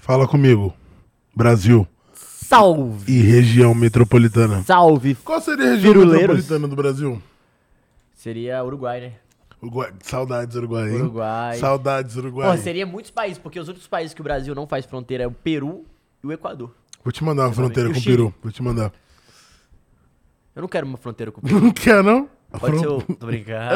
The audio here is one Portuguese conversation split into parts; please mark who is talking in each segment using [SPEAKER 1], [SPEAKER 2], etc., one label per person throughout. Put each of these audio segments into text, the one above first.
[SPEAKER 1] Fala comigo, Brasil
[SPEAKER 2] Salve!
[SPEAKER 1] e região metropolitana.
[SPEAKER 2] Salve!
[SPEAKER 1] Qual seria a região
[SPEAKER 2] Firuleiros.
[SPEAKER 1] metropolitana do Brasil?
[SPEAKER 2] Seria Uruguai, né?
[SPEAKER 1] Uruguai. Saudades Uruguai, hein?
[SPEAKER 2] Uruguai.
[SPEAKER 1] Saudades
[SPEAKER 2] Pô,
[SPEAKER 1] Uruguai.
[SPEAKER 2] seria muitos países, porque os outros países que o Brasil não faz fronteira é o Peru e o Equador.
[SPEAKER 1] Vou te mandar uma fronteira
[SPEAKER 2] E o
[SPEAKER 1] com o
[SPEAKER 2] Chile?
[SPEAKER 1] Peru. Vou te mandar.
[SPEAKER 2] Eu não quero uma fronteira com o Peru.
[SPEAKER 1] Não quer, não? Ah,
[SPEAKER 2] Pode ser
[SPEAKER 1] Afron-
[SPEAKER 2] o... Tô
[SPEAKER 1] é,
[SPEAKER 2] brincando.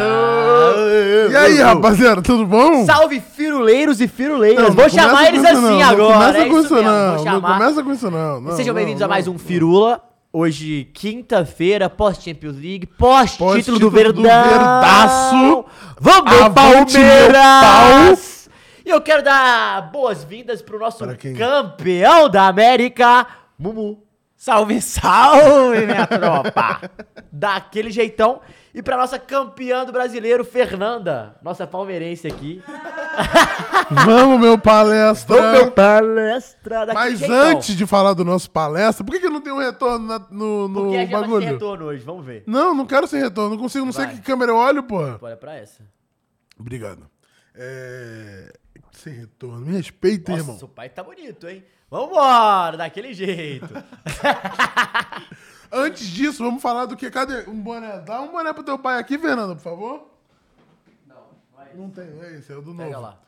[SPEAKER 1] E aí, rapaziada, tudo bom?
[SPEAKER 2] Salve, firuleiros e firuleiras!
[SPEAKER 1] Não, não
[SPEAKER 2] Vou
[SPEAKER 1] começa
[SPEAKER 2] chamar
[SPEAKER 1] com
[SPEAKER 2] eles
[SPEAKER 1] isso,
[SPEAKER 2] assim
[SPEAKER 1] não. Não
[SPEAKER 2] agora.
[SPEAKER 1] começa
[SPEAKER 2] é
[SPEAKER 1] com
[SPEAKER 2] isso
[SPEAKER 1] isso,
[SPEAKER 2] mesmo,
[SPEAKER 1] não.
[SPEAKER 2] Vou
[SPEAKER 1] Não
[SPEAKER 2] chamar.
[SPEAKER 1] começa com isso, não. Não, não,
[SPEAKER 2] Sejam bem-vindos a
[SPEAKER 1] não.
[SPEAKER 2] mais um Firula. Hoje, quinta-feira, pós-Champions League, pós-título do
[SPEAKER 1] Pós-título do
[SPEAKER 2] Verdão.
[SPEAKER 1] Verdaço.
[SPEAKER 2] Vamos, meu
[SPEAKER 1] Avante, meu
[SPEAKER 2] Palmeiras! E eu quero dar boas-vindas pro nosso
[SPEAKER 1] Pra quem?
[SPEAKER 2] campeão da América, Mumu. Salve, salve, minha tropa! Daquele jeitão. E pra nossa campeã do brasileiro, Fernanda, nossa palmeirense aqui.
[SPEAKER 1] Vamos, meu palestra.
[SPEAKER 2] Vamos, meu então. palestra daquele
[SPEAKER 1] Mas
[SPEAKER 2] jeitão.
[SPEAKER 1] antes de falar do nosso palestra, por que, que não tem um retorno na- no, no
[SPEAKER 2] Porque a gente vai ter
[SPEAKER 1] bagulho? Hum.
[SPEAKER 2] retorno hoje, vamos ver.
[SPEAKER 1] Não, não quero sem retorno. Não consigo, não
[SPEAKER 2] Vai.
[SPEAKER 1] sei que câmera eu olho, porra.
[SPEAKER 2] Olha pra essa.
[SPEAKER 1] Obrigado. É... Sem retorno. Me respeita,
[SPEAKER 2] Nossa,
[SPEAKER 1] irmão.
[SPEAKER 2] seu pai tá bonito, hein? Vambora, daquele jeito.
[SPEAKER 1] Antes disso, vamos falar do que? Cadê? Um boné. Dá um boné pro teu pai aqui, Fernando, por favor. Não tem, é esse, é o do
[SPEAKER 2] Pega
[SPEAKER 1] novo.
[SPEAKER 2] lá.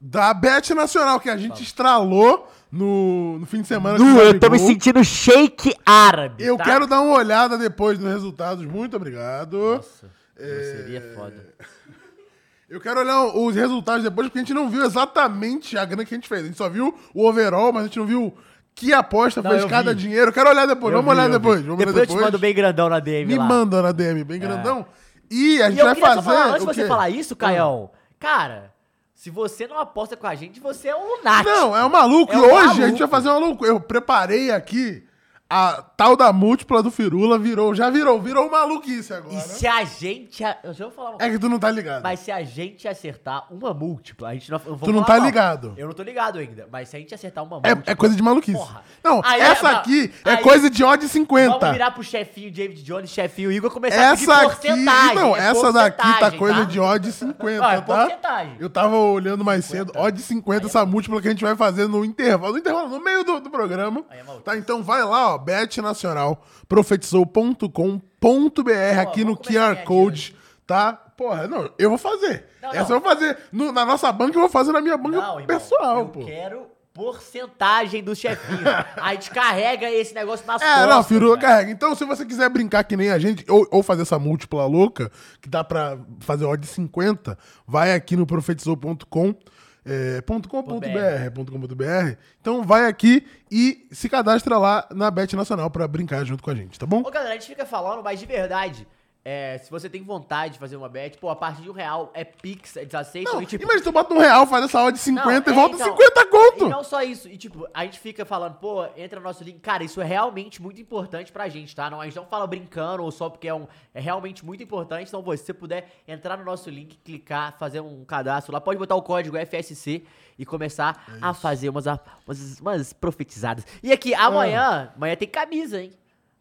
[SPEAKER 1] Da Bet Nacional, que a gente estralou no, no fim de semana. com o
[SPEAKER 2] Du, eu tô me
[SPEAKER 1] Gabigol.
[SPEAKER 2] sentindo shake árabe.
[SPEAKER 1] Eu
[SPEAKER 2] tá?
[SPEAKER 1] quero dar uma olhada depois nos resultados. Muito obrigado.
[SPEAKER 2] Nossa,
[SPEAKER 1] É,
[SPEAKER 2] seria foda.
[SPEAKER 1] Eu quero olhar os resultados depois, porque a gente não viu exatamente a grana que a gente fez. A gente só viu o overall, mas a gente não viu que aposta
[SPEAKER 2] Não,
[SPEAKER 1] fez
[SPEAKER 2] eu
[SPEAKER 1] cada
[SPEAKER 2] vi.
[SPEAKER 1] dinheiro. Eu quero olhar depois.
[SPEAKER 2] Eu
[SPEAKER 1] vamos
[SPEAKER 2] vi,
[SPEAKER 1] olhar
[SPEAKER 2] eu vi.
[SPEAKER 1] depois. Vamos
[SPEAKER 2] Depois
[SPEAKER 1] olhar
[SPEAKER 2] eu te mando bem É. grandão na DM
[SPEAKER 1] Me
[SPEAKER 2] lá.
[SPEAKER 1] manda na DM, bem grandão. E a
[SPEAKER 2] E
[SPEAKER 1] gente
[SPEAKER 2] eu
[SPEAKER 1] vai
[SPEAKER 2] queria só
[SPEAKER 1] fazer.
[SPEAKER 2] falar, antes de
[SPEAKER 1] o
[SPEAKER 2] você
[SPEAKER 1] quê? Ah.
[SPEAKER 2] falar isso, Caião, cara, se você não aposta com a gente, você é um lunático.
[SPEAKER 1] Não, é um maluco.
[SPEAKER 2] É
[SPEAKER 1] e
[SPEAKER 2] um
[SPEAKER 1] hoje
[SPEAKER 2] maluco.
[SPEAKER 1] a gente vai fazer uma loucura. Eu preparei aqui a tal da múltipla do Firula, virou, já virou, virou maluquice agora.
[SPEAKER 2] E se a gente... a- Eu já vou falar uma
[SPEAKER 1] É que tu não tá ligado.
[SPEAKER 2] Mas se a gente acertar uma múltipla, a gente não. eu vou
[SPEAKER 1] Tu não
[SPEAKER 2] falar
[SPEAKER 1] tá ligado.
[SPEAKER 2] Eu não tô ligado ainda. Mas se a gente acertar uma múltipla.
[SPEAKER 1] É, é coisa de maluquice.
[SPEAKER 2] Porra.
[SPEAKER 1] Não,
[SPEAKER 2] Aí,
[SPEAKER 1] essa
[SPEAKER 2] não,
[SPEAKER 1] aqui é
[SPEAKER 2] aí-
[SPEAKER 1] coisa de odd
[SPEAKER 2] Vamos
[SPEAKER 1] 50.
[SPEAKER 2] virar pro chefinho David Jones, chefinho Igor, começar
[SPEAKER 1] Essa aqui. Não,
[SPEAKER 2] é
[SPEAKER 1] essa daqui tá
[SPEAKER 2] porcentagem,
[SPEAKER 1] coisa
[SPEAKER 2] tá?
[SPEAKER 1] de odd
[SPEAKER 2] Ah,
[SPEAKER 1] 50,
[SPEAKER 2] é
[SPEAKER 1] tá?
[SPEAKER 2] porcentagem. é
[SPEAKER 1] Eu tava olhando mais cedo, odd 50, essa múltipla que a gente vai fazer no intervalo, no intervalo, no meio do, do programa.
[SPEAKER 2] Aí é maluco.
[SPEAKER 1] Tá, então vai lá, ó, betnacionalprofetizou.com.br aqui no
[SPEAKER 2] vamos começar a ganhar
[SPEAKER 1] QR Code, tá? Porra, não, eu vou fazer.
[SPEAKER 2] Não,
[SPEAKER 1] Essa
[SPEAKER 2] não.
[SPEAKER 1] eu vou fazer. No- na nossa banca eu vou fazer na minha banca
[SPEAKER 2] Não, irmão,
[SPEAKER 1] pessoal,
[SPEAKER 2] eu
[SPEAKER 1] pô.
[SPEAKER 2] quero porcentagem do chefinho. a gente carrega esse negócio nas
[SPEAKER 1] É, não, firula
[SPEAKER 2] cara.
[SPEAKER 1] carrega. Então, se você quiser brincar que nem a gente, ou, ou fazer essa múltipla louca, que dá pra fazer odd 50, vai aqui no profetizou.com. É, ponto .com.br, ponto .com.br. Então vai aqui e se cadastra lá na Bet Nacional pra brincar junto com a gente, tá bom?
[SPEAKER 2] Ô, galera, a gente fica falando, mas de verdade. é, se você tem vontade de fazer uma bet, pô, a partir de um real é Pix, eles aceitam.
[SPEAKER 1] Não,
[SPEAKER 2] e, tipo,
[SPEAKER 1] imagina tu bota um real, faz essa odd 50 e
[SPEAKER 2] Não, é,
[SPEAKER 1] volta
[SPEAKER 2] então,
[SPEAKER 1] 50 conto!
[SPEAKER 2] E não só isso, e tipo, a gente fica falando, pô, entra no nosso link. Cara, isso é realmente muito importante pra gente, tá? Não, a gente não fala brincando ou só porque é, um, é realmente muito importante. Então, pô, se você puder entrar no nosso link, clicar, fazer um cadastro lá, pode botar o código FSC e começar
[SPEAKER 1] É
[SPEAKER 2] a fazer umas, a- umas, umas profetizadas. E aqui,
[SPEAKER 1] Ah.
[SPEAKER 2] amanhã, amanhã tem camisa, hein?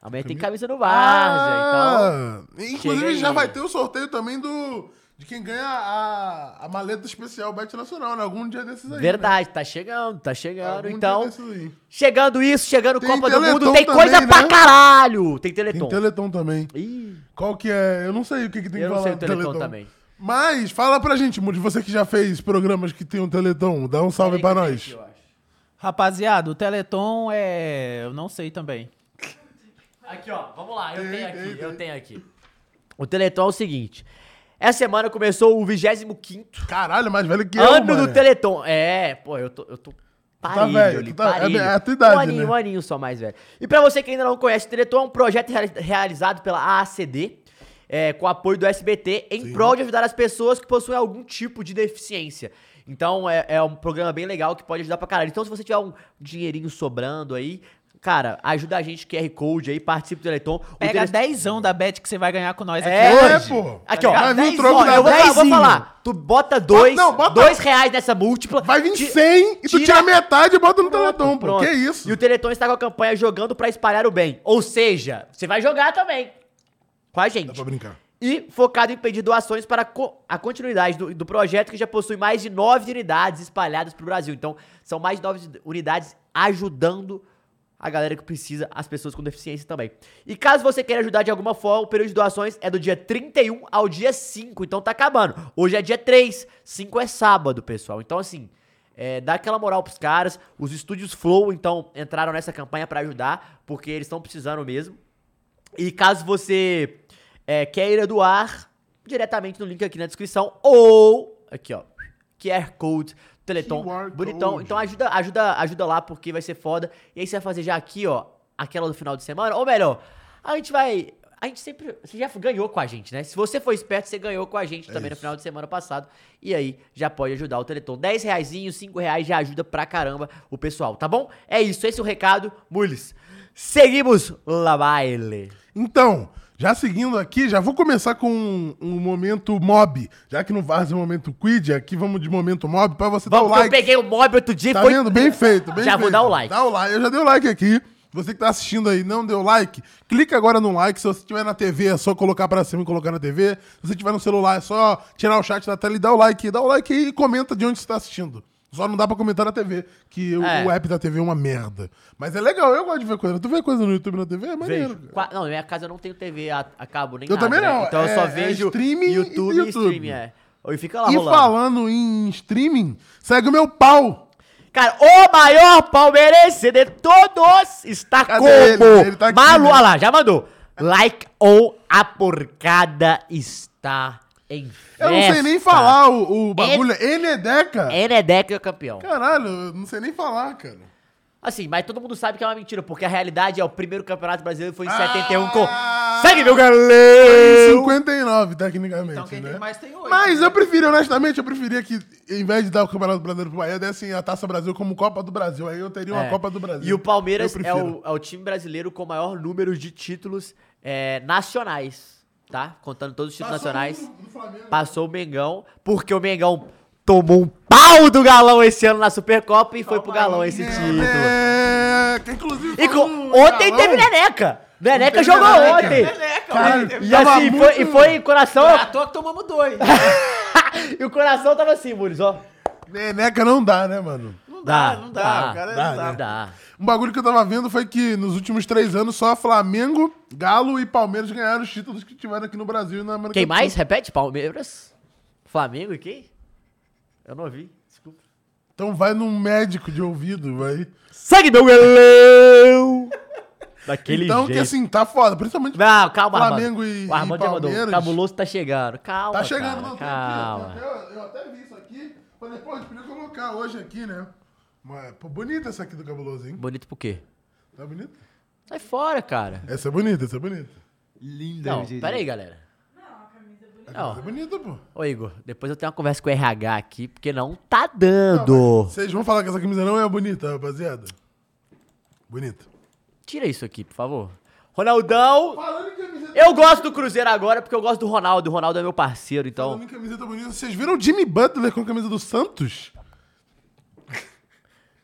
[SPEAKER 2] Amanhã tem camisa no Várzea, então.
[SPEAKER 1] Ah,
[SPEAKER 2] chega
[SPEAKER 1] Inclusive
[SPEAKER 2] aí.
[SPEAKER 1] já vai ter o sorteio também do de quem ganha a, a maleta especial Bet Nacional, né? Algum dia desses aí. né?
[SPEAKER 2] Verdade, tá chegando, tá chegando.
[SPEAKER 1] Algum
[SPEAKER 2] então,
[SPEAKER 1] um dia desses aí.
[SPEAKER 2] Chegando isso, chegando
[SPEAKER 1] Tem
[SPEAKER 2] Copa do
[SPEAKER 1] Teleton
[SPEAKER 2] Mundo,
[SPEAKER 1] também,
[SPEAKER 2] tem coisa pra
[SPEAKER 1] né?
[SPEAKER 2] caralho! Tem Teleton.
[SPEAKER 1] Tem Teleton também.
[SPEAKER 2] Ih,
[SPEAKER 1] Qual que é? Eu não sei o que, que tem
[SPEAKER 2] eu
[SPEAKER 1] que
[SPEAKER 2] não sei
[SPEAKER 1] falar
[SPEAKER 2] o
[SPEAKER 1] do
[SPEAKER 2] Teleton, também.
[SPEAKER 1] Mas fala pra gente, Mude, você que já fez programas que tem um Teleton, dá um salve pra nós.
[SPEAKER 3] Rapaziada, o Teleton é. Eu não sei também.
[SPEAKER 2] Aqui, ó, vamos lá, eu
[SPEAKER 1] Tem,
[SPEAKER 2] tenho
[SPEAKER 1] tem,
[SPEAKER 2] aqui,
[SPEAKER 1] tem.
[SPEAKER 2] eu tenho aqui. O Teleton é o seguinte. Essa semana começou o 25
[SPEAKER 1] Caralho, mais velho que eu,
[SPEAKER 2] ano
[SPEAKER 1] mané.
[SPEAKER 2] do Teleton. É, pô, eu tô. Eu tô parelho
[SPEAKER 1] velho,
[SPEAKER 2] ali,
[SPEAKER 1] tu tá- é
[SPEAKER 2] parelho.
[SPEAKER 1] a tua idade,
[SPEAKER 2] um aninho,
[SPEAKER 1] né?
[SPEAKER 2] um aninho só mais velho. E pra você que ainda não conhece, o Teleton é um projeto reali- realizado pela AACD. é, com o apoio do SBT em prol de ajudar as pessoas que possuem algum tipo de deficiência. Então é, é um programa bem legal que pode ajudar pra caralho. Então se você tiver um dinheirinho sobrando aí, cara, ajuda a gente, QR Code aí, participe do Teleton. O
[SPEAKER 3] Pega
[SPEAKER 2] tele-
[SPEAKER 3] 10 da bet que você vai ganhar com nós aqui
[SPEAKER 2] É,
[SPEAKER 3] hoje.
[SPEAKER 1] pô.
[SPEAKER 2] Aqui, ó.
[SPEAKER 1] Vai vir o
[SPEAKER 3] Dez
[SPEAKER 1] troco
[SPEAKER 3] horas,
[SPEAKER 2] Olha, eu vou,
[SPEAKER 3] dez-
[SPEAKER 1] da...
[SPEAKER 2] falar, eu vou
[SPEAKER 3] Dezinho.
[SPEAKER 2] falar. Tu bota dois,
[SPEAKER 1] Não, bota-
[SPEAKER 2] dois reais nessa múltipla.
[SPEAKER 1] Vai vir
[SPEAKER 2] Ti-
[SPEAKER 1] 100 e tu
[SPEAKER 2] tira-
[SPEAKER 1] tira metade e bota no Teleton, pô.
[SPEAKER 2] Pronto.
[SPEAKER 1] Que isso?
[SPEAKER 2] E o Teleton está com a campanha jogando pra espalhar o bem. Ou seja, você vai jogar também. Com a
[SPEAKER 1] Dá
[SPEAKER 2] gente.
[SPEAKER 1] pra brincar.
[SPEAKER 2] E focado em pedir doações para co- a continuidade do, do projeto que já possui mais de nove unidades espalhadas pro Brasil. Então, são mais de nove unidades ajudando a galera que precisa, as pessoas com deficiência também. E caso você queira ajudar de alguma forma, o período de doações é do dia 31 ao dia 5. Então tá acabando. Hoje é dia 3, 5 é sábado, pessoal. Então, assim, é, dá aquela moral pros caras. Os estúdios Flow, então, entraram nessa campanha pra ajudar, porque eles estão precisando mesmo. E caso você é, queira doar, diretamente no link aqui na descrição, ou aqui, ó, QR Code, Teleton,
[SPEAKER 1] QR
[SPEAKER 2] bonitão.
[SPEAKER 1] Code.
[SPEAKER 2] Então ajuda, ajuda, ajuda lá, porque vai ser foda. E aí você vai fazer já aqui, ó, aquela do final de semana, ou melhor, a gente vai... A gente sempre. Você já ganhou com a gente, né? Se você for esperto, você ganhou com a gente também no final de semana passado. E aí já pode ajudar o Teleton. 10 reais, 5 reais já ajuda pra caramba o pessoal, tá bom? É isso, esse é o recado. Mules, seguimos la baile.
[SPEAKER 1] Então, já seguindo aqui, já vou começar com um, um momento mob. Já que no Vars é momento quid, aqui vamos de momento mob pra você
[SPEAKER 2] Vamos,
[SPEAKER 1] dar o
[SPEAKER 2] que
[SPEAKER 1] um like.
[SPEAKER 2] eu peguei o mob outro dia e
[SPEAKER 1] Tá
[SPEAKER 2] foi.
[SPEAKER 1] vendo? Bem feito, bem
[SPEAKER 2] Já vou
[SPEAKER 1] feito.
[SPEAKER 2] dar o like.
[SPEAKER 1] Dá o like. Eu já dei o like aqui. Você que tá assistindo aí e não deu like, clica agora no like. Se você estiver na TV, é só colocar pra cima e colocar na TV. Se você estiver no celular, é só tirar o chat da tela e dar o like. Dá o like aí e comenta de onde você tá assistindo. Só não dá pra comentar na TV, que o,
[SPEAKER 2] É.
[SPEAKER 1] o app da TV é uma merda. Mas é legal, eu gosto de ver coisa. Tu vê coisa no YouTube e na TV? É maneiro.
[SPEAKER 2] Vejo. Tá Qua- Não, na minha casa eu não tenho TV a, a cabo nem
[SPEAKER 1] Eu
[SPEAKER 2] nada,
[SPEAKER 1] também
[SPEAKER 2] né?
[SPEAKER 1] não,
[SPEAKER 2] Então eu só
[SPEAKER 1] é- é
[SPEAKER 2] vejo
[SPEAKER 1] streaming e
[SPEAKER 2] YouTube, e
[SPEAKER 1] YouTube.
[SPEAKER 2] streaming, é. E fica lá
[SPEAKER 1] E
[SPEAKER 2] rolando.
[SPEAKER 1] falando em streaming, segue o meu pau.
[SPEAKER 2] Cara, o maior palmeirense de todos está
[SPEAKER 1] Cadê
[SPEAKER 2] como?
[SPEAKER 1] ele? Ele tá aqui,
[SPEAKER 2] Malu,
[SPEAKER 1] né?
[SPEAKER 2] olha lá, já mandou. Like ou a porcada está em festa.
[SPEAKER 1] Eu não sei nem falar o, o bagulho. Enedeca.
[SPEAKER 2] Enedeca é campeão.
[SPEAKER 1] Caralho, eu não sei nem falar, cara.
[SPEAKER 2] Assim, mas todo mundo sabe que é uma mentira, porque a realidade é o primeiro campeonato brasileiro foi em 71
[SPEAKER 1] Ah!
[SPEAKER 2] com... Segue, meu
[SPEAKER 1] Em
[SPEAKER 2] galera!
[SPEAKER 1] 59, tecnicamente.
[SPEAKER 3] Então quem
[SPEAKER 1] né?
[SPEAKER 3] tem mais tem oito. É
[SPEAKER 1] Mas eu prefiro, honestamente, eu preferia que, em vez de dar o Campeonato Brasileiro pro Bahia, dessem a Taça Brasil como Copa do Brasil. Aí eu teria uma
[SPEAKER 2] É.
[SPEAKER 1] Copa do Brasil.
[SPEAKER 2] E o Palmeiras
[SPEAKER 1] Eu
[SPEAKER 2] é
[SPEAKER 1] prefiro.
[SPEAKER 2] o, é o time brasileiro com o maior número de títulos é, nacionais, tá? Contando todos os títulos
[SPEAKER 1] Passou
[SPEAKER 2] nacionais.
[SPEAKER 1] no- no Flamengo.
[SPEAKER 2] Passou o Mengão, porque o Mengão tomou um pau do Galão esse ano na Supercopa e foi pro Galão esse
[SPEAKER 3] né?
[SPEAKER 2] título.
[SPEAKER 1] É, que inclusive.
[SPEAKER 2] E
[SPEAKER 1] falou
[SPEAKER 2] com-
[SPEAKER 1] no
[SPEAKER 2] ontem
[SPEAKER 1] Galão.
[SPEAKER 2] teve Neneca. Neneca
[SPEAKER 1] teve
[SPEAKER 2] jogou
[SPEAKER 1] Neneca.
[SPEAKER 2] ontem.
[SPEAKER 3] Neneca,
[SPEAKER 1] Caralho,
[SPEAKER 3] olha,
[SPEAKER 2] E
[SPEAKER 1] Tava
[SPEAKER 2] assim, foi, e
[SPEAKER 1] muito-
[SPEAKER 2] foi coração.
[SPEAKER 3] À toa que tomamos dois.
[SPEAKER 2] e o coração tava assim, Muris, ó.
[SPEAKER 1] Neneca não dá, né, mano?
[SPEAKER 3] Não dá, não dá,
[SPEAKER 2] dá,
[SPEAKER 3] cara,
[SPEAKER 1] dá,
[SPEAKER 3] não dá.
[SPEAKER 1] né?
[SPEAKER 2] dá.
[SPEAKER 1] Um bagulho que eu tava vendo foi que nos últimos três anos só Flamengo, Galo e Palmeiras ganharam os títulos que tiveram aqui no Brasil e na América
[SPEAKER 2] Quem
[SPEAKER 1] do Sul.
[SPEAKER 2] mais? Repete, Palmeiras, Flamengo e quem? Eu não ouvi, desculpa.
[SPEAKER 1] Então vai num médico de ouvido, vai.
[SPEAKER 2] Segue meu galão! Daquele
[SPEAKER 1] então, que
[SPEAKER 2] jeito.
[SPEAKER 1] assim, tá foda. Principalmente.
[SPEAKER 2] Não, calma,
[SPEAKER 1] Flamengo
[SPEAKER 2] Armando.
[SPEAKER 1] e-
[SPEAKER 2] O Armando
[SPEAKER 1] e
[SPEAKER 2] já mandou.
[SPEAKER 1] Palmeiras.
[SPEAKER 2] Cabuloso tá chegando. Calma,
[SPEAKER 1] tá chegando,
[SPEAKER 2] cara,
[SPEAKER 1] não. tem
[SPEAKER 2] Calma.
[SPEAKER 1] aqui, ó. Eu, eu até vi isso aqui. Falei, pô, a gente podia colocar hoje aqui, né? Mas, pô, bonita essa aqui do cabuloso, hein?
[SPEAKER 2] Bonito por quê?
[SPEAKER 1] Tá bonita?
[SPEAKER 2] Sai fora, cara.
[SPEAKER 1] Essa é bonita, essa é bonita.
[SPEAKER 3] Linda,
[SPEAKER 2] Não, pera aí, galera.
[SPEAKER 1] Essa é
[SPEAKER 2] Não.
[SPEAKER 1] bonita, pô.
[SPEAKER 2] Ô, Igor, depois eu tenho uma conversa com o RH aqui, porque não tá dando.
[SPEAKER 1] Vocês vão falar que essa camisa não é bonita, rapaziada? Bonita.
[SPEAKER 2] Tira isso aqui, por favor. Ronaldão,
[SPEAKER 1] Falando em camiseta.
[SPEAKER 2] eu gosto do Cruzeiro agora, porque eu gosto do Ronaldo. O Ronaldo é meu parceiro,
[SPEAKER 1] Falando
[SPEAKER 2] então...
[SPEAKER 1] em camiseta bonita, vocês viram o Jimmy Butler com a camisa do Santos?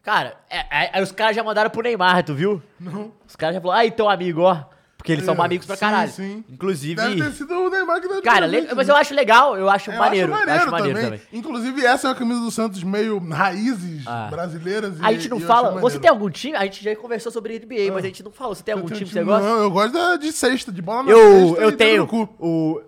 [SPEAKER 2] Cara, é- é- é, os caras já mandaram pro Neymar, tu viu?
[SPEAKER 1] Não.
[SPEAKER 2] Os caras já falaram, ah, então amigo, ó. Porque eles são
[SPEAKER 1] É,
[SPEAKER 2] amigos pra
[SPEAKER 1] sim,
[SPEAKER 2] caralho.
[SPEAKER 1] sim.
[SPEAKER 2] Inclusive...
[SPEAKER 1] Deve ter sido o Neymar que deu de
[SPEAKER 2] Cara,
[SPEAKER 1] presente,
[SPEAKER 2] le- mas
[SPEAKER 1] né?
[SPEAKER 2] eu acho legal, eu acho
[SPEAKER 1] Eu
[SPEAKER 2] maneiro. eu acho maneiro também.
[SPEAKER 1] Inclusive, essa é uma camisa do Santos meio raízes
[SPEAKER 2] Ah.
[SPEAKER 1] brasileiras.
[SPEAKER 2] A
[SPEAKER 1] e-
[SPEAKER 2] gente não
[SPEAKER 1] e eu
[SPEAKER 2] fala.
[SPEAKER 1] acho
[SPEAKER 2] Você
[SPEAKER 1] maneiro. Ah.
[SPEAKER 2] tem algum time? A gente já conversou sobre NBA, mas a gente não falou. Você tem
[SPEAKER 1] Eu
[SPEAKER 2] algum
[SPEAKER 1] tenho
[SPEAKER 2] um time que você gosta?
[SPEAKER 1] Não, é, eu gosto da- de sexta, de bola na
[SPEAKER 2] Eu,
[SPEAKER 1] cesta e
[SPEAKER 2] eu
[SPEAKER 1] dedo
[SPEAKER 2] tenho
[SPEAKER 1] no cu.
[SPEAKER 2] o.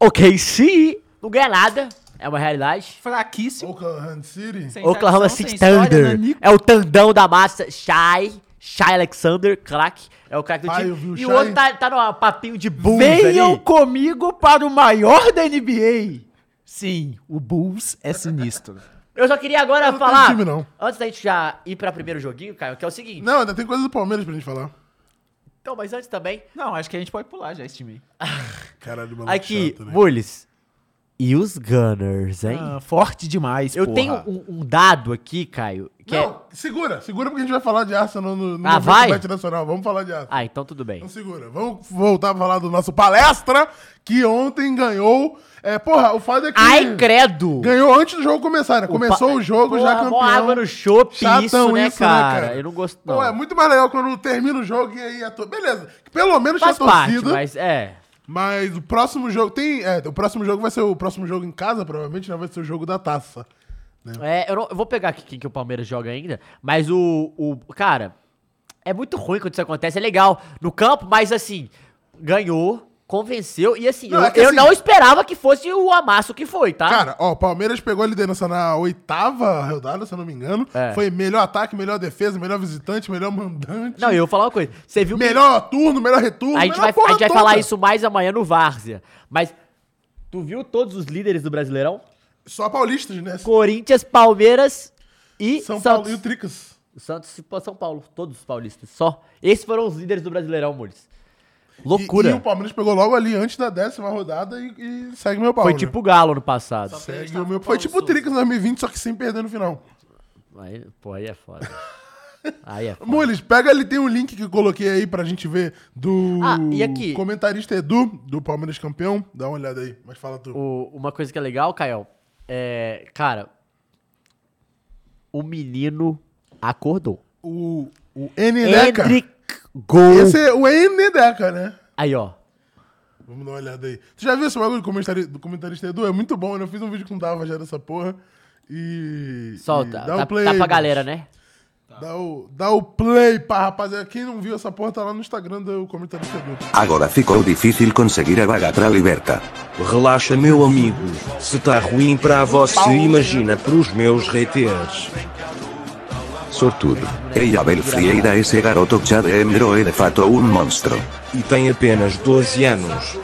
[SPEAKER 2] Ok, sim. Não ganha nada. É uma realidade.
[SPEAKER 3] Fraquíssimo.
[SPEAKER 1] Oklahoma City.
[SPEAKER 3] sem
[SPEAKER 2] Oklahoma
[SPEAKER 3] tradição,
[SPEAKER 2] City
[SPEAKER 3] sem história, né?
[SPEAKER 2] Thunder.
[SPEAKER 3] nanico.
[SPEAKER 2] É o tandão da massa. Shai. Shai Alexander, craque. É o craque do
[SPEAKER 1] Ah,
[SPEAKER 2] time.
[SPEAKER 1] eu vi o
[SPEAKER 2] e o
[SPEAKER 1] Shai.
[SPEAKER 2] outro tá, tá no papinho de bulls
[SPEAKER 3] Venham
[SPEAKER 2] ali.
[SPEAKER 3] comigo para o maior da NBA. Sim, o Bulls é sinistro.
[SPEAKER 2] Eu só queria agora
[SPEAKER 1] não tenho
[SPEAKER 2] falar.
[SPEAKER 1] time, não.
[SPEAKER 2] Antes da gente já ir pra primeiro joguinho, Caio, que é o seguinte.
[SPEAKER 1] Não, ainda tem coisa do Palmeiras pra gente falar.
[SPEAKER 2] Então, mas antes também,
[SPEAKER 3] Não, acho que a gente pode pular já esse time. aí.
[SPEAKER 1] Caralho, maluco
[SPEAKER 2] aqui,
[SPEAKER 1] chato, né?
[SPEAKER 2] Mules. E os Gunners, hein?
[SPEAKER 3] Ah, forte demais,
[SPEAKER 2] Eu
[SPEAKER 3] porra.
[SPEAKER 2] tenho um, um dado aqui, Caio, que é...
[SPEAKER 1] Não, segura, segura porque a gente vai falar de Arsenal no, no
[SPEAKER 2] Ah,
[SPEAKER 1] momento
[SPEAKER 2] vai?
[SPEAKER 1] Bet Nacional. Vamos falar de Arsenal.
[SPEAKER 2] Ah, então tudo bem.
[SPEAKER 1] Então segura. Vamos voltar pra falar do nosso palestra, que ontem ganhou. É, porra, o fato é que.
[SPEAKER 2] Ai, credo!
[SPEAKER 1] Ganhou antes do jogo começar, né? Começou o, jogo, já
[SPEAKER 2] Porra,
[SPEAKER 1] campeão.
[SPEAKER 2] mó água no chope,
[SPEAKER 1] Chatão
[SPEAKER 2] isso, né,
[SPEAKER 1] né,
[SPEAKER 2] cara? Eu não gosto, não.
[SPEAKER 1] Pô, é muito mais legal quando termina o jogo e aí a torcida. Beleza, que pelo menos
[SPEAKER 2] Faz
[SPEAKER 1] tinha
[SPEAKER 2] parte,
[SPEAKER 1] torcida. mas...
[SPEAKER 2] mas é...
[SPEAKER 1] o próximo jogo tem. é, o próximo jogo vai ser o próximo jogo em casa, provavelmente, né? Vai ser o jogo da taça.
[SPEAKER 2] É, eu, não- eu vou pegar aqui quem que o Palmeiras joga ainda, mas o, o. Cara, é muito ruim quando isso acontece. É legal no campo, mas assim, ganhou, convenceu. E assim,
[SPEAKER 1] Não,
[SPEAKER 2] eu,
[SPEAKER 1] é que
[SPEAKER 2] eu
[SPEAKER 1] assim-
[SPEAKER 2] não esperava que fosse o amasso que foi, tá?
[SPEAKER 1] Cara, ó, o Palmeiras pegou a liderança na oitava rodada, se eu não me engano.
[SPEAKER 2] É.
[SPEAKER 1] Foi melhor ataque, melhor defesa, melhor visitante, melhor mandante.
[SPEAKER 2] não, eu vou falar uma coisa. Você viu que
[SPEAKER 1] Melhor turno, melhor retorno.
[SPEAKER 2] a gente
[SPEAKER 1] melhor
[SPEAKER 2] vai,
[SPEAKER 1] porra
[SPEAKER 2] a gente vai
[SPEAKER 1] toda.
[SPEAKER 2] falar isso mais amanhã no Várzea. Mas. Tu viu todos os líderes do Brasileirão?
[SPEAKER 1] Só paulistas, né?
[SPEAKER 2] Corinthians, Palmeiras e
[SPEAKER 1] São Paulo
[SPEAKER 2] Santos.
[SPEAKER 1] e o Tricas.
[SPEAKER 2] Santos e São Paulo, todos os paulistas, só. Esses foram os líderes do Brasileirão, Mules.
[SPEAKER 1] E-
[SPEAKER 2] Loucura.
[SPEAKER 1] E, o Palmeiras pegou logo ali antes da décima rodada e, e segue meu pau.
[SPEAKER 2] Foi
[SPEAKER 1] né?
[SPEAKER 2] tipo o Galo no passado.
[SPEAKER 1] Segue o meu. Foi tipo o Tricas em 2020, só que sem perder no final.
[SPEAKER 2] Aí, pô, aí é foda. Aí é foda.
[SPEAKER 1] Mules, pega ali, tem um link que eu coloquei aí pra gente ver do
[SPEAKER 2] Ah, e aqui?
[SPEAKER 1] comentarista Edu, do Palmeiras campeão. Dá uma olhada aí, mas fala tu.
[SPEAKER 2] O- uma coisa que é legal, Caio, é. Cara. O menino acordou.
[SPEAKER 1] O, o Enedeca.
[SPEAKER 2] Hendrick Gol.
[SPEAKER 1] né, Esse é o Enedeca, né?
[SPEAKER 2] Aí, ó.
[SPEAKER 1] Vamos dar uma olhada aí. Tu já viu esse bagulho do comentarista, do comentarista Edu? É muito bom, né? Eu fiz um vídeo com o Dava já dessa porra. E.
[SPEAKER 2] Solta.
[SPEAKER 1] e
[SPEAKER 2] Tá, tá pra
[SPEAKER 1] Mules.
[SPEAKER 2] galera, né?
[SPEAKER 1] Dá o, dá o play pra rapaziada. Quem não viu essa porra tá lá no Instagram do comentarista Edu.
[SPEAKER 4] Agora ficou difícil conseguir a vaga para a Liberta. Relaxa, meu amigo. Se tá ruim para você, imagina para os meus haters. Sortudo. Ei, Abel Frieira, esse garoto Chad Emero é de fato um monstro. E tem apenas 12 anos.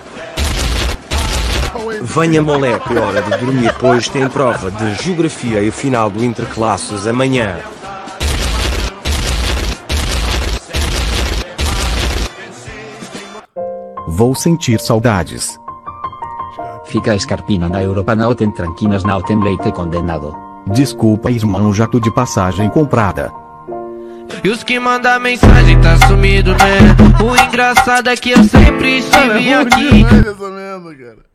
[SPEAKER 4] Venha moleque, hora de dormir, pois tem prova de geografia e final do Interclasses amanhã.
[SPEAKER 5] Vou sentir saudades.
[SPEAKER 6] Fica escarpina na Europa nauten tranquinas nauten leite condenado.
[SPEAKER 5] Desculpa, irmão, já tô de passagem comprada.
[SPEAKER 7] E os que mandam mensagem tá sumido, né? O engraçado é que eu sempre estive
[SPEAKER 1] Bom
[SPEAKER 7] aqui.
[SPEAKER 1] demais essa merda, cara.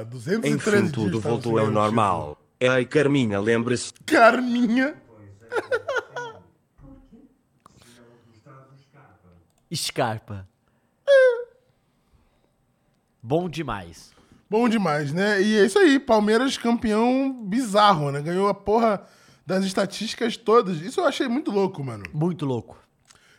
[SPEAKER 1] Ah, 213
[SPEAKER 4] Enfim,
[SPEAKER 1] dias tá
[SPEAKER 4] tudo
[SPEAKER 1] tava
[SPEAKER 4] voltou
[SPEAKER 1] sem
[SPEAKER 4] ao
[SPEAKER 1] o
[SPEAKER 4] normal. Ei, Carminha, lembre-se.
[SPEAKER 1] título. Carminha.
[SPEAKER 3] um
[SPEAKER 2] Scarpa. Bom demais.
[SPEAKER 1] Bom demais, né? E é isso aí. Palmeiras campeão bizarro, né? Ganhou a porra das estatísticas todas. Isso eu achei muito louco, mano.
[SPEAKER 2] Muito louco.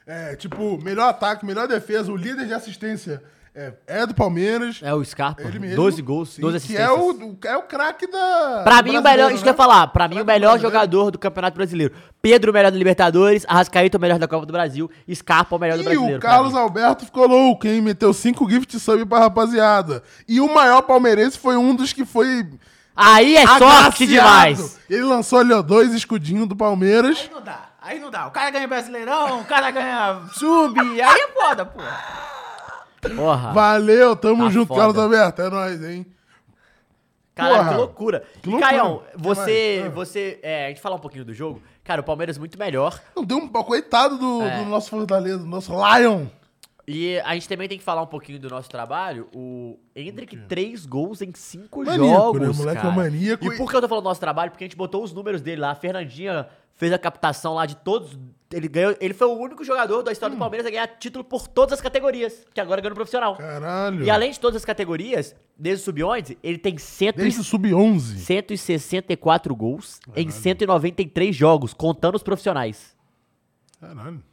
[SPEAKER 1] É, tipo, melhor ataque, melhor defesa, o líder de assistência é, é do Palmeiras.
[SPEAKER 2] É o Scarpa.
[SPEAKER 1] Ele mesmo.
[SPEAKER 2] 12 gols,
[SPEAKER 1] Sim,
[SPEAKER 2] 12
[SPEAKER 1] que
[SPEAKER 2] assistências.
[SPEAKER 1] é o, o- é o craque da.
[SPEAKER 2] Pra
[SPEAKER 1] do
[SPEAKER 2] mim, o
[SPEAKER 1] brasileiro,
[SPEAKER 2] melhor, isso que
[SPEAKER 1] né?
[SPEAKER 2] eu ia falar, pra mim, o
[SPEAKER 1] Craque do
[SPEAKER 2] melhor
[SPEAKER 1] brasileiro.
[SPEAKER 2] jogador do Campeonato Brasileiro. Pedro, o melhor da Libertadores, Arrascaeta, o melhor da Copa do Brasil, Scarpa, o melhor do
[SPEAKER 1] E
[SPEAKER 2] Brasileiro.
[SPEAKER 1] o Carlos
[SPEAKER 2] pra mim.
[SPEAKER 1] Alberto ficou louco, hein? Meteu cinco gift sub pra rapaziada. E o maior palmeirense foi um dos que foi.
[SPEAKER 2] Aí é sorte
[SPEAKER 1] agraciado.
[SPEAKER 2] demais!
[SPEAKER 1] Ele lançou ali, ó, dois escudinhos do Palmeiras.
[SPEAKER 3] Aí não dá, aí não dá. O cara ganha Brasileirão, o cara ganha sub, aí é foda, pô.
[SPEAKER 2] Porra,
[SPEAKER 1] Valeu, tamo
[SPEAKER 2] Ah, Tá
[SPEAKER 1] junto,
[SPEAKER 2] foda.
[SPEAKER 1] Carlos Alberto. É nóis, hein?
[SPEAKER 2] cara,
[SPEAKER 1] porra.
[SPEAKER 2] que loucura.
[SPEAKER 1] Que
[SPEAKER 2] E,
[SPEAKER 1] loucura.
[SPEAKER 2] Caião,
[SPEAKER 1] Que
[SPEAKER 2] você,
[SPEAKER 1] mais? Ah.
[SPEAKER 2] você, é, a gente falar um pouquinho do jogo, cara, o Palmeiras é muito melhor,
[SPEAKER 1] Não deu um coitado do,
[SPEAKER 2] É.
[SPEAKER 1] do nosso Fortaleza, do nosso Lion.
[SPEAKER 2] e a gente também tem que falar um pouquinho do nosso trabalho, o Hendrick, três gols em cinco
[SPEAKER 1] Maníaco, né? O
[SPEAKER 2] jogos,
[SPEAKER 1] moleque é
[SPEAKER 2] cara.
[SPEAKER 1] maníaco
[SPEAKER 2] E
[SPEAKER 1] e-
[SPEAKER 2] por que eu tô falando do nosso trabalho? Porque a gente botou os números dele lá, a Fernandinha fez a captação lá de todos, ele ganhou, ele foi o único jogador da
[SPEAKER 1] Hum.
[SPEAKER 2] história do Palmeiras a ganhar título por todas as categorias, que agora ganha no profissional.
[SPEAKER 1] Caralho.
[SPEAKER 2] E além de todas as categorias, desde o sub-11, ele tem cento e-
[SPEAKER 1] Desde o Sub-11.
[SPEAKER 2] 164 gols em 193 jogos, contando os profissionais.
[SPEAKER 1] Caralho.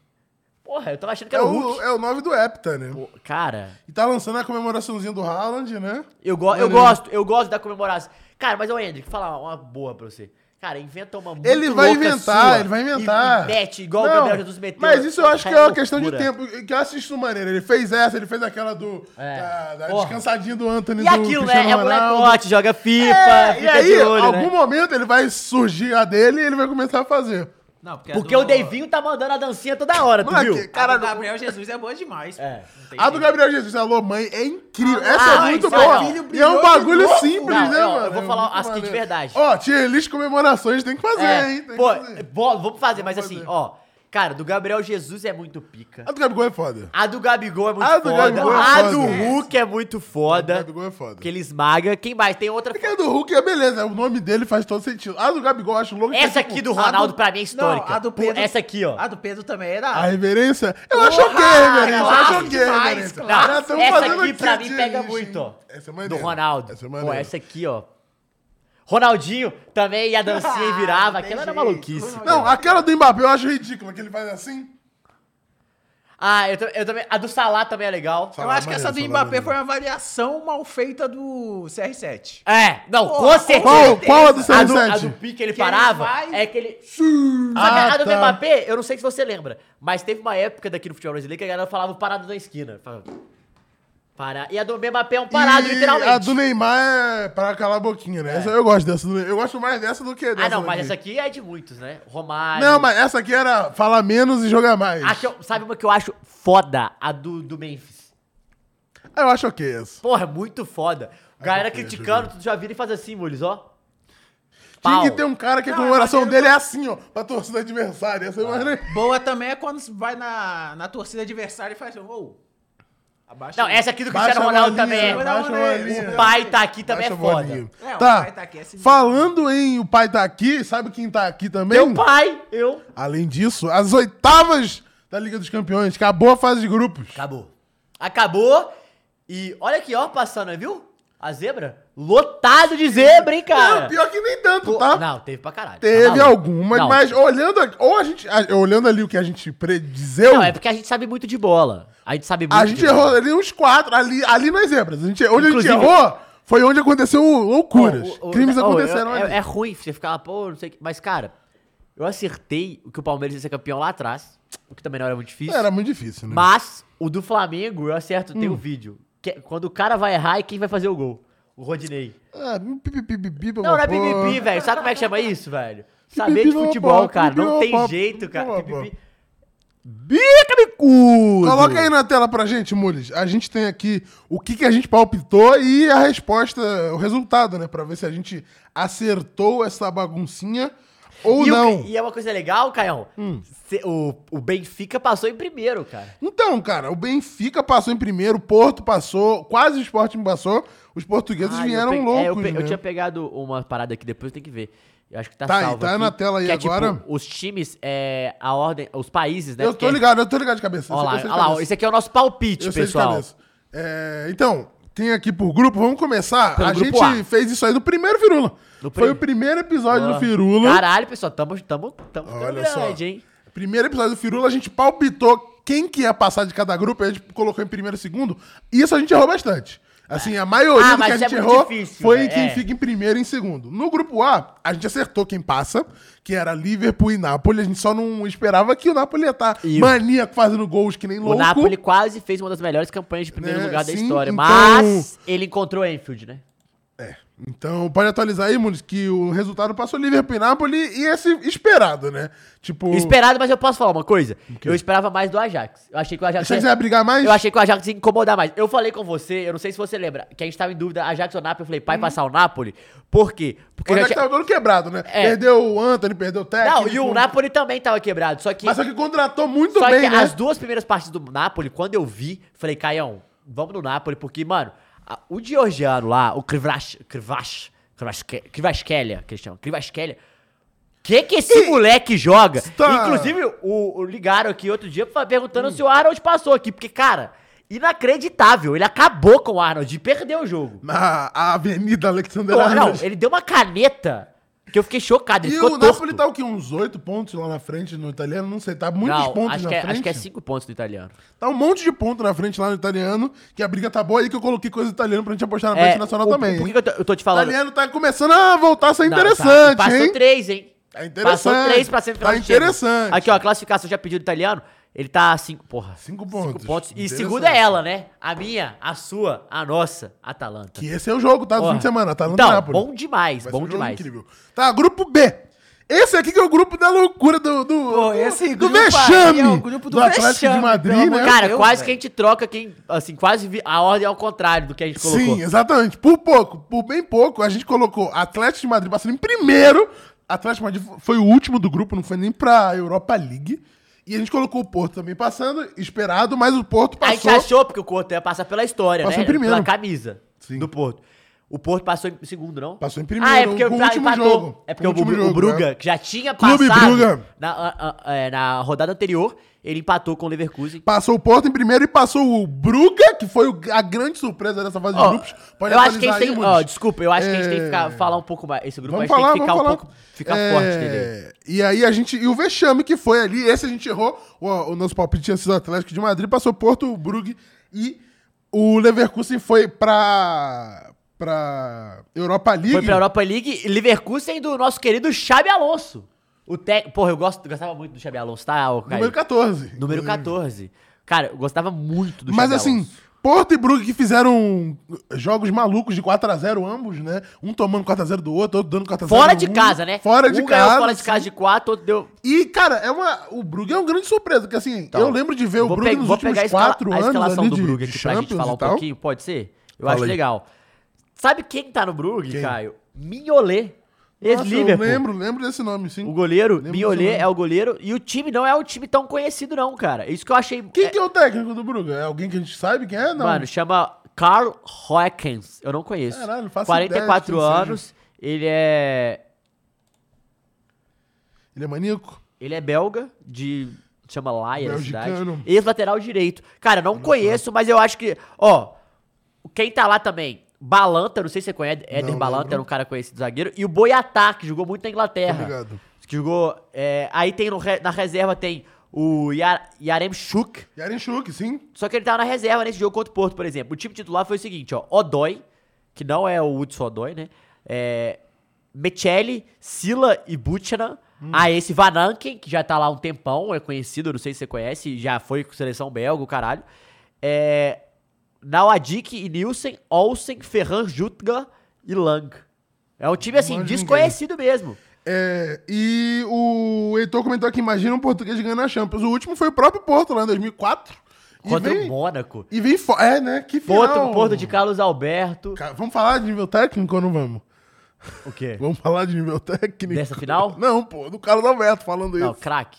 [SPEAKER 2] Porra, eu tava achando que
[SPEAKER 1] É
[SPEAKER 2] era o
[SPEAKER 1] o,
[SPEAKER 2] Então, Hulk.
[SPEAKER 1] é o 9 do Hepta, né?
[SPEAKER 2] Pô, Cara,
[SPEAKER 1] E tá lançando a comemoraçãozinha do Haaland, né?
[SPEAKER 2] eu, go eu
[SPEAKER 1] Maneiro.
[SPEAKER 2] gosto, eu gosto da comemoração. Cara, mas ô Hendrick, fala uma boa pra você. Cara, inventa uma muito
[SPEAKER 1] Ele vai
[SPEAKER 2] louca
[SPEAKER 1] inventar,
[SPEAKER 2] sua
[SPEAKER 1] ele vai
[SPEAKER 2] e-
[SPEAKER 1] inventar.
[SPEAKER 2] E mete, igual o
[SPEAKER 1] Não,
[SPEAKER 2] Gabriel Jesus meteu.
[SPEAKER 1] Mas isso eu acho que é uma
[SPEAKER 2] Cara,
[SPEAKER 1] questão de
[SPEAKER 2] loucura.
[SPEAKER 1] tempo. Que eu assisto maneiro. Ele fez essa, ele fez aquela do.
[SPEAKER 2] É.
[SPEAKER 1] Da, da
[SPEAKER 2] Porra.
[SPEAKER 1] descansadinha do Anthony
[SPEAKER 2] E
[SPEAKER 1] do
[SPEAKER 2] aquilo, né?
[SPEAKER 1] Cristiano
[SPEAKER 2] É
[SPEAKER 1] Ronaldo.
[SPEAKER 2] molecote, joga FIFA,
[SPEAKER 1] É,
[SPEAKER 2] fica
[SPEAKER 1] e aí,
[SPEAKER 2] de olho,
[SPEAKER 1] algum
[SPEAKER 2] né?
[SPEAKER 1] momento ele vai surgir a dele e ele vai começar a fazer.
[SPEAKER 8] Não, porque, a
[SPEAKER 2] Porque
[SPEAKER 8] do-
[SPEAKER 2] o Deivinho tá mandando a dancinha toda hora, tu
[SPEAKER 1] Moleque,
[SPEAKER 2] viu?
[SPEAKER 8] a do
[SPEAKER 1] Caralho.
[SPEAKER 8] Gabriel Jesus é boa demais. pô.
[SPEAKER 2] É.
[SPEAKER 8] Não tem
[SPEAKER 1] A do
[SPEAKER 8] jeito.
[SPEAKER 1] Gabriel Jesus, alô, mãe, é incrível.
[SPEAKER 8] Ah,
[SPEAKER 1] Essa
[SPEAKER 2] não,
[SPEAKER 1] é muito
[SPEAKER 2] isso aí
[SPEAKER 1] boa.
[SPEAKER 2] não.
[SPEAKER 1] E é um bagulho simples,
[SPEAKER 2] Não,
[SPEAKER 1] né,
[SPEAKER 2] não, eu
[SPEAKER 1] mano?
[SPEAKER 2] vou falar
[SPEAKER 1] muito
[SPEAKER 2] as que de
[SPEAKER 1] maneiro.
[SPEAKER 2] verdade.
[SPEAKER 1] Ó, tier list comemorações tem que fazer,
[SPEAKER 2] É,
[SPEAKER 1] hein? Tem
[SPEAKER 2] pô,
[SPEAKER 1] que fazer.
[SPEAKER 2] bo- vamos fazer, mas
[SPEAKER 1] Vamos
[SPEAKER 2] assim,
[SPEAKER 1] fazer.
[SPEAKER 2] ó. Cara, do Gabriel Jesus é muito pica.
[SPEAKER 1] A do Gabigol é foda.
[SPEAKER 2] A do Gabigol é muito
[SPEAKER 1] A do
[SPEAKER 2] foda.
[SPEAKER 1] Gabigol é
[SPEAKER 2] a
[SPEAKER 1] foda.
[SPEAKER 2] do Hulk é muito
[SPEAKER 1] A do
[SPEAKER 2] foda.
[SPEAKER 1] Gabigol é foda.
[SPEAKER 2] Que ele esmaga. Quem mais? Tem outra.
[SPEAKER 1] Porque a do Hulk é beleza, o nome dele faz todo sentido. A do Gabigol eu acho louco. que é
[SPEAKER 2] Essa
[SPEAKER 1] tipo,
[SPEAKER 2] aqui do
[SPEAKER 8] A
[SPEAKER 2] Ronaldo pra mim é histórica.
[SPEAKER 8] Não, a do
[SPEAKER 2] Pô,
[SPEAKER 8] Pedro.
[SPEAKER 2] Essa aqui, ó.
[SPEAKER 8] A do Pedro também é da.
[SPEAKER 1] A reverência? Eu acho ok, a reverência. Eu acho
[SPEAKER 8] claro
[SPEAKER 1] ok, a
[SPEAKER 8] demais,
[SPEAKER 1] reverência.
[SPEAKER 2] Não,
[SPEAKER 1] Já tamo
[SPEAKER 2] essa
[SPEAKER 1] fazendo
[SPEAKER 2] aqui pra
[SPEAKER 1] tier
[SPEAKER 2] mim pega
[SPEAKER 1] list,
[SPEAKER 2] muito, ó.
[SPEAKER 1] hein? Essa é maneira.
[SPEAKER 2] do Ronaldo.
[SPEAKER 1] Essa é
[SPEAKER 2] Pô,
[SPEAKER 1] maneira.
[SPEAKER 2] essa aqui, ó. Ronaldinho também ia dancinha e virava. Aquela era maluquice.
[SPEAKER 1] Não, aquela do Mbappé eu acho ridícula, que ele faz assim.
[SPEAKER 2] Ah, eu, ta- eu também. A do Salah também é legal.
[SPEAKER 8] Eu acho que essa do Mbappé foi uma variação mal feita do CR7.
[SPEAKER 2] É, não,
[SPEAKER 8] Pô,
[SPEAKER 2] com certeza.
[SPEAKER 1] Qual, qual a do
[SPEAKER 2] A do, a do
[SPEAKER 1] CR7?
[SPEAKER 2] pique ele
[SPEAKER 8] Que ele
[SPEAKER 2] parava
[SPEAKER 8] vai-
[SPEAKER 2] é que ele. Só que a do
[SPEAKER 1] tá.
[SPEAKER 2] Mbappé, eu não sei se você lembra, mas teve uma época daqui no futebol brasileiro que a galera falava o parado da esquina. Falava, Para... E a do Mbappé é um parado,
[SPEAKER 1] E
[SPEAKER 2] literalmente. É.
[SPEAKER 1] A do Neymar é pra calar a boquinha, né? Essa, eu gosto dessa. do Neymar. Eu gosto mais dessa do que dessa.
[SPEAKER 2] Ah, não, mas
[SPEAKER 1] daqui.
[SPEAKER 2] essa aqui é de muitos, né? Romário.
[SPEAKER 1] Não, mas essa aqui era falar menos e jogar mais.
[SPEAKER 2] A que eu- sabe uma que eu acho foda? A do, do Memphis.
[SPEAKER 1] Ah, Eu acho ok essa.
[SPEAKER 2] Porra, muito foda.
[SPEAKER 1] Ah,
[SPEAKER 2] Galera
[SPEAKER 1] ok,
[SPEAKER 2] criticando, tu já vira e faz assim, Mules, ó.
[SPEAKER 1] Tinha
[SPEAKER 2] Pau.
[SPEAKER 1] que ter um cara que a
[SPEAKER 8] Não,
[SPEAKER 1] comemoração
[SPEAKER 8] mas eu-
[SPEAKER 1] dele é assim, ó, pra torcida adversária.
[SPEAKER 2] Ah.
[SPEAKER 1] Essa é maneira.
[SPEAKER 8] Boa também é quando vai na, na torcida adversária e faz. Ô! abaixa
[SPEAKER 2] Não,
[SPEAKER 8] aí."
[SPEAKER 2] essa aqui do
[SPEAKER 1] Baixa
[SPEAKER 2] Cristiano
[SPEAKER 1] a
[SPEAKER 2] Ronaldo
[SPEAKER 1] bolinha,
[SPEAKER 2] também é.
[SPEAKER 1] baixa a bolinha.
[SPEAKER 2] O pai tá aqui também
[SPEAKER 1] Baixa
[SPEAKER 2] é
[SPEAKER 1] a
[SPEAKER 2] foda.
[SPEAKER 1] bolinha.
[SPEAKER 8] É, o
[SPEAKER 1] Tá.
[SPEAKER 8] pai tá aqui, é sinistro.
[SPEAKER 1] Falando em o pai tá aqui, sabe quem tá aqui também?
[SPEAKER 2] Meu pai, eu.
[SPEAKER 1] Além disso, as oitavas da Liga dos Campeões. Acabou a fase de grupos.
[SPEAKER 2] Acabou. Acabou. E olha aqui, ó, passando, viu? A zebra. Lotado de zebra, hein, cara?
[SPEAKER 1] Não, pior que nem tanto,
[SPEAKER 2] Pô,
[SPEAKER 1] tá?
[SPEAKER 2] Não, teve pra caralho. Tá
[SPEAKER 1] Teve
[SPEAKER 2] maluco.
[SPEAKER 1] algumas,
[SPEAKER 2] Não.
[SPEAKER 1] mas olhando, a- ou a gente, a- olhando ali o que a gente predizeu,
[SPEAKER 2] Não, é porque a gente sabe muito de bola. A gente sabe muito
[SPEAKER 1] a
[SPEAKER 2] de
[SPEAKER 1] gente
[SPEAKER 2] bola.
[SPEAKER 1] errou ali uns quatro, ali, ali nas zebras. A gente, onde
[SPEAKER 2] Inclusive-
[SPEAKER 1] a gente errou foi onde aconteceu loucuras.
[SPEAKER 2] Ô, ô, ô,
[SPEAKER 1] Crimes
[SPEAKER 2] né, ô,
[SPEAKER 1] aconteceram
[SPEAKER 2] é,
[SPEAKER 1] ali.
[SPEAKER 2] é, é ruim você ficar, pô, não sei o que. Mas, cara, eu acertei o que o Palmeiras ia ser campeão lá atrás, o que também não era muito difícil.
[SPEAKER 1] Era muito difícil, né?
[SPEAKER 2] Mas o do Flamengo, eu acerto, tem o vídeo. Que é quando o cara vai errar, e quem vai fazer o gol? O Rodinei.
[SPEAKER 1] Ah, pipi, pipi, pipi,
[SPEAKER 2] Não, não é
[SPEAKER 1] papapá.
[SPEAKER 2] pipipi, velho. Sabe como é que chama isso, velho? Saber
[SPEAKER 1] Pipipi,
[SPEAKER 2] de futebol,
[SPEAKER 1] papapá,
[SPEAKER 2] cara. Não
[SPEAKER 1] pipipi,
[SPEAKER 2] tem
[SPEAKER 1] papapá,
[SPEAKER 2] jeito, cara.
[SPEAKER 1] papapá.
[SPEAKER 2] Pipipi. Bica bicudo!
[SPEAKER 1] Coloca aí na tela pra gente, Mules. A gente tem aqui o que, que a gente palpitou e a resposta, o resultado, né? Pra ver se a gente acertou essa baguncinha ou
[SPEAKER 2] E, o-
[SPEAKER 1] não. Hum.
[SPEAKER 2] e é uma coisa legal, Caião. cê- O, o Benfica passou em primeiro, cara.
[SPEAKER 1] Então, cara, o Benfica passou em primeiro, o Porto passou, quase o Sporting passou. Os portugueses
[SPEAKER 2] Ah, eu
[SPEAKER 1] vieram
[SPEAKER 2] pe-
[SPEAKER 1] loucos,
[SPEAKER 2] é, eu, pe-
[SPEAKER 1] né?
[SPEAKER 2] eu tinha pegado uma parada aqui, depois tem que ver. Eu acho que tá,
[SPEAKER 1] Tá aí,
[SPEAKER 2] salvo
[SPEAKER 1] tá
[SPEAKER 2] aqui,
[SPEAKER 1] na tela aí
[SPEAKER 2] que é,
[SPEAKER 1] agora.
[SPEAKER 2] Tipo, os times, é, a ordem, os países, né?
[SPEAKER 1] Eu tô ligado, eu tô ligado de cabeça.
[SPEAKER 2] Olha lá,
[SPEAKER 1] eu sei de
[SPEAKER 2] olha lá,
[SPEAKER 1] cabeça.
[SPEAKER 2] esse aqui é o nosso palpite,
[SPEAKER 1] Eu sei tá de
[SPEAKER 2] pessoal.
[SPEAKER 1] cabeça. É, então, tem aqui por grupo, vamos começar.
[SPEAKER 2] Pelo
[SPEAKER 1] a
[SPEAKER 2] grupo
[SPEAKER 1] gente
[SPEAKER 2] A.
[SPEAKER 1] fez isso aí no primeiro Firula.
[SPEAKER 2] No
[SPEAKER 1] Foi
[SPEAKER 2] prim-
[SPEAKER 1] o primeiro episódio
[SPEAKER 2] Ó,
[SPEAKER 1] do Firula.
[SPEAKER 2] Ah. Caralho, pessoal, tamo, tamo, tamo ficando
[SPEAKER 1] Olha só.
[SPEAKER 2] grande, hein?
[SPEAKER 1] Primeiro episódio do Firula, a gente palpitou quem que ia passar de cada grupo, a gente colocou em primeiro e segundo. Isso a gente errou bastante. Assim, a maioria do
[SPEAKER 2] Ah,
[SPEAKER 1] que a
[SPEAKER 2] mas é
[SPEAKER 1] gente
[SPEAKER 2] muito
[SPEAKER 1] errou
[SPEAKER 2] difícil,
[SPEAKER 1] foi
[SPEAKER 2] né?
[SPEAKER 1] quem
[SPEAKER 2] É.
[SPEAKER 1] fica em primeiro e em segundo. No grupo A, a gente acertou quem passa, que era Liverpool e Nápoles. A gente só não esperava que o Nápoles ia estar
[SPEAKER 2] E o-
[SPEAKER 1] maníaco fazendo gols que nem louco.
[SPEAKER 2] O Napoli quase fez uma das melhores campanhas de primeiro
[SPEAKER 1] Né,
[SPEAKER 2] lugar da
[SPEAKER 1] sim,
[SPEAKER 2] história,
[SPEAKER 1] então-
[SPEAKER 2] mas ele encontrou Enfield, né?
[SPEAKER 1] Então, pode atualizar aí, Muniz, que o resultado passou Liverpool e Nápoles e esse esperado, né? Tipo,
[SPEAKER 2] Esperado, mas eu posso falar uma coisa? Eu esperava mais do Ajax. Eu achei que o Ajax
[SPEAKER 1] achei que você ia brigar mais?
[SPEAKER 2] Eu achei que o Ajax ia incomodar mais. Eu falei com você, eu não sei se você lembra, que a gente tava em dúvida, Ajax ou Napoli, eu falei, pai, passar o Napoli. Por quê? Porque
[SPEAKER 1] Mas
[SPEAKER 2] eu
[SPEAKER 1] Hum. é
[SPEAKER 2] já
[SPEAKER 1] que
[SPEAKER 2] tinha...
[SPEAKER 1] tava todo quebrado, né?
[SPEAKER 2] É.
[SPEAKER 1] Perdeu o Anthony, perdeu o técnico. né?
[SPEAKER 2] Não, e o Napoli também tava quebrado, só que...
[SPEAKER 1] Mas só que contratou muito
[SPEAKER 2] só
[SPEAKER 1] bem,
[SPEAKER 2] que
[SPEAKER 1] né?
[SPEAKER 2] as duas primeiras partes do Napoli, quando eu vi, falei, Caião, vamos no Napoli, porque, mano, a- o Georgiano lá, o Krivash, Krivash, Krivashke- Krivashkelia, que eles chamam, Krivashkelia, que que esse moleque joga?
[SPEAKER 1] Tá.
[SPEAKER 2] Inclusive, o, o- ligaram aqui outro dia pra- perguntando se o Arnold passou aqui, porque, cara, inacreditável, ele acabou com o Arnold e perdeu o jogo.
[SPEAKER 1] Na Avenida Alexander
[SPEAKER 2] Não, não,
[SPEAKER 1] Arnold.
[SPEAKER 2] ele deu uma caneta que eu fiquei chocado, ele
[SPEAKER 1] E
[SPEAKER 2] ficou
[SPEAKER 1] o
[SPEAKER 2] torto.
[SPEAKER 1] Napoli tá o quê? Uns oito pontos lá na frente no italiano? Não sei, tá muitos
[SPEAKER 2] não,
[SPEAKER 1] pontos
[SPEAKER 2] acho
[SPEAKER 1] na
[SPEAKER 2] que, é,
[SPEAKER 1] frente.
[SPEAKER 2] acho que é cinco pontos do italiano.
[SPEAKER 1] Tá um monte de ponto na frente lá no italiano, que a briga tá boa aí que eu coloquei coisa italiana pra gente apostar na frente
[SPEAKER 2] É,
[SPEAKER 1] nacional
[SPEAKER 2] o-
[SPEAKER 1] também.
[SPEAKER 2] Por
[SPEAKER 1] hein?
[SPEAKER 2] que que eu tô, eu tô te
[SPEAKER 1] O
[SPEAKER 2] falando?
[SPEAKER 1] italiano tá começando a voltar a ser
[SPEAKER 2] Não, tá.
[SPEAKER 1] interessante,
[SPEAKER 2] Passou
[SPEAKER 1] hein?
[SPEAKER 2] três, hein?
[SPEAKER 1] Tá interessante.
[SPEAKER 2] Passou três pra semifinal
[SPEAKER 1] Tá
[SPEAKER 2] de Champions.
[SPEAKER 1] interessante.
[SPEAKER 2] Aqui, ó, a classificação já pediu do italiano. Ele tá cinco, porra.
[SPEAKER 1] Cinco pontos.
[SPEAKER 2] E
[SPEAKER 1] Interessante.
[SPEAKER 2] segunda é ela, né? A minha, a sua, a nossa, a Atalanta.
[SPEAKER 1] Que esse é o jogo, tá? Do
[SPEAKER 2] Porra.
[SPEAKER 1] fim de semana, tá? No
[SPEAKER 2] Então,
[SPEAKER 1] Napoli.
[SPEAKER 2] bom demais,
[SPEAKER 1] Vai ser um
[SPEAKER 2] bom
[SPEAKER 1] jogo
[SPEAKER 2] demais.
[SPEAKER 1] Incrível. Tá, grupo B. Esse aqui que é o grupo da loucura do. do
[SPEAKER 3] Pô, esse
[SPEAKER 1] do
[SPEAKER 3] grupo aí
[SPEAKER 1] vexame.
[SPEAKER 3] é o grupo do
[SPEAKER 1] Atlético
[SPEAKER 3] vexame,
[SPEAKER 1] de Madrid,
[SPEAKER 3] pelo amor
[SPEAKER 1] né?
[SPEAKER 3] de
[SPEAKER 2] Cara, quase que a gente troca quem. Assim, quase vi- a ordem é ao contrário do que a gente colocou.
[SPEAKER 1] Sim, exatamente. Por pouco, por bem pouco, a gente colocou Atlético de Madrid passando em primeiro. Atlético de Madrid foi o último do grupo, não foi nem pra Europa League. E a gente colocou o Porto também passando, esperado, mas o Porto
[SPEAKER 2] A gente
[SPEAKER 1] passou.
[SPEAKER 2] achou, porque o Porto ia passar pela história,
[SPEAKER 1] Passou
[SPEAKER 2] né?
[SPEAKER 1] em primeiro.
[SPEAKER 2] Pela camisa
[SPEAKER 1] Sim.
[SPEAKER 2] do Porto. O Porto passou em segundo, não?
[SPEAKER 1] Passou em primeiro,
[SPEAKER 2] Ah, é porque
[SPEAKER 1] com
[SPEAKER 2] o
[SPEAKER 1] o último
[SPEAKER 2] empatou.
[SPEAKER 1] jogo.
[SPEAKER 2] É porque
[SPEAKER 1] Com
[SPEAKER 2] o,
[SPEAKER 1] o último
[SPEAKER 2] Bru- o
[SPEAKER 1] jogo,
[SPEAKER 2] Bruga,
[SPEAKER 1] né?
[SPEAKER 2] que já tinha
[SPEAKER 1] Clube
[SPEAKER 2] passado
[SPEAKER 1] Bruga.
[SPEAKER 2] Na, a- a- é, na rodada anterior, ele empatou com o Leverkusen.
[SPEAKER 1] Passou o Porto em primeiro e passou o Bruga, que foi o- a grande surpresa dessa fase
[SPEAKER 2] Ó,
[SPEAKER 1] de grupos.
[SPEAKER 2] eu acho que a gente
[SPEAKER 1] atualizar
[SPEAKER 2] tem.
[SPEAKER 1] Muniz.
[SPEAKER 2] ó, desculpa, eu acho que a gente tem que
[SPEAKER 1] É,
[SPEAKER 2] ficar, falar um pouco mais. Esse grupo a
[SPEAKER 1] Vamos
[SPEAKER 2] gente
[SPEAKER 1] falar,
[SPEAKER 2] tem que
[SPEAKER 1] vamos
[SPEAKER 2] ficar um
[SPEAKER 1] falar.
[SPEAKER 2] pouco. Ficar
[SPEAKER 1] É,
[SPEAKER 2] forte nele.
[SPEAKER 1] E aí a gente. E o vexame que foi ali, esse a gente errou. O, o nosso palpite tinha sido Atlético de Madrid, passou Porto, Brugge e o Leverkusen foi pra. pra. Europa League.
[SPEAKER 2] Foi pra Europa League, Leverkusen do nosso querido Xabi Alonso. O te... Porra, eu gosto, gostava muito do Xabi Alonso, tá, ô, Caio?
[SPEAKER 1] Número Tá 14.
[SPEAKER 2] Número
[SPEAKER 1] inclusive.
[SPEAKER 2] 14. Cara, eu gostava muito do
[SPEAKER 1] Mas
[SPEAKER 2] Xabi
[SPEAKER 1] assim,
[SPEAKER 2] Alonso.
[SPEAKER 1] Porto e Brugge que fizeram jogos malucos de 4x0 ambos, né? Um tomando 4x0 do outro, outro dando 4x0
[SPEAKER 2] Fora
[SPEAKER 1] do
[SPEAKER 2] de
[SPEAKER 1] um.
[SPEAKER 2] casa, né?
[SPEAKER 1] Fora
[SPEAKER 2] Um
[SPEAKER 1] de
[SPEAKER 2] ganhou
[SPEAKER 1] casa.
[SPEAKER 2] Fora de casa de quatro, outro deu.
[SPEAKER 1] E, cara, é uma, o Brugge é uma grande surpresa, porque assim, eu lembro de ver o
[SPEAKER 2] Então, Vou,
[SPEAKER 1] Brugge
[SPEAKER 2] pe-
[SPEAKER 1] nos
[SPEAKER 2] vou pegar
[SPEAKER 1] últimos
[SPEAKER 2] a, escala-
[SPEAKER 1] quatro
[SPEAKER 2] a
[SPEAKER 1] anos
[SPEAKER 2] escalação
[SPEAKER 1] ali
[SPEAKER 2] do
[SPEAKER 1] de,
[SPEAKER 2] Brugge
[SPEAKER 1] de
[SPEAKER 2] aqui pra gente
[SPEAKER 1] Champions
[SPEAKER 2] falar um
[SPEAKER 1] e tal.
[SPEAKER 2] pouquinho, pode ser? Eu
[SPEAKER 1] Fala
[SPEAKER 2] acho
[SPEAKER 1] aí.
[SPEAKER 2] legal. Sabe quem tá no Brugge,
[SPEAKER 1] Quem?
[SPEAKER 2] Caio? Mignolet.
[SPEAKER 1] Nossa, eu
[SPEAKER 2] Ex-Liverpool.
[SPEAKER 1] lembro, lembro desse nome, sim.
[SPEAKER 2] O goleiro,
[SPEAKER 1] Lembro
[SPEAKER 2] Mignolet
[SPEAKER 1] desse nome.
[SPEAKER 2] é o goleiro. E o time não é um time tão conhecido, não, cara. Isso que eu achei.
[SPEAKER 1] Quem
[SPEAKER 2] é-
[SPEAKER 1] que é o técnico do Brugge? É alguém que a gente sabe quem é? Não.
[SPEAKER 2] Mano, chama Carl Hawkins. Eu não conheço.
[SPEAKER 1] Caralho, não faço
[SPEAKER 2] 44
[SPEAKER 1] ideia de quem
[SPEAKER 2] anos. Ele é.
[SPEAKER 1] Ele é maníaco?
[SPEAKER 2] Ele é belga, de. Chama Laia, a
[SPEAKER 1] Belgicano.
[SPEAKER 2] cidade. Ex-lateral direito. Cara, não conheço, mas eu acho que. Ó, quem tá lá também? Balanta, não sei se você conhece. Éder
[SPEAKER 1] lembro.
[SPEAKER 2] Balanta era um cara conhecido zagueiro. E o Boiatá, que jogou muito na Inglaterra.
[SPEAKER 1] Obrigado.
[SPEAKER 2] Que jogou. é, aí tem no re- na reserva tem o Yar, Yarem Shuk.
[SPEAKER 1] Yaren Schuch, sim.
[SPEAKER 2] Só que ele tava na reserva nesse jogo contra o Porto, por exemplo. O time titular foi o seguinte, ó. Odói, que não é o Hudson Odói, né? É, Michelli, Sila e Butchana.
[SPEAKER 1] Hum.
[SPEAKER 2] Ah, esse Vananken, que já tá lá há um tempão, é conhecido, não sei se você conhece, já foi com seleção belga, o caralho. É, Nauadik e Nielsen, Olsen, Ferran Jutga e Lang. É um time, assim,
[SPEAKER 1] Manjo ninguém.
[SPEAKER 2] desconhecido mesmo.
[SPEAKER 1] É, e o Heitor comentou aqui, imagina um português ganhando a Champions. O último foi o próprio Porto, lá em 2004. E
[SPEAKER 2] Contra o
[SPEAKER 1] vem,
[SPEAKER 2] Mônaco.
[SPEAKER 1] e vem fo- É, né? Que final.
[SPEAKER 2] Porto, Porto de Carlos Alberto.
[SPEAKER 1] Cara, Vamos falar de nível técnico ou não vamos?
[SPEAKER 2] O quê?
[SPEAKER 1] Vamos falar de nível técnico?
[SPEAKER 2] Dessa final?
[SPEAKER 1] Não, pô. Do Carlos Alberto falando
[SPEAKER 2] Não,
[SPEAKER 1] isso.
[SPEAKER 2] craque.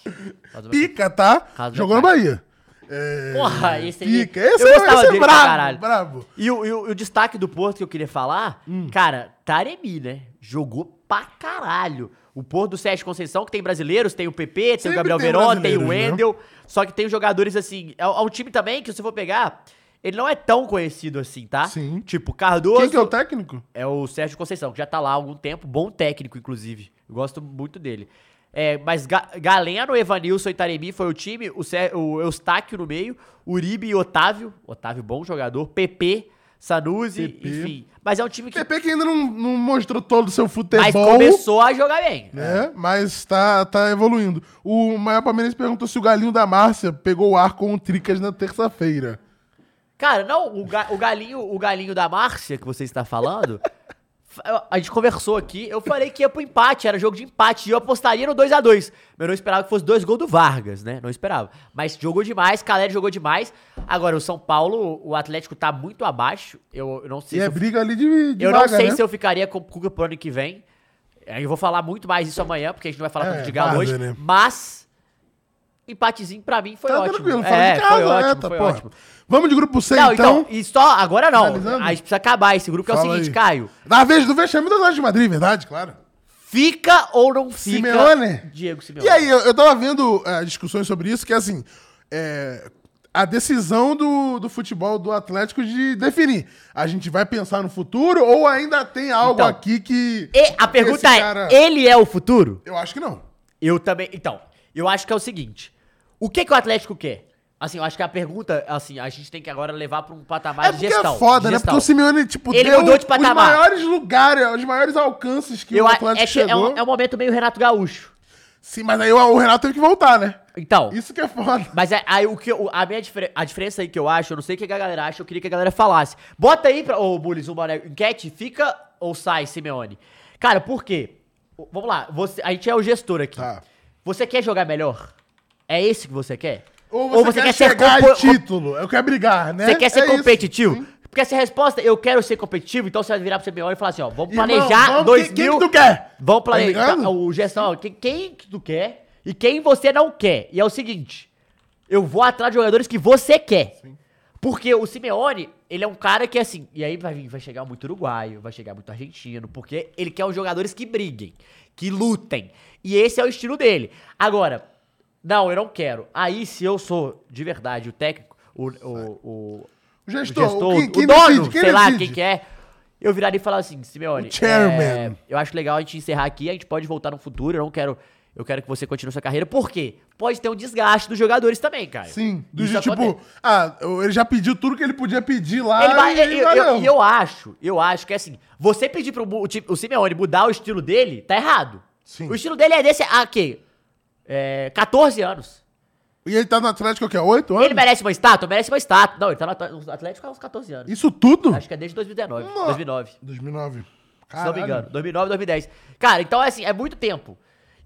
[SPEAKER 1] Pica, tá?
[SPEAKER 2] Carlos
[SPEAKER 1] Jogou no
[SPEAKER 2] Alberto.
[SPEAKER 1] Bahia. É,
[SPEAKER 2] Porra, esse aí-
[SPEAKER 1] Pica.
[SPEAKER 2] eu
[SPEAKER 1] Esse, é-
[SPEAKER 2] gostava
[SPEAKER 1] esse é
[SPEAKER 2] dele pra caralho.
[SPEAKER 1] brabo, Hum. brabo.
[SPEAKER 2] E o, e o- e o destaque do Porto que eu queria falar, cara, Taremi, né? Jogou pra caralho. O Porto do Sérgio Conceição, que tem brasileiros, tem o PP, tem
[SPEAKER 1] Sempre
[SPEAKER 2] o Gabriel
[SPEAKER 1] tem
[SPEAKER 2] Verón, tem o
[SPEAKER 1] brasileiros, né?
[SPEAKER 2] Wendel. Só que tem jogadores assim. É, um- é um time também que, se você for pegar, ele não é tão conhecido assim, tá?
[SPEAKER 1] Sim.
[SPEAKER 2] Tipo, Cardoso.
[SPEAKER 1] Quem que é o técnico?
[SPEAKER 2] É o Sérgio Conceição, que já tá lá há algum tempo, bom técnico, inclusive. Eu gosto muito dele. É, mas Ga Galeno, Evanilson e Taremi foi o time, o, Sé- o Eustáquio no meio, Uribe e Otávio. Otávio, bom jogador. PP, Sanusi,
[SPEAKER 1] PP.
[SPEAKER 2] enfim. Mas é um time que.
[SPEAKER 1] PP que ainda não, não mostrou todo o seu futebol.
[SPEAKER 2] mas começou a jogar bem.
[SPEAKER 1] né? Mas tá, tá evoluindo. O Maior Palmeirense perguntou se o Galinho da Márcia pegou o ar com o Tricas na terça-feira.
[SPEAKER 2] Cara, não, o, ga- o galinho, o galinho da Márcia que você está falando. fa- eu- A gente conversou aqui, eu falei que ia pro empate, era jogo de empate, e eu apostaria no 2x2. Mas eu não esperava que fosse dois gols do Vargas, né? Não esperava. Mas jogou demais, Caleri jogou demais. Agora, o São Paulo, o Atlético tá muito abaixo. Eu, eu não sei
[SPEAKER 1] E
[SPEAKER 2] se
[SPEAKER 1] é
[SPEAKER 2] eu,
[SPEAKER 1] briga ali de, de
[SPEAKER 2] eu não
[SPEAKER 1] vaga,
[SPEAKER 2] sei
[SPEAKER 1] né?
[SPEAKER 2] se eu ficaria com o Cuca pro ano que vem. Aí Eu vou falar muito mais isso amanhã, porque a gente não vai falar
[SPEAKER 1] É,
[SPEAKER 2] tanto de Galo
[SPEAKER 1] vaza,
[SPEAKER 2] hoje.
[SPEAKER 1] né?
[SPEAKER 2] Mas, empatezinho pra mim foi
[SPEAKER 1] Tá
[SPEAKER 2] ótimo.
[SPEAKER 1] tranquilo, fora
[SPEAKER 2] é,
[SPEAKER 1] de casa,
[SPEAKER 2] foi
[SPEAKER 1] né?
[SPEAKER 2] ótimo,
[SPEAKER 1] tá,
[SPEAKER 2] foi
[SPEAKER 1] porra.
[SPEAKER 2] ótimo.
[SPEAKER 1] Vamos de grupo C,
[SPEAKER 2] Não,
[SPEAKER 1] então.
[SPEAKER 2] então, e só agora não.
[SPEAKER 1] Finalizando?
[SPEAKER 2] A gente precisa acabar esse grupo, que é o
[SPEAKER 1] Fala
[SPEAKER 2] seguinte,
[SPEAKER 1] aí.
[SPEAKER 2] Caio.
[SPEAKER 1] Na vez do vexame do Atlético de Madrid, verdade, claro.
[SPEAKER 2] Fica ou
[SPEAKER 1] Um
[SPEAKER 2] não fica
[SPEAKER 1] Simeone?
[SPEAKER 2] Diego Simeone?
[SPEAKER 1] E aí, eu, eu tava vendo eh, discussões sobre isso, que assim, é, a decisão do, do futebol do Atlético de definir. A gente vai pensar no futuro ou ainda tem algo
[SPEAKER 2] Então,
[SPEAKER 1] aqui que.
[SPEAKER 2] E a pergunta
[SPEAKER 1] esse
[SPEAKER 2] é,
[SPEAKER 1] cara-
[SPEAKER 2] ele é o futuro?
[SPEAKER 1] Eu acho que não.
[SPEAKER 2] Eu também... Então, eu acho que é o seguinte. O que, que o Atlético quer? Assim, eu acho que a pergunta, assim, a gente tem que agora levar pra um patamar
[SPEAKER 1] É
[SPEAKER 2] de
[SPEAKER 1] porque
[SPEAKER 2] gestão.
[SPEAKER 1] é foda,
[SPEAKER 2] de
[SPEAKER 1] né?
[SPEAKER 2] gestão.
[SPEAKER 1] Porque o Simeone, tipo,
[SPEAKER 2] Ele mudou de patamar.
[SPEAKER 1] os maiores lugares, os maiores alcances que
[SPEAKER 2] eu,
[SPEAKER 1] o
[SPEAKER 2] a-
[SPEAKER 1] Atlético
[SPEAKER 2] é, que é,
[SPEAKER 1] chegou.
[SPEAKER 2] um, é um momento meio Renato Gaúcho.
[SPEAKER 1] Sim, mas aí o, o Renato teve que voltar, né?
[SPEAKER 2] Então,
[SPEAKER 1] Isso que é foda.
[SPEAKER 2] Mas é- aí o que eu- a minha diferen- a diferença aí que eu acho, eu não sei o que a galera acha, eu queria que a galera falasse. Bota aí pra ô Bullies uma né, enquete, fica ou sai Simeone. Cara, por quê? Vamos lá, você, a gente é o gestor aqui.
[SPEAKER 1] Tá.
[SPEAKER 2] Você quer jogar melhor? É esse que você quer?
[SPEAKER 1] Ou você, quer, chegar
[SPEAKER 2] compo-
[SPEAKER 1] a título? Eu quero brigar, né?
[SPEAKER 2] Você quer ser
[SPEAKER 1] É isso.
[SPEAKER 2] competitivo? Porque essa resposta, eu quero ser competitivo, então você vai virar pro CBO e falar assim, ó, vamos
[SPEAKER 1] Irmão,
[SPEAKER 2] planejar
[SPEAKER 1] vamos-
[SPEAKER 2] dois
[SPEAKER 1] quem-
[SPEAKER 2] mil...
[SPEAKER 1] quem que tu quer?
[SPEAKER 2] Vamos
[SPEAKER 1] Tá
[SPEAKER 2] planejar...
[SPEAKER 1] ligado?
[SPEAKER 2] o gestão, ó, quem, quem que tu quer e quem você não quer. E é o seguinte, eu vou atrás de jogadores que você quer. Porque o Simeone, ele é um cara que, assim, e aí vai, vir- vai chegar muito uruguaio, vai chegar muito argentino, porque ele quer os jogadores que briguem, que lutem. E esse é o estilo dele. Agora, não, eu não quero. Aí, se eu sou de verdade o técnico, o, o, o,
[SPEAKER 1] O gestor,
[SPEAKER 2] o,
[SPEAKER 1] quem- quem
[SPEAKER 2] dono,
[SPEAKER 1] decide, quem
[SPEAKER 2] sei lá
[SPEAKER 1] decide?
[SPEAKER 2] quem que é, eu viraria e falar assim, Simeone,
[SPEAKER 1] O chairman.
[SPEAKER 2] é, eu acho legal a gente encerrar aqui, a gente pode voltar no futuro, eu não quero... Eu quero que você continue sua carreira, por quê? Pode ter um desgaste dos jogadores também, cara.
[SPEAKER 1] Sim, do
[SPEAKER 2] Isso
[SPEAKER 1] jeito, tipo,
[SPEAKER 2] acontece.
[SPEAKER 1] ah, eu- ele já pediu tudo que ele podia pedir lá.
[SPEAKER 2] Ele vai-
[SPEAKER 1] e ele
[SPEAKER 2] eu, eu-
[SPEAKER 1] valeu.
[SPEAKER 2] eu- eu acho, eu acho que assim, você pedir pro Mu- o, ti- o Simeone mudar o estilo dele, tá errado. O estilo dele é desse há quê? É, 14 anos.
[SPEAKER 1] E ele tá no Atlético que é 8 anos?
[SPEAKER 2] Ele merece uma estátua? Merece uma estátua. Não, ele tá no At- no Atlético há uns 14 anos.
[SPEAKER 1] Isso tudo?
[SPEAKER 2] Acho que é desde 2019. 2009.
[SPEAKER 1] 2009.
[SPEAKER 2] Se não me
[SPEAKER 1] Caralho.
[SPEAKER 2] engano. 2009, 2010. Cara, então é assim, é muito tempo.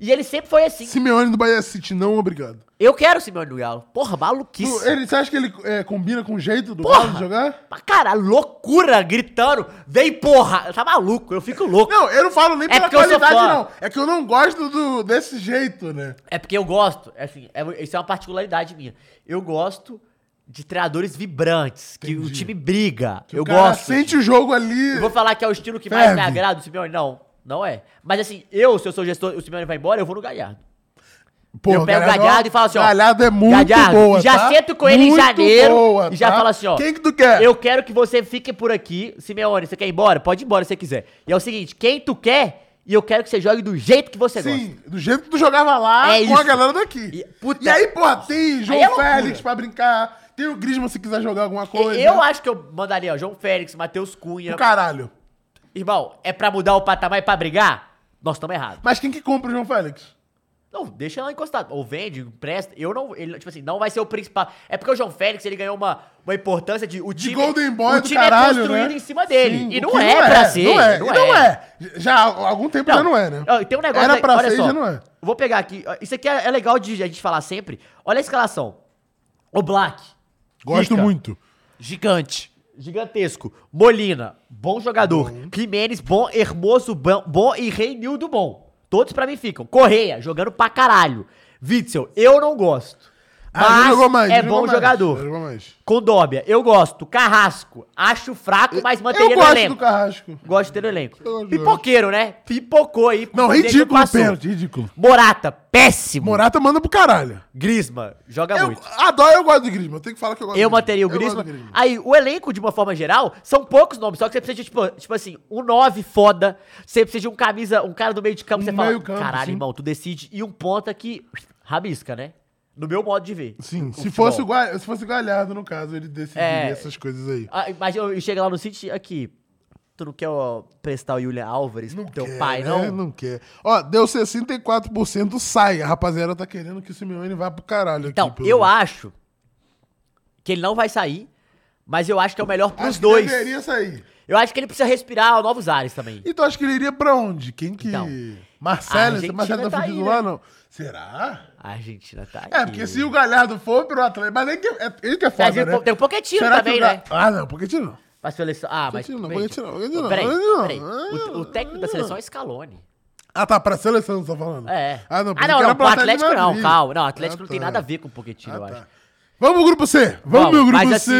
[SPEAKER 2] E ele sempre foi assim.
[SPEAKER 1] Simeone do Bahia City, não, obrigado.
[SPEAKER 2] Eu quero o Simeone do Galo. Porra, maluquice.
[SPEAKER 1] Tu- Ele, você acha que ele é, combina com o jeito do
[SPEAKER 2] Porra!
[SPEAKER 1] Galo de jogar?
[SPEAKER 2] Pra caralho, loucura, gritando. Vem, porra. Tá maluco, eu fico louco.
[SPEAKER 1] Não, eu não falo nem
[SPEAKER 2] É
[SPEAKER 1] pela
[SPEAKER 2] porque eu sou
[SPEAKER 1] qualidade,
[SPEAKER 2] fã.
[SPEAKER 1] não. É que eu não gosto do, desse jeito, né?
[SPEAKER 2] É porque eu gosto, é assim, é- isso é uma particularidade minha. Eu gosto de treinadores vibrantes, que o time briga.
[SPEAKER 1] Que
[SPEAKER 2] eu
[SPEAKER 1] o cara
[SPEAKER 2] gosto.
[SPEAKER 1] sente o jogo ali.
[SPEAKER 2] Eu vou falar que é o estilo que mais
[SPEAKER 1] Ferve.
[SPEAKER 2] me agrada, o Simeone? Não, não é. Mas assim, eu, se eu sou gestor, o Simeone vai embora, eu vou no Galhardo. eu pego o Galhardo e falo assim, ó.
[SPEAKER 1] Galhardo é muito
[SPEAKER 2] Galhardo,
[SPEAKER 1] boa,
[SPEAKER 2] já
[SPEAKER 1] tá?
[SPEAKER 2] sento com ele
[SPEAKER 1] Muito
[SPEAKER 2] em janeiro
[SPEAKER 1] boa,
[SPEAKER 2] e já
[SPEAKER 1] tá?
[SPEAKER 2] falo assim, ó.
[SPEAKER 1] Quem que tu quer?
[SPEAKER 2] Eu quero que você fique por aqui. Simeone, você quer ir embora? Pode ir embora se você quiser. E é o seguinte, quem tu quer e eu quero que você jogue do jeito que você gosta.
[SPEAKER 1] Sim, do jeito que tu jogava lá
[SPEAKER 2] É
[SPEAKER 1] com
[SPEAKER 2] isso.
[SPEAKER 1] a galera daqui. E,
[SPEAKER 2] puta-
[SPEAKER 1] aí, porra, tem João
[SPEAKER 2] Aí é loucura.
[SPEAKER 1] Félix pra brincar, tem o Grisman se quiser jogar alguma coisa.
[SPEAKER 2] Eu acho que eu mandaria, ó, João Félix, Matheus Cunha.
[SPEAKER 1] Do caralho.
[SPEAKER 2] Irmão, é pra mudar o patamar e pra brigar? Nós estamos errados.
[SPEAKER 1] Mas quem que compra o João Félix?
[SPEAKER 2] Não, deixa lá encostado. Ou vende, empresta. Eu não. Ele, tipo assim, não vai ser o principal. É porque o João Félix ele ganhou uma, uma importância de. O time,
[SPEAKER 1] Golden Boy
[SPEAKER 2] o
[SPEAKER 1] do
[SPEAKER 2] time
[SPEAKER 1] caralho,
[SPEAKER 2] é construído
[SPEAKER 1] né?
[SPEAKER 2] em cima dele.
[SPEAKER 1] Sim,
[SPEAKER 2] e
[SPEAKER 1] o
[SPEAKER 2] não
[SPEAKER 1] que
[SPEAKER 2] é, pra ser.
[SPEAKER 1] Não é, e não é. Já há algum tempo já não é, né?
[SPEAKER 2] Ó, Tem um negócio
[SPEAKER 1] Era
[SPEAKER 2] aí,
[SPEAKER 1] pra
[SPEAKER 2] olha
[SPEAKER 1] ser
[SPEAKER 2] só.
[SPEAKER 1] já não é.
[SPEAKER 2] Vou pegar aqui. ó, Isso aqui é, é legal de a gente falar sempre. Olha a escalação. O Black.
[SPEAKER 1] Gosto
[SPEAKER 2] Rica,
[SPEAKER 1] muito.
[SPEAKER 2] Gigante. Gigantesco. Molina, bom jogador. Jimenez, bom. Hermoso, bom, bom. E Reinildo, bom. Todos pra mim ficam. Correia, jogando pra caralho. Witzel, eu não gosto.
[SPEAKER 1] Ah, já
[SPEAKER 2] Mas
[SPEAKER 1] jogou mais, já
[SPEAKER 2] é
[SPEAKER 1] jogou
[SPEAKER 2] bom
[SPEAKER 1] mais, já
[SPEAKER 2] jogador.
[SPEAKER 1] jogou mais.
[SPEAKER 2] Condóbia, eu gosto. Carrasco, acho fraco, mas
[SPEAKER 1] Eu
[SPEAKER 2] manteria no
[SPEAKER 1] gosto do
[SPEAKER 2] elenco.
[SPEAKER 1] Carrasco.
[SPEAKER 2] Gosto de ter no elenco.
[SPEAKER 1] Eu gosto.
[SPEAKER 2] Pipoqueiro, né? Pipocou aí.
[SPEAKER 1] Não,
[SPEAKER 2] Poderia que
[SPEAKER 1] ridículo o
[SPEAKER 2] passou.
[SPEAKER 1] pênalti, ridículo.
[SPEAKER 2] Morata, péssimo.
[SPEAKER 1] Morata manda pro caralho.
[SPEAKER 2] Grisma, joga
[SPEAKER 1] Eu,
[SPEAKER 2] muito.
[SPEAKER 1] adoro, eu gosto do Grisman. Eu tenho que falar que eu gosto
[SPEAKER 2] Eu
[SPEAKER 1] do Griezmann.
[SPEAKER 2] manteria o
[SPEAKER 1] Eu gosto do
[SPEAKER 2] Griezmann. Aí, o elenco, de uma forma geral, são poucos nomes. Só que você precisa de, tipo, tipo assim, um 9 foda. Você precisa de um camisa, um cara do meio de campo.
[SPEAKER 1] Um
[SPEAKER 2] você fala,
[SPEAKER 1] meio campo,
[SPEAKER 2] caralho,
[SPEAKER 1] sim.
[SPEAKER 2] irmão, tu decide. E um ponta que rabisca, né? No meu modo de ver.
[SPEAKER 1] Sim, se
[SPEAKER 2] futebol.
[SPEAKER 1] fosse, o Gua- se fosse o Galhardo, no caso, ele decidiria
[SPEAKER 2] É.
[SPEAKER 1] essas coisas aí.
[SPEAKER 2] Ah, mas eu, eu chego lá no City, aqui, tu não quer ó, prestar o Julian Álvares pro teu
[SPEAKER 1] quer,
[SPEAKER 2] pai,
[SPEAKER 1] né?
[SPEAKER 2] não?
[SPEAKER 1] Não quer. Ó, deu 64% sai. A rapaziada tá querendo que o Simeone vá pro caralho aqui.
[SPEAKER 2] Então,
[SPEAKER 1] pelo
[SPEAKER 2] eu
[SPEAKER 1] jeito.
[SPEAKER 2] acho que ele não vai sair, mas eu acho que é o melhor pros
[SPEAKER 1] Acho que
[SPEAKER 2] dois.
[SPEAKER 1] deveria sair.
[SPEAKER 2] Eu acho que ele precisa respirar novos ares também.
[SPEAKER 1] Então, acho que ele iria pra onde? Quem que...
[SPEAKER 2] Então, a
[SPEAKER 1] Marcelo?
[SPEAKER 2] Argentina
[SPEAKER 1] Marcelo tá,
[SPEAKER 2] tá aí,
[SPEAKER 1] fudido
[SPEAKER 2] né?
[SPEAKER 1] lá, não? Será?
[SPEAKER 2] A Argentina tá
[SPEAKER 1] É, porque se o Galhardo for pro Atlético... Mas nem que, é, ele que é
[SPEAKER 2] Mas
[SPEAKER 1] foda,
[SPEAKER 2] ele-
[SPEAKER 1] né?
[SPEAKER 2] Tem um Poquetino
[SPEAKER 1] Será que
[SPEAKER 2] também,
[SPEAKER 1] o Ga-
[SPEAKER 2] né?
[SPEAKER 1] Ah, não, porque tiro.
[SPEAKER 2] Pra seleção. Ah, mas.
[SPEAKER 1] Pochettino não,
[SPEAKER 2] peraí,
[SPEAKER 1] Pochettino não, Pochettino não,
[SPEAKER 2] peraí,
[SPEAKER 1] Pochettino não.
[SPEAKER 2] peraí. O, o técnico da seleção é Scaloni.
[SPEAKER 1] Ah, tá, pra seleção, você tá falando.
[SPEAKER 2] É.
[SPEAKER 1] Ah, não,
[SPEAKER 2] ah,
[SPEAKER 1] porque
[SPEAKER 2] não,
[SPEAKER 1] era
[SPEAKER 2] não,
[SPEAKER 1] pro
[SPEAKER 2] pro Atlético
[SPEAKER 1] Madrid.
[SPEAKER 2] não, calma. Não, o Atlético
[SPEAKER 1] Ah,
[SPEAKER 2] não tem
[SPEAKER 1] tá.
[SPEAKER 2] nada a ver com o Poquetino, eu acho.
[SPEAKER 1] Vamos pro grupo C. Vamos, meu grupo
[SPEAKER 2] Ah, mas
[SPEAKER 1] C.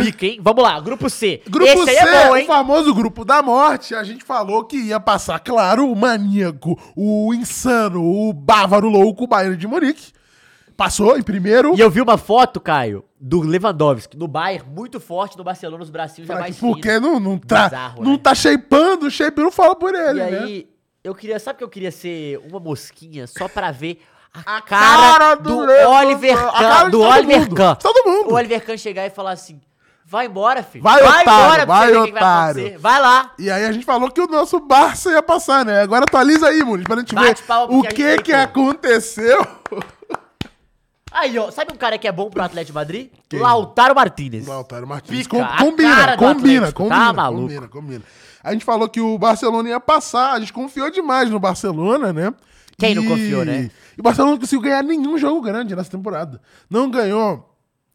[SPEAKER 2] assim, pica, hein? Vamos lá, grupo C.
[SPEAKER 1] Grupo
[SPEAKER 2] Esse
[SPEAKER 1] C,
[SPEAKER 2] aí é bom,
[SPEAKER 1] o
[SPEAKER 2] hein?
[SPEAKER 1] famoso grupo da morte, a gente falou que ia passar, claro, o maníaco, o insano, o bávaro louco, o Bayern de Munique. Passou em primeiro.
[SPEAKER 2] E eu vi uma foto, Caio, do Lewandowski no Bayern, muito forte, no Barcelona, os bracinhos já
[SPEAKER 1] Pra- tipo,
[SPEAKER 2] mais finos.
[SPEAKER 1] porque não, não tá,
[SPEAKER 2] Bizarro,
[SPEAKER 1] não
[SPEAKER 2] né?
[SPEAKER 1] tá shapeando, o shape não fala por ele,
[SPEAKER 2] E
[SPEAKER 1] né?
[SPEAKER 2] aí, eu queria, sabe que eu queria ser uma mosquinha só pra ver a,
[SPEAKER 1] cara
[SPEAKER 2] cara,
[SPEAKER 1] do
[SPEAKER 2] do,
[SPEAKER 1] Lewandowski,
[SPEAKER 2] Oliver
[SPEAKER 1] a
[SPEAKER 2] Kahn,
[SPEAKER 1] cara de
[SPEAKER 2] do
[SPEAKER 1] todo
[SPEAKER 2] Oliver
[SPEAKER 1] mundo,
[SPEAKER 2] Kahn.
[SPEAKER 1] todo mundo.
[SPEAKER 2] O Oliver Kahn chegar e falar assim: "Vai embora, filho.
[SPEAKER 1] Vai, otário,
[SPEAKER 2] pra você
[SPEAKER 1] vai,
[SPEAKER 2] ver o que que
[SPEAKER 1] otário."
[SPEAKER 2] acontecer. Vai lá.
[SPEAKER 1] E aí a gente falou que o nosso Barça ia passar, né? Agora atualiza aí, Muniz, pra gente
[SPEAKER 2] Bate
[SPEAKER 1] ver
[SPEAKER 2] palma
[SPEAKER 1] o
[SPEAKER 2] porque a
[SPEAKER 1] que
[SPEAKER 2] gente
[SPEAKER 1] que
[SPEAKER 2] deitou.
[SPEAKER 1] aconteceu.
[SPEAKER 2] Aí, ó, sabe um cara que é bom pro Atlético de Madrid? Lautaro Martínez.
[SPEAKER 1] Lautaro Martínez.
[SPEAKER 2] Fica
[SPEAKER 1] Com-
[SPEAKER 2] a
[SPEAKER 1] combina,
[SPEAKER 2] cara do
[SPEAKER 1] combina, combina,
[SPEAKER 2] Atlético, tá maluco.
[SPEAKER 1] combina, combina. A gente falou que o Barcelona ia passar, a gente confiou demais no Barcelona, né?
[SPEAKER 2] Quem não confiou, né?
[SPEAKER 1] E o Barcelona não conseguiu ganhar nenhum jogo grande nessa temporada. Não ganhou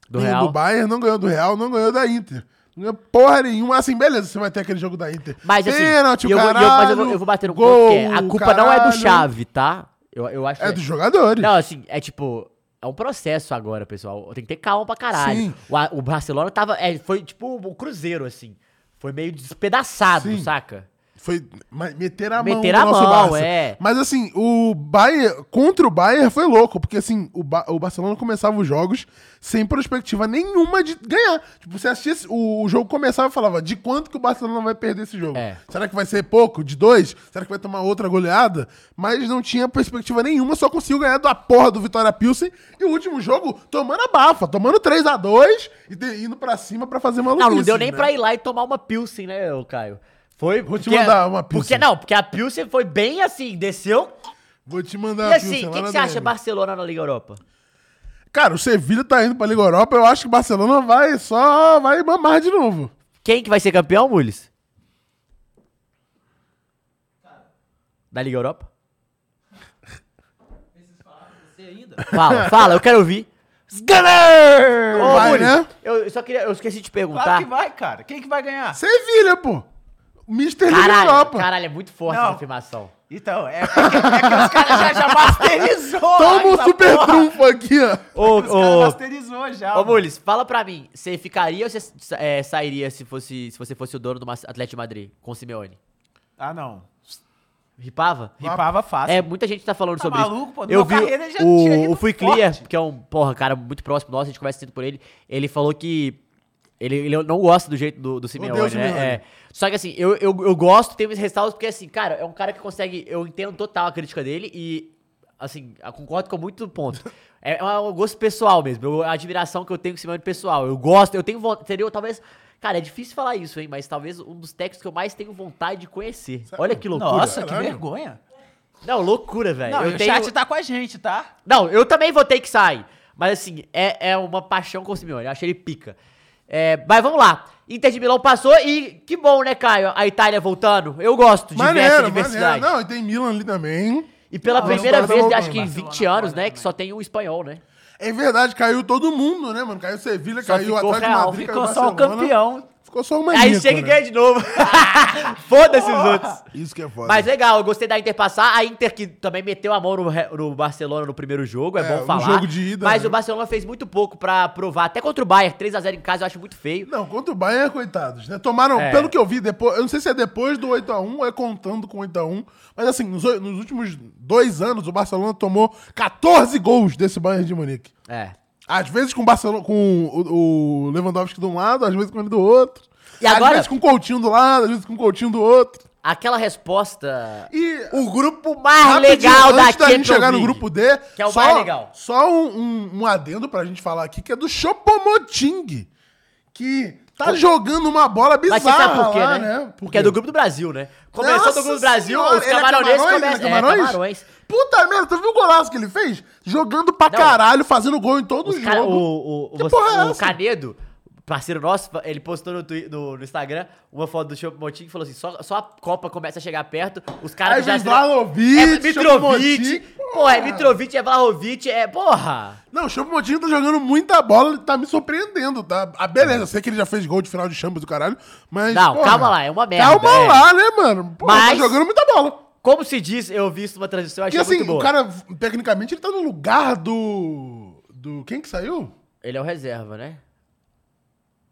[SPEAKER 2] Do
[SPEAKER 1] nenhum
[SPEAKER 2] Real.
[SPEAKER 1] do Bayern, não ganhou do Real, não ganhou da Inter. Não ganhou porra nenhuma. Assim, beleza, você vai ter aquele jogo da Inter.
[SPEAKER 2] Mas assim,
[SPEAKER 1] Pênalti, o
[SPEAKER 2] eu, vou- eu- mas eu, vou,
[SPEAKER 1] caralho,
[SPEAKER 2] eu vou bater no
[SPEAKER 1] gol,
[SPEAKER 2] ponto que é, a culpa não é do
[SPEAKER 1] caralho.
[SPEAKER 2] Chave, tá? Eu, eu acho
[SPEAKER 1] É
[SPEAKER 2] que
[SPEAKER 1] dos jogadores.
[SPEAKER 2] Não, assim, é tipo... É um processo agora, pessoal. Tem que ter calma pra caralho.
[SPEAKER 1] Sim.
[SPEAKER 2] O, A- o Barcelona tava... é, foi tipo o Cruzeiro, assim. Foi meio despedaçado,
[SPEAKER 1] Sim.
[SPEAKER 2] saca?
[SPEAKER 1] Foi ma- meter a
[SPEAKER 2] Meter
[SPEAKER 1] mão
[SPEAKER 2] a
[SPEAKER 1] no nosso
[SPEAKER 2] mão,
[SPEAKER 1] Barça.
[SPEAKER 2] é.
[SPEAKER 1] Mas assim, o Bayern contra o Bayern foi louco, porque assim, o, Ba- o Barcelona começava os jogos sem perspectiva nenhuma de ganhar. Tipo, você assistia esse- o, o jogo começava e falava, de quanto que o Barcelona vai perder esse jogo?
[SPEAKER 2] É.
[SPEAKER 1] Será que vai ser pouco? De dois? Será que vai tomar outra goleada? Mas não tinha perspectiva nenhuma, só conseguiu ganhar da porra do Vitória Pilsen e o último jogo tomando a bafa, tomando 3 a 2 e de- indo pra cima pra fazer maluquice.
[SPEAKER 2] Não, não deu nem
[SPEAKER 1] né?
[SPEAKER 2] pra ir lá e tomar uma Pilsen, né, ô Caio? Foi
[SPEAKER 1] Vou te
[SPEAKER 2] porque-
[SPEAKER 1] mandar uma
[SPEAKER 2] Porque,
[SPEAKER 1] Pilsen.
[SPEAKER 2] não, porque a Pilsen foi bem assim, desceu.
[SPEAKER 1] Vou te
[SPEAKER 2] E
[SPEAKER 1] mandar a Ah, Pilsen
[SPEAKER 2] assim, o
[SPEAKER 1] lá
[SPEAKER 2] que, que
[SPEAKER 1] na
[SPEAKER 2] você acha
[SPEAKER 1] DM.
[SPEAKER 2] Barcelona na Liga Europa?
[SPEAKER 1] Cara, o Sevilha tá indo pra Liga Europa, eu acho que o Barcelona vai só vai mamar de novo.
[SPEAKER 2] Quem que vai ser campeão, Mules? Da Liga Europa? Fala, fala, eu quero ouvir. Scanner! Ô,
[SPEAKER 1] Vai,
[SPEAKER 2] Mules,
[SPEAKER 1] né?
[SPEAKER 2] eu eu só queria, eu esqueci de perguntar.
[SPEAKER 8] Claro que vai, cara. Quem que vai ganhar?
[SPEAKER 1] Sevilha, pô. Mister Liga
[SPEAKER 2] Caralho,
[SPEAKER 1] Europa.
[SPEAKER 2] caralho, é muito forte
[SPEAKER 8] Não.
[SPEAKER 2] essa afirmação.
[SPEAKER 8] Então, é, é, que, é que os caras já, já masterizou.
[SPEAKER 1] Toma um
[SPEAKER 8] essa
[SPEAKER 1] super
[SPEAKER 8] porra.
[SPEAKER 1] trunfo aqui, ó.
[SPEAKER 2] Ô,
[SPEAKER 8] Os caras
[SPEAKER 2] ô,
[SPEAKER 8] masterizou já.
[SPEAKER 2] Ô,
[SPEAKER 8] mano.
[SPEAKER 2] Mules, fala pra mim, você ficaria ou você é, sairia se, fosse, se você fosse o dono do Mas- Atlético de Madrid com o Simeone?
[SPEAKER 8] Ah, não.
[SPEAKER 2] Ripava?
[SPEAKER 8] Ripava fácil.
[SPEAKER 2] É, muita gente tá falando
[SPEAKER 8] Tá
[SPEAKER 2] sobre
[SPEAKER 8] maluco,
[SPEAKER 2] isso.
[SPEAKER 8] pô?
[SPEAKER 2] Eu
[SPEAKER 8] Meu
[SPEAKER 2] vi
[SPEAKER 8] carreira já tinha
[SPEAKER 2] o,
[SPEAKER 8] ido
[SPEAKER 2] o Fui
[SPEAKER 8] forte.
[SPEAKER 2] Clear, que é um, porra, cara muito próximo nosso, a gente conversa sempre por ele. Ele falou que ele, ele não gosta do jeito do, do Simeone,
[SPEAKER 1] Odeio o
[SPEAKER 2] né?
[SPEAKER 1] Simeone.
[SPEAKER 2] É. Só que assim, eu, eu, eu gosto, tenho esses ressaltos, porque assim, cara, é um cara que consegue... Eu entendo total a crítica dele e, assim, eu concordo com muito ponto. É, é um gosto pessoal mesmo, eu- a admiração que eu tenho com o Simeone é pessoal. Eu gosto, eu tenho vontade, entendeu? Talvez... Cara, é difícil falar isso, hein? Mas talvez um dos técnicos que eu mais tenho vontade de conhecer. Olha que loucura.
[SPEAKER 8] Nossa, que
[SPEAKER 1] Caralho.
[SPEAKER 8] vergonha.
[SPEAKER 2] Não, loucura, velho.
[SPEAKER 8] Não,
[SPEAKER 2] É, Eu
[SPEAKER 8] e
[SPEAKER 2] tenho-
[SPEAKER 8] o chat tá com a gente, tá?
[SPEAKER 2] não, eu também votei que sai. Mas assim, é, é uma paixão com o Simeone. Eu achei ele pica. É, mas vamos lá. Inter de Milão passou e que bom, né, Caio? A Itália voltando. Eu gosto de ver essa
[SPEAKER 1] Maneiro, maneiro.
[SPEAKER 2] diversidade.
[SPEAKER 1] Não, e tem Milan ali também.
[SPEAKER 2] E pela
[SPEAKER 1] Não,
[SPEAKER 2] primeira
[SPEAKER 1] não,
[SPEAKER 2] vez,
[SPEAKER 1] não,
[SPEAKER 2] acho que em
[SPEAKER 1] Barcelona
[SPEAKER 2] 20 anos, né, que só tem um espanhol, né?
[SPEAKER 1] É verdade, caiu todo mundo, né, mano? Caiu Sevilha,
[SPEAKER 2] Só
[SPEAKER 1] caiu o
[SPEAKER 2] ficou
[SPEAKER 1] Atlético de
[SPEAKER 2] Real,
[SPEAKER 1] Madrid,
[SPEAKER 8] Ficou
[SPEAKER 1] caiu
[SPEAKER 8] só o
[SPEAKER 1] Barcelona.
[SPEAKER 8] campeão.
[SPEAKER 1] Ficou só o
[SPEAKER 2] Aí
[SPEAKER 1] maníaco,
[SPEAKER 2] chega é e
[SPEAKER 1] né?
[SPEAKER 2] ganha de novo. Foda-se os outros.
[SPEAKER 1] Isso que é foda.
[SPEAKER 2] Mas legal, eu gostei da Inter passar. A Inter que também meteu a mão no, Re- no Barcelona no primeiro jogo, é,
[SPEAKER 1] É,
[SPEAKER 2] bom
[SPEAKER 1] um
[SPEAKER 2] falar.
[SPEAKER 1] jogo de ida,
[SPEAKER 2] mas
[SPEAKER 1] né?
[SPEAKER 2] o Barcelona fez muito pouco pra provar. Até contra o Bayern, 3x0 em casa, eu acho muito feio.
[SPEAKER 1] Não, contra o Bayern, coitados, né? Tomaram,
[SPEAKER 2] É.
[SPEAKER 1] pelo que eu vi, depois, eu não sei se é depois do 8x1 ou é contando com 8x1, mas assim, nos, oi- nos últimos dois anos, o Barcelona tomou 14 gols desse Bayern de Munique.
[SPEAKER 2] É.
[SPEAKER 1] Às vezes com o, Barcelona, com o, o Lewandowski de um lado, às vezes com ele do outro.
[SPEAKER 2] E agora?
[SPEAKER 1] Às vezes com o Coutinho do lado, às vezes com o Coutinho do outro.
[SPEAKER 2] Aquela resposta.
[SPEAKER 1] E
[SPEAKER 2] O grupo Tipo, mais
[SPEAKER 1] Rapidinho,
[SPEAKER 2] legal é da
[SPEAKER 1] antes da gente
[SPEAKER 2] Champions
[SPEAKER 1] chegar no
[SPEAKER 2] League.
[SPEAKER 1] grupo D,
[SPEAKER 2] Que é o
[SPEAKER 1] só,
[SPEAKER 2] mais legal.
[SPEAKER 1] só um, um, um adendo pra gente falar aqui, que é do Chopomoting, que tá jogando uma bola bizarra
[SPEAKER 2] Mas você sabe por quê,
[SPEAKER 1] lá,
[SPEAKER 2] né?
[SPEAKER 1] né?
[SPEAKER 2] Porque é do grupo do Brasil, né? Começou do grupo do Brasil, os
[SPEAKER 1] é
[SPEAKER 2] camaronenses
[SPEAKER 1] começam...
[SPEAKER 2] começam. Camarões? É, camarões.
[SPEAKER 1] Puta merda, tu viu o golaço que ele fez? Jogando pra
[SPEAKER 2] Não.
[SPEAKER 1] caralho, fazendo gol em todo
[SPEAKER 2] Os
[SPEAKER 1] jogo.
[SPEAKER 2] ca- o, o, o,
[SPEAKER 1] Que
[SPEAKER 2] você-
[SPEAKER 1] porra é
[SPEAKER 2] o
[SPEAKER 1] essa?
[SPEAKER 2] Canedo, parceiro nosso, ele postou no, Twi- no, no Instagram uma foto do Chopomoting e falou assim: só, só a Copa começa a chegar perto, os
[SPEAKER 1] Aí
[SPEAKER 2] caras já.
[SPEAKER 1] vem Vlahovic,
[SPEAKER 2] é Mitrovic.
[SPEAKER 1] Chopomoting,
[SPEAKER 2] Porra, é
[SPEAKER 1] porra.
[SPEAKER 2] Mitrovic, é Vlahovic, é. Porra!
[SPEAKER 1] Não, o Chopomotinho tá jogando muita bola, ele tá me surpreendendo, tá? Ah, beleza, eu sei que ele já fez gol de final de Champions do caralho, mas...
[SPEAKER 2] É. Não, calma lá, é uma merda,
[SPEAKER 1] Calma
[SPEAKER 2] é.
[SPEAKER 1] lá, né, mano? Pô,
[SPEAKER 2] Mas-
[SPEAKER 1] tá jogando muita bola.
[SPEAKER 2] Como se diz, eu vi isso numa transmissão, eu
[SPEAKER 1] Porque
[SPEAKER 2] achei
[SPEAKER 1] assim,
[SPEAKER 2] muito boa.
[SPEAKER 1] o cara, tecnicamente, ele tá no lugar do... Do... Quem que saiu?
[SPEAKER 2] Ele é o reserva, né?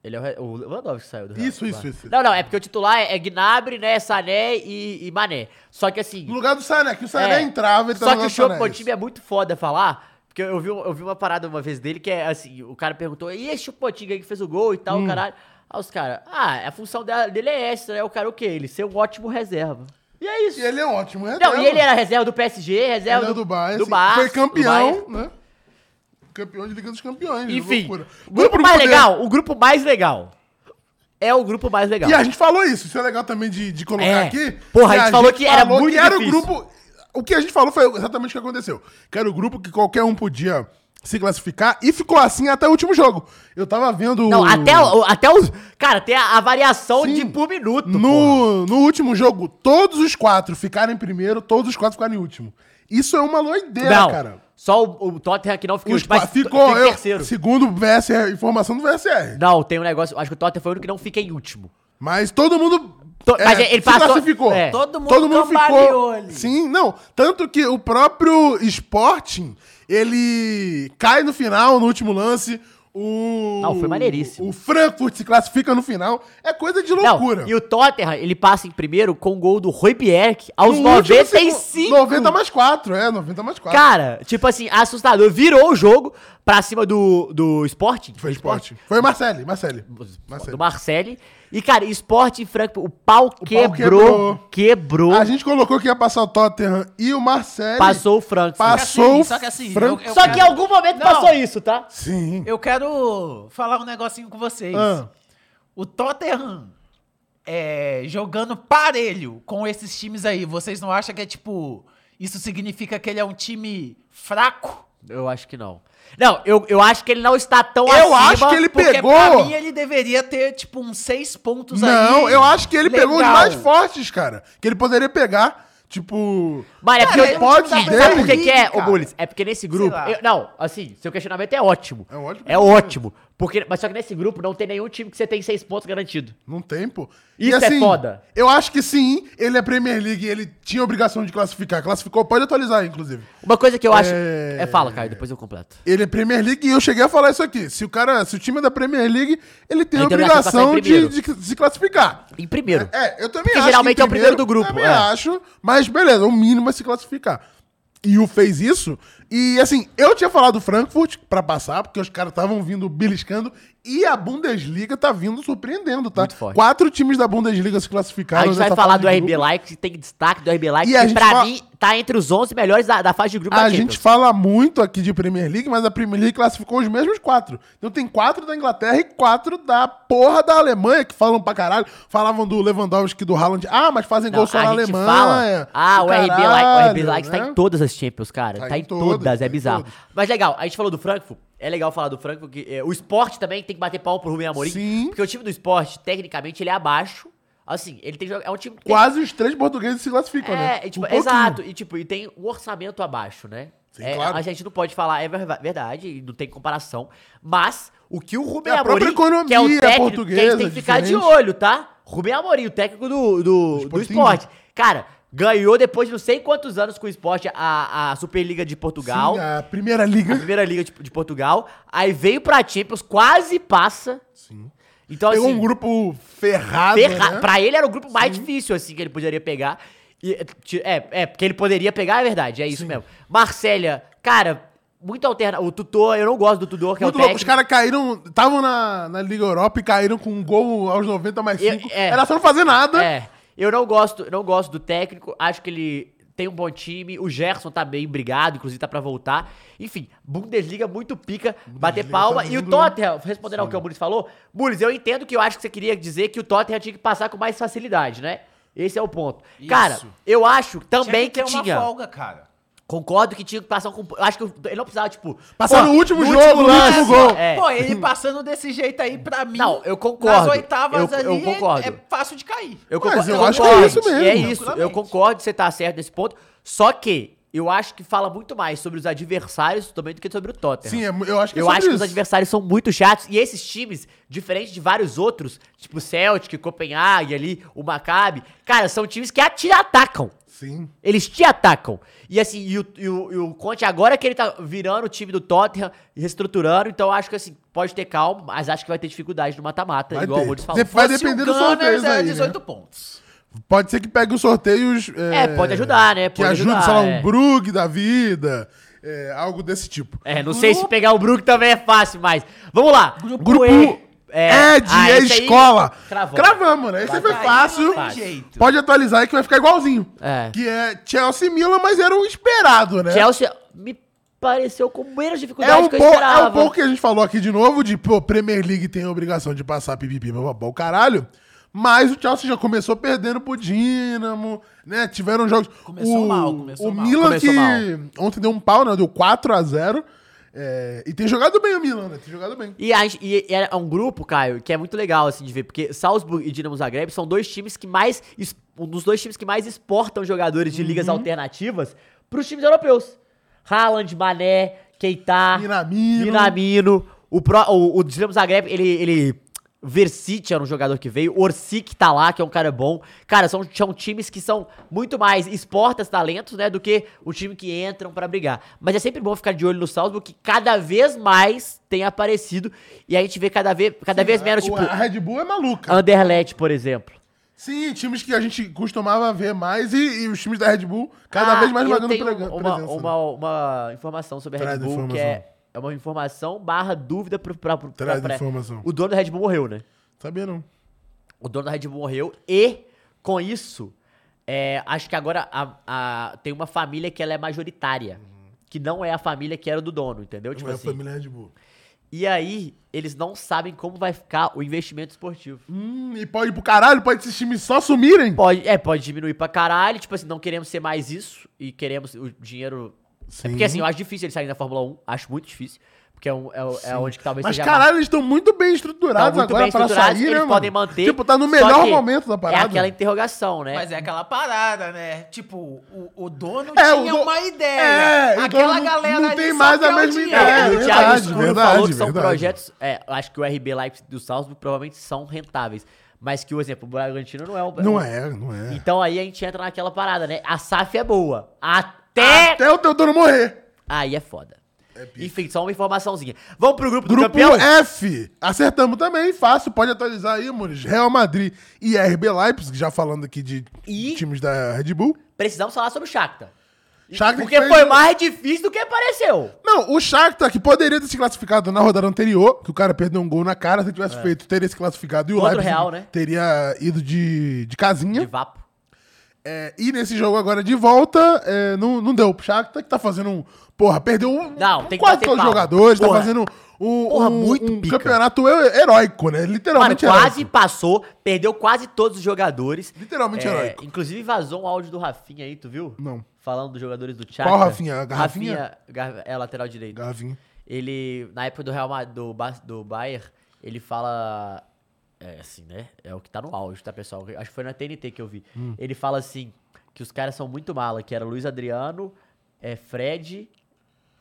[SPEAKER 2] Ele é o, re... o Lewandowski saiu do
[SPEAKER 1] Isso,
[SPEAKER 2] Real.
[SPEAKER 1] isso, isso.
[SPEAKER 2] Não, não, é porque o titular é, é Gnabry, né, Sané e, e Mané. Só que assim...
[SPEAKER 1] No lugar do Sané, que o Sané
[SPEAKER 2] é,
[SPEAKER 1] entrava, ele tá
[SPEAKER 2] Só
[SPEAKER 1] no
[SPEAKER 2] que o
[SPEAKER 1] lugar do Sané,
[SPEAKER 2] Chopomotive é muito foda falar, porque eu vi, um- eu vi uma parada uma vez dele que é assim, o cara perguntou, e esse Chopomotive aí que fez o gol e tal,
[SPEAKER 1] Hum.
[SPEAKER 2] caralho? Aí os caras, ah, a função dela- dele é essa, né? O cara o quê? Ele ser um ótimo reserva. E é isso.
[SPEAKER 1] E ele é ótimo, né?
[SPEAKER 2] Não, e ele era reserva do PSG, reserva
[SPEAKER 1] Ele é do Bayern,
[SPEAKER 2] do
[SPEAKER 1] assim,
[SPEAKER 2] Barça,
[SPEAKER 1] foi
[SPEAKER 2] do
[SPEAKER 1] campeão,
[SPEAKER 2] Bayern.
[SPEAKER 1] né? Campeão de Liga dos Campeões,
[SPEAKER 2] Enfim,
[SPEAKER 1] loucura.
[SPEAKER 2] o grupo mais legal, o grupo mais legal. É o grupo mais legal.
[SPEAKER 1] E a gente falou isso, isso é legal também de, de colocar
[SPEAKER 2] É.
[SPEAKER 1] aqui.
[SPEAKER 2] Porra, a
[SPEAKER 1] que
[SPEAKER 2] gente falou que era muito
[SPEAKER 1] era o
[SPEAKER 2] difícil.
[SPEAKER 1] grupo. O que a gente falou foi exatamente o que aconteceu. Que era o grupo que qualquer um podia se classificar e ficou assim até o último jogo. Eu tava vendo.
[SPEAKER 2] Não,
[SPEAKER 1] o-
[SPEAKER 2] até, o- até os. Cara, tem a, a variação de por minuto. porra.
[SPEAKER 1] No, no último jogo, todos os quatro ficaram em primeiro, todos os quatro ficaram em último. Isso é uma loideira,
[SPEAKER 2] não,
[SPEAKER 1] cara.
[SPEAKER 2] Só o, o Tottenham que não ficou
[SPEAKER 1] Os
[SPEAKER 2] em
[SPEAKER 1] qua-
[SPEAKER 2] mas
[SPEAKER 1] ficou,
[SPEAKER 2] tem
[SPEAKER 1] eu-
[SPEAKER 2] terceiro.
[SPEAKER 1] segundo o VSR, informação do VSR.
[SPEAKER 2] Não, tem um negócio. Acho que o Tottenham foi o único que não fica em último.
[SPEAKER 1] Mas todo mundo. é,
[SPEAKER 2] To- mas ele passou-
[SPEAKER 1] classificou.
[SPEAKER 2] é.
[SPEAKER 8] Todo mundo
[SPEAKER 1] ficou.
[SPEAKER 8] cambaleou ali.
[SPEAKER 1] Sim, não. Tanto que o próprio Sporting, ele cai no final, no último lance. O.
[SPEAKER 2] Não, foi maneiríssimo.
[SPEAKER 1] O Frankfurt se classifica no final. É coisa de
[SPEAKER 2] Não,
[SPEAKER 1] loucura.
[SPEAKER 2] e o Tottenham, ele passa em primeiro com o gol do Roy Bjerg aos
[SPEAKER 1] No último
[SPEAKER 2] 95.
[SPEAKER 1] segundo- 90 mais 4, é, 90 mais 4.
[SPEAKER 2] Cara, tipo assim, assustador. Virou o jogo pra cima do, do Sporting.
[SPEAKER 1] Foi Sporting. Foi Marcelli, Marcelli. Marcelli.
[SPEAKER 2] Do Marcelli. E, cara, Sporting e Frankfurt, o pau quebrou.
[SPEAKER 1] quebrou.
[SPEAKER 2] quebrou.
[SPEAKER 1] A gente é colocou que ia passar o Tottenham e o Marcelli.
[SPEAKER 2] Passou o Frankfurt.
[SPEAKER 1] Passou
[SPEAKER 8] Só que assim,
[SPEAKER 1] o
[SPEAKER 8] só que assim, eu-
[SPEAKER 1] Frank-
[SPEAKER 8] eu
[SPEAKER 2] Só
[SPEAKER 8] quero-
[SPEAKER 2] que em algum momento
[SPEAKER 8] Não.
[SPEAKER 2] passou isso, tá?
[SPEAKER 1] Sim.
[SPEAKER 8] Eu quero falar um negocinho com vocês.
[SPEAKER 1] Ah.
[SPEAKER 8] O Tottenham é, jogando parelho com esses times aí. Vocês não acham que é tipo. Isso significa que ele é um time fraco?
[SPEAKER 2] Eu acho que não. Não, eu, eu acho que ele não está tão
[SPEAKER 1] Eu acho que ele
[SPEAKER 8] Porque
[SPEAKER 1] pegou.
[SPEAKER 8] É, pra mim ele deveria ter, tipo, uns seis pontos aí.
[SPEAKER 1] Não, eu acho que ele pegou os
[SPEAKER 8] Legal.
[SPEAKER 1] mais fortes, cara. Que ele poderia pegar, tipo...
[SPEAKER 2] Mas é
[SPEAKER 8] Cara,
[SPEAKER 2] porque.
[SPEAKER 8] ele é um
[SPEAKER 2] eu-
[SPEAKER 8] time
[SPEAKER 2] sabe
[SPEAKER 8] da
[SPEAKER 2] sabe
[SPEAKER 8] Premier
[SPEAKER 2] por que, que é,
[SPEAKER 8] League,
[SPEAKER 2] ô Bulis?
[SPEAKER 8] cara.
[SPEAKER 2] É porque nesse grupo.
[SPEAKER 8] lá.
[SPEAKER 2] eu- não, assim, seu questionamento é ótimo.
[SPEAKER 1] É ótimo.
[SPEAKER 2] É ótimo. Porque, mas só que nesse grupo não tem nenhum time que você tem seis pontos garantido.
[SPEAKER 1] Não tem, pô.
[SPEAKER 2] Isso é foda.
[SPEAKER 1] assim, Eu acho que sim, ele é Premier League, ele tinha a obrigação de classificar. Classificou, pode atualizar, inclusive.
[SPEAKER 2] Uma coisa que eu acho.
[SPEAKER 1] É.
[SPEAKER 2] É, fala, Caio, depois eu completo.
[SPEAKER 1] Ele é Premier League e eu cheguei a falar isso aqui. Se o cara, se o time é da Premier League, ele tem a
[SPEAKER 2] Ele tem obrigação de
[SPEAKER 1] obrigação
[SPEAKER 2] passar em
[SPEAKER 1] de,
[SPEAKER 2] primeiro.
[SPEAKER 1] de se classificar.
[SPEAKER 2] Em primeiro.
[SPEAKER 1] É, eu também
[SPEAKER 2] Porque
[SPEAKER 1] acho.
[SPEAKER 2] geralmente
[SPEAKER 1] que em
[SPEAKER 2] é o primeiro do grupo,
[SPEAKER 1] Também
[SPEAKER 2] é.
[SPEAKER 1] acho, mas beleza, o mínimo é se classificar. E o fez isso. E assim, eu tinha falado do Frankfurt pra passar, porque os caras estavam vindo beliscando. E a Bundesliga tá vindo surpreendendo, tá?
[SPEAKER 2] Muito forte.
[SPEAKER 1] Quatro times da Bundesliga se classificaram.
[SPEAKER 2] a gente vai
[SPEAKER 1] nessa
[SPEAKER 2] falar
[SPEAKER 1] fase
[SPEAKER 2] do
[SPEAKER 1] de
[SPEAKER 2] RB
[SPEAKER 1] grupo.
[SPEAKER 2] Like, que tem destaque do RB Like,
[SPEAKER 1] E a
[SPEAKER 2] que
[SPEAKER 1] gente
[SPEAKER 2] pra
[SPEAKER 1] fala-
[SPEAKER 2] mim tá entre os 11 melhores da, da fase de grupo
[SPEAKER 1] A
[SPEAKER 2] da
[SPEAKER 1] gente
[SPEAKER 2] Champions.
[SPEAKER 1] fala muito aqui de Premier League, mas a Premier League classificou os mesmos quatro. Então tem quatro da Inglaterra e quatro da porra da Alemanha, que falam pra caralho. Falavam do Lewandowski e do Haaland. Ah, mas fazem
[SPEAKER 2] Não,
[SPEAKER 1] gol só
[SPEAKER 2] a
[SPEAKER 1] na
[SPEAKER 2] gente
[SPEAKER 1] Alemanha.
[SPEAKER 2] fala. Ah, o RB Like, o RB Like tá
[SPEAKER 1] né?
[SPEAKER 2] em todas as Champions, cara.
[SPEAKER 1] Tá
[SPEAKER 2] Tá,
[SPEAKER 1] em
[SPEAKER 2] em
[SPEAKER 1] todas,
[SPEAKER 2] todas,
[SPEAKER 1] tá em
[SPEAKER 2] é bizarro.
[SPEAKER 1] todas.
[SPEAKER 2] Mas legal, a gente falou do Frankfurt. É legal falar do Frankfurt. Que, é, o esporte também tem que bater pau pro Rubem Amorim.
[SPEAKER 1] Sim.
[SPEAKER 2] Porque o time do esporte, tecnicamente, ele é abaixo. Assim, ele tem que jogar- É um time que tem-
[SPEAKER 1] Quase os três portugueses se classificam, né?
[SPEAKER 2] É, e, tipo,
[SPEAKER 1] Um pouquinho.
[SPEAKER 2] exato. E, tipo, e tem um orçamento abaixo, né?
[SPEAKER 1] Sim,
[SPEAKER 2] É,
[SPEAKER 1] claro.
[SPEAKER 2] A gente não pode falar, é ver- verdade, e não tem comparação. Mas o que o Rubem
[SPEAKER 1] É a
[SPEAKER 2] Amorim,
[SPEAKER 1] própria economia
[SPEAKER 2] que é o técnico, que a
[SPEAKER 1] portuguesa,
[SPEAKER 2] gente tem que ficar de
[SPEAKER 1] diferente.
[SPEAKER 2] olho, tá? Rubem Amorim, o técnico do, do, do
[SPEAKER 1] Sporting.
[SPEAKER 2] esporte. Cara, ganhou depois de não sei quantos anos com o esporte a, a Superliga de Portugal. Então,
[SPEAKER 1] Sim, é. a primeira
[SPEAKER 2] a
[SPEAKER 1] liga.
[SPEAKER 2] primeira liga de, de Portugal. Aí veio pra Champions, quase passa.
[SPEAKER 1] Sim.
[SPEAKER 2] Então,
[SPEAKER 1] Pegou
[SPEAKER 2] assim,
[SPEAKER 1] um grupo ferrado,
[SPEAKER 2] Ferra...
[SPEAKER 1] né?
[SPEAKER 2] Pra ele era o grupo mais difícil, assim, que ele poderia pegar. E, ti- é, é, porque ele poderia pegar, é verdade, é isso mesmo. Marcélia, cara, muito alterna. O tutor, eu não gosto do tutor, que
[SPEAKER 1] Muito
[SPEAKER 2] é o
[SPEAKER 1] louco, os caras
[SPEAKER 2] técnico.
[SPEAKER 1] caíram, estavam na, na Liga Europa e caíram com um gol aos 90 mais
[SPEAKER 2] Eu-
[SPEAKER 1] 5.
[SPEAKER 2] é.
[SPEAKER 1] Era só não fazer nada.
[SPEAKER 2] É, eu não gosto, não gosto do técnico, acho que ele tem um bom time. O Gerson tá bem brigado, inclusive tá pra voltar. Enfim, Bundesliga muito pica, bater palma.
[SPEAKER 1] tá
[SPEAKER 2] e o
[SPEAKER 1] vindo-
[SPEAKER 2] Tottenham, respondendo ao que o Mules falou, Mules, eu entendo que eu acho que você queria dizer que o Tottenham tinha que passar com mais facilidade, né? Esse é o ponto. Cara, eu acho também que,
[SPEAKER 8] ter
[SPEAKER 2] tinha.
[SPEAKER 8] uma folga, cara.
[SPEAKER 2] Concordo que tinha que passar um. Acho que ele não precisava, tipo.
[SPEAKER 1] Passar
[SPEAKER 2] pô,
[SPEAKER 1] no último
[SPEAKER 2] no
[SPEAKER 1] jogo, no
[SPEAKER 2] lance,
[SPEAKER 1] último gol.
[SPEAKER 2] É.
[SPEAKER 8] Pô, ele passando desse jeito aí, pra mim.
[SPEAKER 2] Não, eu concordo.
[SPEAKER 8] Nas oitavas
[SPEAKER 2] Eu-
[SPEAKER 8] ali,
[SPEAKER 2] eu concordo.
[SPEAKER 8] é fácil de cair.
[SPEAKER 2] Eu
[SPEAKER 1] Mas
[SPEAKER 2] concordo,
[SPEAKER 1] eu
[SPEAKER 2] eu
[SPEAKER 1] acho que
[SPEAKER 2] concordo,
[SPEAKER 1] é isso mesmo.
[SPEAKER 2] É isso, eu
[SPEAKER 8] Tranquilamente.
[SPEAKER 2] concordo, você tá certo nesse ponto. Só que eu acho que fala muito mais sobre os adversários também do que sobre o Tottenham.
[SPEAKER 1] Sim, é mu- eu acho que é
[SPEAKER 2] Eu
[SPEAKER 1] sobre
[SPEAKER 2] acho que os
[SPEAKER 1] isso.
[SPEAKER 2] adversários são muito chatos. E esses times, diferente de vários outros, tipo Celtic, Copenhague ali, o Maccabi, cara, são times que te atacam.
[SPEAKER 1] Sim.
[SPEAKER 2] Eles te atacam. E assim, e o, e o- e o Conte, agora que ele tá virando o time do Tottenham, reestruturando, então acho que assim, pode ter calma, mas acho que vai ter dificuldade no mata-mata,
[SPEAKER 1] Vai
[SPEAKER 2] igual
[SPEAKER 1] ter.
[SPEAKER 2] o Woods
[SPEAKER 1] Você
[SPEAKER 2] falou.
[SPEAKER 1] vai
[SPEAKER 8] Se o
[SPEAKER 1] depender do
[SPEAKER 8] Gunners
[SPEAKER 1] sorteio
[SPEAKER 8] é
[SPEAKER 1] aí, né?
[SPEAKER 8] 18 pontos.
[SPEAKER 1] Pode ser que pegue os sorteios...
[SPEAKER 2] É, pode ajudar, né?
[SPEAKER 1] que
[SPEAKER 2] Pode
[SPEAKER 1] ajude,
[SPEAKER 2] ajudar,
[SPEAKER 1] sei lá, um
[SPEAKER 2] é.
[SPEAKER 1] Brug da vida, é, algo desse tipo.
[SPEAKER 2] É, não sei se pegar o Brook também é fácil, mas. Vamos lá.
[SPEAKER 1] Grupo
[SPEAKER 2] E.
[SPEAKER 1] É, de
[SPEAKER 2] ah, esse aí
[SPEAKER 1] escola.
[SPEAKER 2] Travou.
[SPEAKER 1] Cravamos, né? Esse aí foi
[SPEAKER 2] Vai,
[SPEAKER 1] fácil.
[SPEAKER 2] vai.
[SPEAKER 8] Jeito.
[SPEAKER 1] Pode atualizar aí que vai ficar igualzinho.
[SPEAKER 2] É.
[SPEAKER 1] Que é Chelsea e Milan, mas era o esperado, né?
[SPEAKER 2] Chelsea me pareceu com menos
[SPEAKER 1] É
[SPEAKER 2] dificuldade
[SPEAKER 1] um,
[SPEAKER 2] que
[SPEAKER 1] pouco,
[SPEAKER 2] eu esperava.
[SPEAKER 1] é um pouco que a gente falou aqui de novo, de, pô, Premier League tem a obrigação de passar pipipi, bababá, o caralho. Mas o Chelsea já começou perdendo pro Dinamo, né? Tiveram jogos...
[SPEAKER 8] Começou
[SPEAKER 1] o,
[SPEAKER 8] mal, começou
[SPEAKER 1] O
[SPEAKER 8] mal.
[SPEAKER 1] Milan
[SPEAKER 2] Começou
[SPEAKER 1] que
[SPEAKER 2] mal.
[SPEAKER 1] ontem deu um pau, né? Deu 4 a 0 É, e tem jogado bem o Milan, né? Tem jogado bem.
[SPEAKER 2] E, a gente- e- e é um grupo, Caio, que é muito legal, assim, de ver, porque Salzburg e Dinamo Zagreb são dois times que mais. es- Um dos dois times que mais exportam jogadores de ligas alternativas pros times europeus. Haaland, Mané, Keita, Minamino. O, pró- o, o Dinamo Zagreb, ele. ele Versic era um jogador que veio, Orsic tá lá, que é um cara bom. Cara, são, são times que são muito mais exportas talentos, né, do que o time que entram pra brigar. Mas é sempre bom ficar de olho no Salzburg, que cada vez mais tem aparecido e a gente vê cada vez, cada vez menos, tipo,
[SPEAKER 1] A Red Bull é maluca.
[SPEAKER 2] Anderlecht, por exemplo.
[SPEAKER 1] Sim, times que a gente costumava ver mais e, e os times da Red Bull cada
[SPEAKER 2] Ah,
[SPEAKER 1] vez mais
[SPEAKER 2] eu
[SPEAKER 1] marcando
[SPEAKER 2] tenho
[SPEAKER 1] prega-
[SPEAKER 2] uma,
[SPEAKER 1] presença. né?
[SPEAKER 2] uma, uma informação sobre a Red
[SPEAKER 1] Traz
[SPEAKER 2] Bull, que
[SPEAKER 1] informação.
[SPEAKER 2] é, é uma informação barra dúvida pro, pra, pro,
[SPEAKER 1] Traz
[SPEAKER 2] pra- pra-
[SPEAKER 1] informação.
[SPEAKER 2] O dono da Red Bull morreu, né?
[SPEAKER 1] Sabia não.
[SPEAKER 2] O dono da Red Bull morreu e, com isso, é, acho que agora a- a- tem uma família que ela é majoritária. Que não é a família que era do dono, entendeu? Tipo
[SPEAKER 1] é a
[SPEAKER 2] assim.
[SPEAKER 1] família Red Bull.
[SPEAKER 2] E aí, eles não sabem como vai ficar o investimento esportivo.
[SPEAKER 1] Hum, e pode ir pro caralho, pode esses times só sumirem.
[SPEAKER 2] Pode, é, pode diminuir pra caralho. Tipo assim, não queremos ser mais isso e queremos o dinheiro. É porque assim, eu acho difícil eles saírem da Fórmula 1. Acho muito difícil. Porque é, um- é, é onde que talvez
[SPEAKER 1] Mas
[SPEAKER 2] seja a
[SPEAKER 1] caralho, eles estão muito bem estruturados
[SPEAKER 2] Tá muito
[SPEAKER 1] agora
[SPEAKER 2] bem
[SPEAKER 1] pra
[SPEAKER 2] estruturados,
[SPEAKER 1] sair,
[SPEAKER 2] eles
[SPEAKER 1] né, mano?
[SPEAKER 2] podem manter,
[SPEAKER 1] Tipo, tá no
[SPEAKER 2] só
[SPEAKER 1] melhor
[SPEAKER 2] que
[SPEAKER 1] momento da parada.
[SPEAKER 2] É aquela interrogação, né?
[SPEAKER 8] Mas é aquela parada, né? Tipo, o, o dono
[SPEAKER 1] É, o
[SPEAKER 8] tinha
[SPEAKER 1] do-
[SPEAKER 8] uma ideia.
[SPEAKER 1] É, o dono
[SPEAKER 8] aquela
[SPEAKER 1] não-
[SPEAKER 8] galera
[SPEAKER 1] não
[SPEAKER 8] ali
[SPEAKER 1] tem
[SPEAKER 8] só
[SPEAKER 1] mais a
[SPEAKER 8] quer o
[SPEAKER 1] mesma
[SPEAKER 8] dinheiro.
[SPEAKER 1] ideia.
[SPEAKER 2] É,
[SPEAKER 1] É,
[SPEAKER 2] o Thiago
[SPEAKER 1] verdade,
[SPEAKER 2] Escuro
[SPEAKER 1] verdade,
[SPEAKER 2] falou que são
[SPEAKER 1] verdade.
[SPEAKER 2] projetos. É, eu acho que o RB Leipzig do Salzburg provavelmente são rentáveis. Mas que, por exemplo, o Bragantino não é o.
[SPEAKER 1] Não é, não é.
[SPEAKER 2] Então aí a gente entra naquela parada, né? A SAF é boa. Até.
[SPEAKER 1] Até o teu dono morrer.
[SPEAKER 8] Ah.
[SPEAKER 2] Aí é foda. Enfim, só uma informaçãozinha. Vamos pro grupo do
[SPEAKER 1] Grupo um.
[SPEAKER 2] campeão?
[SPEAKER 1] F. Acertamos também, fácil. Pode atualizar aí, Muniz. Real Madrid e RB Leipzig, já falando aqui de
[SPEAKER 2] E-
[SPEAKER 1] times da Red Bull.
[SPEAKER 2] Precisamos falar sobre o Shakhtar.
[SPEAKER 1] Shakhtar
[SPEAKER 2] Porque
[SPEAKER 1] que fez- um-
[SPEAKER 2] foi mais difícil do que pareceu.
[SPEAKER 1] Não, o Shakhtar, que poderia ter se classificado na rodada anterior, que o cara perdeu um gol na cara, se tivesse feito, teria se classificado. E o
[SPEAKER 2] Contra o
[SPEAKER 1] Leipzig
[SPEAKER 2] É. Real, né?
[SPEAKER 1] teria ido de, de casinha.
[SPEAKER 2] De vapo.
[SPEAKER 1] É, e nesse jogo agora de volta, é, não, não deu pro Shakhtar, que tá fazendo um... Porra, perdeu um,
[SPEAKER 2] Não, tem que
[SPEAKER 1] quatro
[SPEAKER 2] bater palma.
[SPEAKER 1] jogadores, tá
[SPEAKER 2] Porra.
[SPEAKER 1] fazendo um,
[SPEAKER 2] Porra,
[SPEAKER 1] um-
[SPEAKER 2] muito
[SPEAKER 1] um
[SPEAKER 2] pica.
[SPEAKER 1] campeonato he- heróico, né?
[SPEAKER 2] Mano,
[SPEAKER 1] Literalmente
[SPEAKER 2] quase
[SPEAKER 1] heróico.
[SPEAKER 2] passou, perdeu quase todos os jogadores.
[SPEAKER 1] Literalmente
[SPEAKER 2] É,
[SPEAKER 1] heróico.
[SPEAKER 2] Inclusive vazou um áudio do Rafinha aí, tu viu?
[SPEAKER 1] Não.
[SPEAKER 2] Falando dos jogadores do Thiago.
[SPEAKER 1] Qual Rafinha? Garrafinha?
[SPEAKER 2] Gar- é, lateral direito.
[SPEAKER 1] Gavinho.
[SPEAKER 2] Ele, na época do Real Madrid, do, Ba- do Bayern, ele fala... É assim, né? É o que tá no auge, tá, pessoal? Acho que foi na TNT que eu vi.
[SPEAKER 1] Hum.
[SPEAKER 2] Ele fala assim, que os caras são muito mala, que era Luiz Adriano, é Fred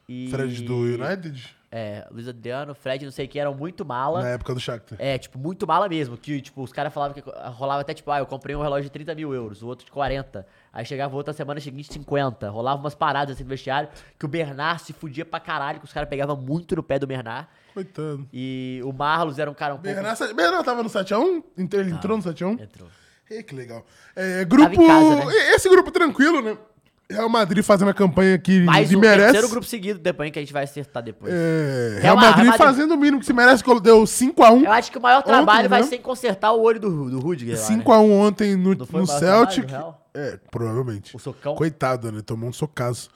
[SPEAKER 2] e...
[SPEAKER 1] Fred do United,
[SPEAKER 2] É, Luiz Adriano, Fred, não sei quem, eram muito mala.
[SPEAKER 1] na época do Shakhtar.
[SPEAKER 2] É, tipo, muito mala mesmo. Que, tipo, os caras falavam que rolava até, tipo, ah, eu comprei um relógio de 30 mil euros, o outro de 40. Aí chegava outra semana seguinte 50. Rolava umas paradas assim no vestiário que o Bernard se fudia pra caralho, que os caras pegavam muito no pé do Bernard.
[SPEAKER 1] Coitado.
[SPEAKER 2] E o Marlos era um cara um pouco.
[SPEAKER 1] Bernard, Bernard tava no 7x1? Entrou- Ele entrou no 7x1?
[SPEAKER 2] Entrou.
[SPEAKER 1] Ê, que legal. É, grupo...
[SPEAKER 2] É. em casa, né?
[SPEAKER 1] Esse grupo tranquilo, né? Real Madrid fazendo a campanha que
[SPEAKER 2] Mais
[SPEAKER 1] lhe
[SPEAKER 2] um
[SPEAKER 1] merece.
[SPEAKER 2] terceiro grupo seguido depois que a gente vai acertar depois.
[SPEAKER 1] É,
[SPEAKER 2] Real
[SPEAKER 1] Real
[SPEAKER 2] Madrid- É
[SPEAKER 1] Madrid fazendo o mínimo que se merece, colo- deu 5x1.
[SPEAKER 2] Eu acho que o maior trabalho
[SPEAKER 1] Ontem,
[SPEAKER 2] vai
[SPEAKER 1] né?
[SPEAKER 2] ser em consertar o olho do, do Rudiger. lá, né?
[SPEAKER 1] 5x1 ontem no,
[SPEAKER 2] Não foi
[SPEAKER 1] no
[SPEAKER 2] o maior trabalho do
[SPEAKER 1] Celtic.
[SPEAKER 2] Real?
[SPEAKER 1] É, provavelmente.
[SPEAKER 2] O socão.
[SPEAKER 1] Coitado, né? Tomou um socaço.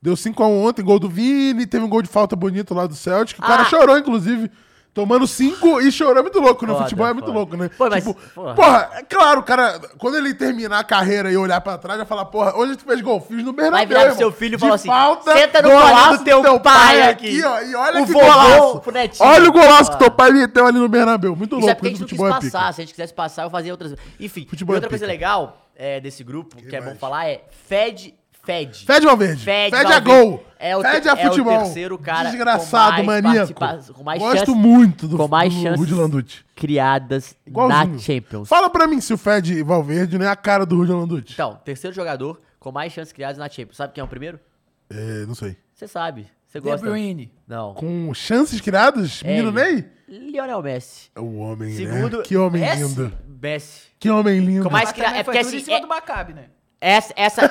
[SPEAKER 1] Deu 5x1 ontem, gol do Vini, teve um gol de falta bonito lá do Celtic. O cara
[SPEAKER 2] Ah!
[SPEAKER 1] chorou, inclusive. Tomando 5 e chorou é muito louco, né? O
[SPEAKER 2] Foda,
[SPEAKER 1] futebol é muito
[SPEAKER 2] foda.
[SPEAKER 1] louco, né?
[SPEAKER 2] Pô, mas-
[SPEAKER 1] tipo,
[SPEAKER 2] porra.
[SPEAKER 1] porra. é claro, o cara, quando ele terminar a carreira e olhar pra trás, vai falar, porra, hoje tu fez gol, fiz no Bernabéu,
[SPEAKER 2] Vai virar pro
[SPEAKER 1] irmão.
[SPEAKER 2] seu filho e
[SPEAKER 1] De
[SPEAKER 2] falar assim,
[SPEAKER 1] falta,
[SPEAKER 2] "Senta no
[SPEAKER 1] golaço
[SPEAKER 2] colo do teu pai aqui."
[SPEAKER 1] ó, e olha
[SPEAKER 2] O
[SPEAKER 1] que
[SPEAKER 2] vovô
[SPEAKER 1] golaço.
[SPEAKER 2] pro netinho.
[SPEAKER 1] Olha o golaço que
[SPEAKER 2] Porra.
[SPEAKER 1] teu pai meteu ali no Bernabéu. Muito
[SPEAKER 2] Isso é
[SPEAKER 1] louco,
[SPEAKER 2] porque a gente não quis
[SPEAKER 1] futebol é pica.
[SPEAKER 2] passar. Se a gente quisesse passar, eu fazia outras. Enfim,
[SPEAKER 1] Futebol
[SPEAKER 2] e
[SPEAKER 1] é
[SPEAKER 2] outra coisa
[SPEAKER 1] pica.
[SPEAKER 2] legal é, desse grupo, que, é bom
[SPEAKER 1] mais?
[SPEAKER 2] falar, é Fed. Fed.
[SPEAKER 1] Fede Valverde.
[SPEAKER 2] Fede
[SPEAKER 1] Fede,
[SPEAKER 2] Valverde.
[SPEAKER 1] a gol.
[SPEAKER 2] É o
[SPEAKER 1] Fede
[SPEAKER 2] te-
[SPEAKER 1] a
[SPEAKER 2] é o
[SPEAKER 1] futebol.
[SPEAKER 2] terceiro cara
[SPEAKER 1] Desgraçado,
[SPEAKER 2] com mais
[SPEAKER 1] maníaco.
[SPEAKER 2] participa- com mais
[SPEAKER 1] Gosto
[SPEAKER 2] chances-
[SPEAKER 1] muito do,
[SPEAKER 2] com mais
[SPEAKER 1] do
[SPEAKER 2] chances.
[SPEAKER 1] Rudy Landucci.
[SPEAKER 2] Criadas na
[SPEAKER 1] Igualzinho.
[SPEAKER 2] Champions.
[SPEAKER 1] Fala pra mim se o Fede Valverde não é a cara do Rudy Landucci.
[SPEAKER 2] Então, terceiro jogador com mais chances criadas na Champions. Sabe quem é o primeiro?
[SPEAKER 1] É, não sei.
[SPEAKER 2] Você sabe. Você
[SPEAKER 8] De
[SPEAKER 2] gosta.
[SPEAKER 8] Bruyne.
[SPEAKER 2] Não.
[SPEAKER 1] Com chances criadas? Menino
[SPEAKER 2] É ele.
[SPEAKER 1] Ney?
[SPEAKER 2] Lionel Messi.
[SPEAKER 1] É o homem,
[SPEAKER 2] Segundo.
[SPEAKER 1] né? Que homem
[SPEAKER 2] Messi?
[SPEAKER 1] lindo.
[SPEAKER 2] Messi.
[SPEAKER 1] Que homem lindo.
[SPEAKER 2] Com mais
[SPEAKER 8] Mas
[SPEAKER 2] cria-
[SPEAKER 8] também
[SPEAKER 2] é
[SPEAKER 8] foi
[SPEAKER 2] porque
[SPEAKER 8] tudo em
[SPEAKER 2] assim,
[SPEAKER 8] cima
[SPEAKER 2] é-
[SPEAKER 8] do Maccabi, né?
[SPEAKER 2] Essa, essa,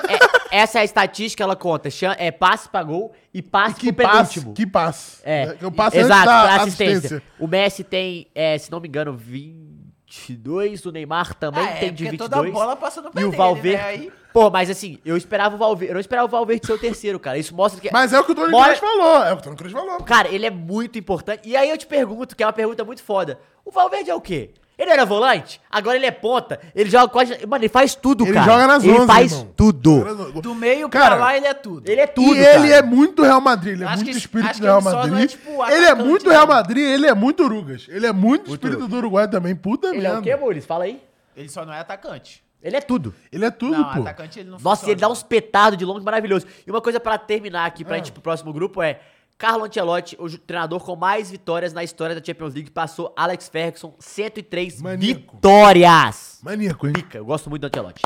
[SPEAKER 2] é, essa é a estatística, ela conta. Chan- É passe pra gol e passe
[SPEAKER 1] Que
[SPEAKER 2] pro
[SPEAKER 1] passe.
[SPEAKER 2] penúltimo.
[SPEAKER 1] Que passe.
[SPEAKER 2] É,
[SPEAKER 1] Eu passo
[SPEAKER 2] exato,
[SPEAKER 1] antes da
[SPEAKER 2] da
[SPEAKER 1] assistência.
[SPEAKER 2] assistência. O Messi tem, é, se não me engano, 22, o Neymar também
[SPEAKER 8] Ah, é,
[SPEAKER 2] tem de
[SPEAKER 8] porque
[SPEAKER 2] 22.
[SPEAKER 8] toda a bola passa no pé
[SPEAKER 2] e o
[SPEAKER 8] dele,
[SPEAKER 2] Valverde.
[SPEAKER 8] né? Aí-
[SPEAKER 2] Pô, mas assim, eu esperava o Valverde, eu não esperava o Valverde ser o terceiro, cara. Isso mostra que
[SPEAKER 1] Mas é o que o Tony
[SPEAKER 2] Bora-
[SPEAKER 1] Cruz falou. É o que o Tony Cruz falou.
[SPEAKER 2] Cara, ele é muito importante. E aí eu te pergunto, que é uma pergunta muito foda. O Valverde é o quê? Ele era volante, agora ele é ponta. Ele joga quase. Mano, ele faz tudo,
[SPEAKER 1] Ele
[SPEAKER 2] cara.
[SPEAKER 1] joga nas
[SPEAKER 2] Ele
[SPEAKER 1] 11,
[SPEAKER 2] faz
[SPEAKER 1] irmão.
[SPEAKER 2] tudo.
[SPEAKER 8] Do meio
[SPEAKER 1] Cara,
[SPEAKER 8] pra lá, ele é tudo.
[SPEAKER 2] Ele é tudo.
[SPEAKER 1] e ele
[SPEAKER 2] cara.
[SPEAKER 1] é muito Real Madrid, ele é
[SPEAKER 8] Acho
[SPEAKER 1] muito
[SPEAKER 8] que-
[SPEAKER 1] espírito
[SPEAKER 8] acho
[SPEAKER 1] do
[SPEAKER 8] que
[SPEAKER 1] Real
[SPEAKER 8] ele só não é,
[SPEAKER 1] Madrid.
[SPEAKER 8] tipo,
[SPEAKER 1] ele é
[SPEAKER 8] atacante,
[SPEAKER 1] muito
[SPEAKER 8] né?
[SPEAKER 1] Real Madrid, ele é muito Urugas. Ele é muito, espírito do Uruguai também, puta
[SPEAKER 2] Ele é
[SPEAKER 1] merda.
[SPEAKER 2] o quê, Muris? Fala aí.
[SPEAKER 8] Ele só não é atacante.
[SPEAKER 2] Ele é tudo.
[SPEAKER 1] Ele é tudo,
[SPEAKER 8] não,
[SPEAKER 1] pô.
[SPEAKER 8] atacante ele não
[SPEAKER 2] Nossa,
[SPEAKER 8] funciona.
[SPEAKER 2] ele dá uns petados de longo maravilhoso. E uma coisa pra terminar aqui,
[SPEAKER 1] Ah.
[SPEAKER 2] pra gente pro próximo grupo é... Carlo Ancelotti, o ju- treinador com mais vitórias na história da Champions League, passou Alex Ferguson 103
[SPEAKER 1] Maníaco.
[SPEAKER 2] vitórias.
[SPEAKER 1] Maníaco, hein?
[SPEAKER 2] Pica, eu gosto muito do Ancelotti.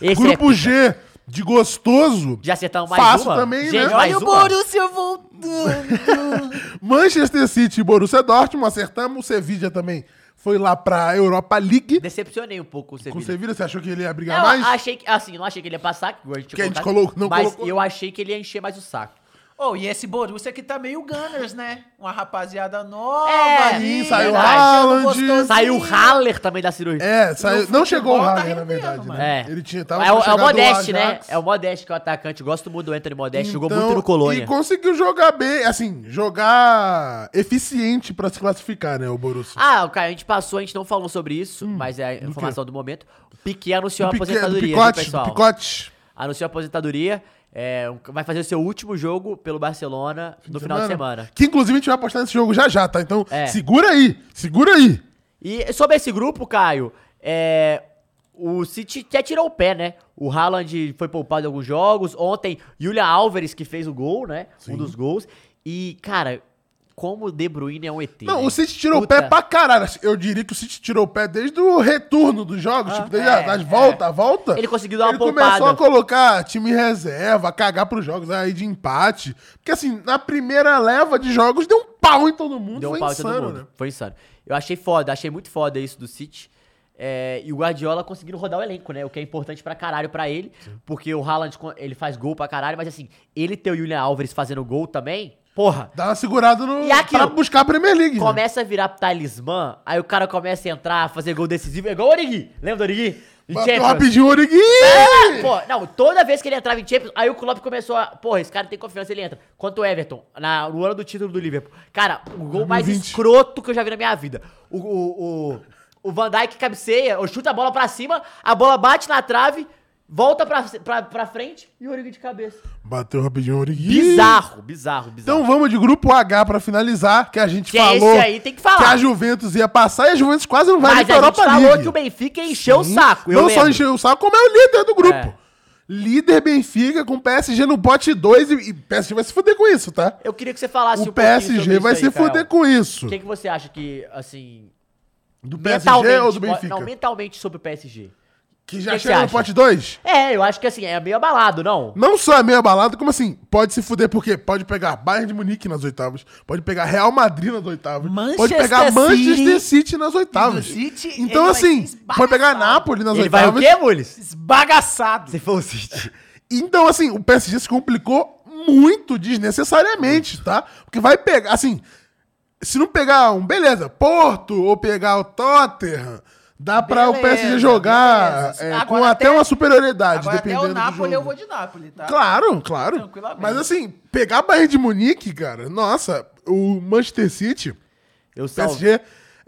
[SPEAKER 2] Esse é
[SPEAKER 1] Grupo
[SPEAKER 2] pica.
[SPEAKER 1] G de gostoso.
[SPEAKER 2] Já acertamos mais
[SPEAKER 1] Fácil
[SPEAKER 2] uma?
[SPEAKER 1] também, né?
[SPEAKER 2] Gente,
[SPEAKER 1] Olha
[SPEAKER 2] mais
[SPEAKER 8] Olha o
[SPEAKER 2] uma?
[SPEAKER 8] Borussia voltando.
[SPEAKER 1] Manchester City e Borussia Dortmund, acertamos. O Sevilla também foi lá pra Europa League.
[SPEAKER 2] Decepcionei um pouco o
[SPEAKER 1] Com o
[SPEAKER 2] Sevilla.
[SPEAKER 1] Sevilla, você achou que ele ia brigar
[SPEAKER 2] Não,
[SPEAKER 1] mais?
[SPEAKER 2] achei que, assim, não achei que ele ia passar. Que a gente,
[SPEAKER 1] Que a gente
[SPEAKER 2] colocou,
[SPEAKER 1] colocou- não
[SPEAKER 2] mas
[SPEAKER 1] colocou.
[SPEAKER 2] eu achei que ele ia encher mais o saco.
[SPEAKER 8] Oh, e esse Borussia que tá meio Gunners, né? Uma rapaziada nova.
[SPEAKER 2] É,
[SPEAKER 8] ali,
[SPEAKER 1] sim, saiu
[SPEAKER 8] tá
[SPEAKER 1] Haaland.
[SPEAKER 8] achando gostosinho.
[SPEAKER 2] Saiu o Haller também da cirurgia.
[SPEAKER 1] É, saiu-
[SPEAKER 8] No
[SPEAKER 1] não chegou o
[SPEAKER 8] futebol tá
[SPEAKER 1] Haller, na
[SPEAKER 8] rendendo,
[SPEAKER 1] verdade,
[SPEAKER 8] mano.
[SPEAKER 1] né?
[SPEAKER 2] É.
[SPEAKER 1] Ele tinha,
[SPEAKER 2] é, o,
[SPEAKER 1] pra
[SPEAKER 2] é o
[SPEAKER 1] chegar do
[SPEAKER 2] Modeste, né?
[SPEAKER 1] Ajax.
[SPEAKER 2] É o Modeste que é o atacante. Gosto muito do Anthony Modeste. jogou
[SPEAKER 1] Então,
[SPEAKER 2] muito no Colônia.
[SPEAKER 1] E conseguiu jogar bem, assim, jogar eficiente pra se classificar, né, o Borussia.
[SPEAKER 2] Ah, cara, a gente passou, a gente não falou sobre isso,
[SPEAKER 1] Hum,
[SPEAKER 2] mas é a informação do momento. O Piquet anunciou
[SPEAKER 1] do,
[SPEAKER 2] a
[SPEAKER 1] Pique- do
[SPEAKER 2] aposentadoria, viu,
[SPEAKER 1] picote, do
[SPEAKER 2] pessoal.
[SPEAKER 1] picote.
[SPEAKER 2] Anunciou a aposentadoria. é, um- vai fazer o seu último jogo pelo Barcelona no final de semana.
[SPEAKER 1] Que inclusive a gente vai apostar nesse jogo já já, tá? Então,
[SPEAKER 2] É.
[SPEAKER 1] segura aí, segura aí.
[SPEAKER 2] E sobre esse grupo, Caio, é, o City até tirou o pé, né? O Haaland foi poupado em alguns jogos. Ontem, Julia Álvares que fez o gol, né? Um dos gols. E, cara, como o De Bruyne é um ET.
[SPEAKER 1] Não,
[SPEAKER 2] né?
[SPEAKER 1] o City tirou
[SPEAKER 2] Puta.
[SPEAKER 1] o pé pra caralho. Assim, Eu diria que o City tirou o pé desde o retorno dos jogos, tipo, desde as- as volta a volta.
[SPEAKER 2] Ah, é, Ele conseguiu dar uma
[SPEAKER 1] Ele começou
[SPEAKER 2] poupada.
[SPEAKER 1] a colocar time reserva, cagar pros jogos aí de empate. Porque assim, na primeira leva de jogos deu um pau em todo mundo,
[SPEAKER 2] Deu
[SPEAKER 1] foi
[SPEAKER 2] um pau em
[SPEAKER 1] insano,
[SPEAKER 2] todo mundo.
[SPEAKER 1] né?
[SPEAKER 2] Foi insano. Eu achei foda, achei muito foda isso do City. É, e o Guardiola conseguindo rodar o elenco, né? O que é importante pra caralho pra ele. Porque o Haaland, co- ele faz gol pra caralho, mas assim, ele ter o Julian Álvares fazendo gol também, porra,
[SPEAKER 1] Dá uma segurada no
[SPEAKER 2] E aquilo?
[SPEAKER 1] pra buscar a Premier League. né?
[SPEAKER 2] começa a virar talismã, aí o cara começa a entrar, fazer gol decisivo. É igual o Origi. Lembra do Origi? Em
[SPEAKER 1] Bateu
[SPEAKER 2] Champions.
[SPEAKER 1] rapidinho o Origi.
[SPEAKER 2] É, Pô, não, toda vez que ele entrava em Champions, aí o Klopp começou a. Porra, esse cara tem confiança, ele entra. Quanto o Everton, na, no ano do título do Liverpool. Cara, o gol mais
[SPEAKER 1] 2020.
[SPEAKER 2] escroto que eu já vi na minha vida. O, o, o, o Van Dijk cabeceia, ou chuta a bola pra cima, a bola bate na trave, volta pra, pra, pra frente e o Origi de cabeça.
[SPEAKER 1] Bateu rapidinho o Origi.
[SPEAKER 2] Bizarro, bizarro, bizarro.
[SPEAKER 1] Então vamos de grupo H pra finalizar, que a gente
[SPEAKER 2] Que é
[SPEAKER 1] falou
[SPEAKER 2] esse aí tem que falar.
[SPEAKER 1] a Juventus ia passar e a Juventus quase não vai
[SPEAKER 2] Mas
[SPEAKER 1] nem
[SPEAKER 2] a
[SPEAKER 1] pra
[SPEAKER 2] gente
[SPEAKER 1] Europa
[SPEAKER 2] falou
[SPEAKER 1] League.
[SPEAKER 2] que o Benfica encheu o
[SPEAKER 1] Sim.
[SPEAKER 2] saco. eu
[SPEAKER 1] Não só
[SPEAKER 2] lembro.
[SPEAKER 1] encheu o saco, como é o líder do grupo.
[SPEAKER 2] É.
[SPEAKER 1] Líder Benfica com PSG no pote 2 e, e PSG vai se fuder com isso, tá?
[SPEAKER 2] Eu queria que você falasse
[SPEAKER 1] O
[SPEAKER 2] um pouquinho sobre
[SPEAKER 1] PSG
[SPEAKER 2] isso
[SPEAKER 1] vai
[SPEAKER 2] aí,
[SPEAKER 1] se
[SPEAKER 2] Kael.
[SPEAKER 1] fuder com isso.
[SPEAKER 2] O que, que você acha que, assim.
[SPEAKER 1] Do PSG
[SPEAKER 2] Mentalmente,
[SPEAKER 1] ou do
[SPEAKER 2] pode-
[SPEAKER 1] Benfica?
[SPEAKER 2] Não, mentalmente sobre o PSG.
[SPEAKER 1] que
[SPEAKER 2] que
[SPEAKER 1] já
[SPEAKER 2] que
[SPEAKER 1] chega
[SPEAKER 2] você
[SPEAKER 1] no
[SPEAKER 2] acha?
[SPEAKER 1] pote 2?
[SPEAKER 2] É, eu acho que assim, é meio abalado, não?
[SPEAKER 1] Não só é meio abalado, como assim, pode se fuder porque pode pegar Bayern de Munique nas oitavas, pode pegar Real Madrid nas oitavas, pode
[SPEAKER 8] Manchester
[SPEAKER 1] pegar
[SPEAKER 8] City.
[SPEAKER 1] Manchester City nas oitavas.
[SPEAKER 8] E do City,
[SPEAKER 1] então
[SPEAKER 8] ele vai
[SPEAKER 1] assim,
[SPEAKER 8] ser esbagaçado.
[SPEAKER 1] pode pegar Napoli nas
[SPEAKER 2] Ele vai o
[SPEAKER 1] oitavas.
[SPEAKER 2] quê, Mules?
[SPEAKER 8] Esbagaçado.
[SPEAKER 2] Se for o City.
[SPEAKER 1] Então assim, o PSG se complicou muito desnecessariamente, tá? Porque vai pegar, assim, se não pegar um, beleza, Porto ou pegar o Tottenham, dá pra o
[SPEAKER 8] Beleza,
[SPEAKER 1] PSG jogar
[SPEAKER 8] beleza.
[SPEAKER 1] é,
[SPEAKER 8] Agora
[SPEAKER 1] com até,
[SPEAKER 8] até-
[SPEAKER 1] uma superioridade,
[SPEAKER 8] Agora até
[SPEAKER 1] Tá dependendo
[SPEAKER 8] o Napoli
[SPEAKER 1] do
[SPEAKER 8] eu
[SPEAKER 1] jogo.
[SPEAKER 8] vou de Napoli, tá?
[SPEAKER 1] Claro, claro.
[SPEAKER 8] Tranquilamente.
[SPEAKER 1] Mas assim, pegar a Bayern de Munique, cara, nossa, o Manchester City,
[SPEAKER 2] Então. Eu
[SPEAKER 1] o
[SPEAKER 2] salvo.
[SPEAKER 1] PSG,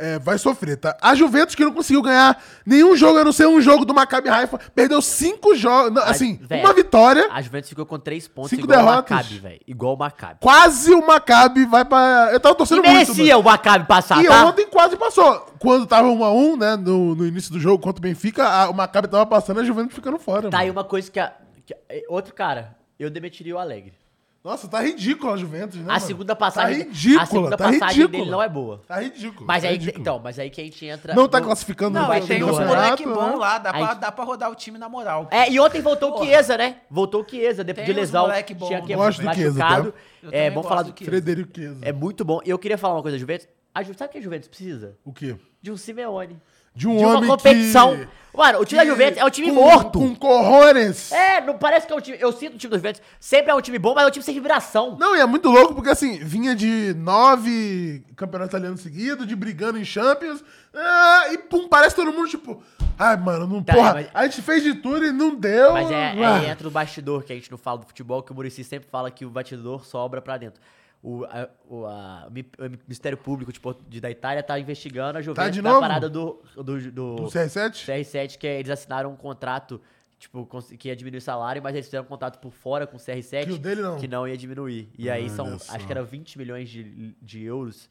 [SPEAKER 1] é, vai sofrer, tá? A Juventus que não conseguiu ganhar nenhum jogo, a não ser um jogo do Maccabi Haifa, perdeu cinco jogos, não, assim,
[SPEAKER 2] velho.
[SPEAKER 1] uma vitória,
[SPEAKER 2] A Juventus ficou com três pontos
[SPEAKER 1] Cinco
[SPEAKER 2] igual
[SPEAKER 1] derrotas.
[SPEAKER 2] o Maccabi, velho. Igual o Maccabi.
[SPEAKER 1] quase o Maccabi vai pra... Eu tava
[SPEAKER 2] E
[SPEAKER 1] torcendo muito,
[SPEAKER 2] merecia o Maccabi passar,
[SPEAKER 1] E
[SPEAKER 2] tá?
[SPEAKER 1] ontem quase passou. Quando tava 1 a 1 né, no, no início do jogo contra o Benfica, a- o Maccabi tava passando e a Juventus ficando fora.
[SPEAKER 2] Tá aí
[SPEAKER 1] mano.
[SPEAKER 2] uma coisa que, a, que a- eh, Outro cara, eu demitiria o Alegre.
[SPEAKER 1] Nossa, tá ridículo a Juventus, né,
[SPEAKER 2] A
[SPEAKER 1] mano?
[SPEAKER 2] segunda passagem.
[SPEAKER 1] Tá ridícula,
[SPEAKER 2] a segunda
[SPEAKER 1] tá
[SPEAKER 2] passagem
[SPEAKER 1] ridícula.
[SPEAKER 2] dele não é boa.
[SPEAKER 1] Tá ridículo.
[SPEAKER 2] Mas
[SPEAKER 1] tá
[SPEAKER 2] aí,
[SPEAKER 1] ridículo.
[SPEAKER 2] então, mas aí que a gente entra.
[SPEAKER 1] Não tá
[SPEAKER 2] no-
[SPEAKER 1] classificando
[SPEAKER 8] Não,
[SPEAKER 1] no
[SPEAKER 8] mas tem uns
[SPEAKER 2] Continua,
[SPEAKER 8] moleque
[SPEAKER 1] né?
[SPEAKER 8] bom lá, dá
[SPEAKER 2] Aí-
[SPEAKER 8] pra, dá pra rodar o time na moral.
[SPEAKER 2] É, e ontem voltou o
[SPEAKER 8] Porra.
[SPEAKER 2] Chiesa, né? Voltou o Chiesa, depois
[SPEAKER 8] Tem
[SPEAKER 2] de
[SPEAKER 8] uns
[SPEAKER 2] lesão.
[SPEAKER 8] moleque bom. né?
[SPEAKER 2] Tinha que
[SPEAKER 1] Gosto do Chiesa, tá?
[SPEAKER 2] machucado.
[SPEAKER 8] Eu
[SPEAKER 2] É,
[SPEAKER 8] também
[SPEAKER 2] vamos
[SPEAKER 8] gosto
[SPEAKER 2] falar do
[SPEAKER 8] do Chiesa.
[SPEAKER 1] Frederico Chiesa.
[SPEAKER 2] É muito bom. E eu queria falar uma coisa da Juventus. A Juventus, sabe o que a Juventus precisa?
[SPEAKER 1] O quê?
[SPEAKER 2] De um Simeone.
[SPEAKER 1] De um
[SPEAKER 2] de uma
[SPEAKER 1] homem
[SPEAKER 2] competição.
[SPEAKER 1] que...
[SPEAKER 2] Mano, o time da
[SPEAKER 1] que-
[SPEAKER 2] Juventus é um time
[SPEAKER 1] com-
[SPEAKER 2] morto.
[SPEAKER 1] Com corrones.
[SPEAKER 2] É, não parece que é um time. Eu sinto o time da Juventus. Sempre é um time bom, mas é um time sem vibração.
[SPEAKER 1] Não, e é muito louco porque, assim, vinha de nove campeonatos italianos seguidos, de brigando em Champions, ah, e pum, parece todo mundo, tipo, ai, mano, não,
[SPEAKER 2] Tá,
[SPEAKER 1] porra,
[SPEAKER 2] mas-
[SPEAKER 1] a gente fez de tudo e não deu.
[SPEAKER 2] Mas é, é
[SPEAKER 1] ah.
[SPEAKER 2] entra no bastidor que a gente não fala do futebol, que o Murici sempre fala que o batidor sobra pra dentro. O, a- o, a- o mi- o Ministério Público de Porto- de- da Itália tá investigando a Juventus
[SPEAKER 1] Tá de
[SPEAKER 2] na
[SPEAKER 1] novo?
[SPEAKER 2] parada do, do, do,
[SPEAKER 1] Do CR7?
[SPEAKER 2] CR7, que é- eles assinaram um contrato tipo, cons- que ia diminuir o salário, mas eles fizeram um contrato por fora com o CR7
[SPEAKER 1] Que o dele não.
[SPEAKER 2] que não ia diminuir. E aí
[SPEAKER 1] Olha
[SPEAKER 2] são,
[SPEAKER 1] só.
[SPEAKER 2] acho que era 20 milhões de, de euros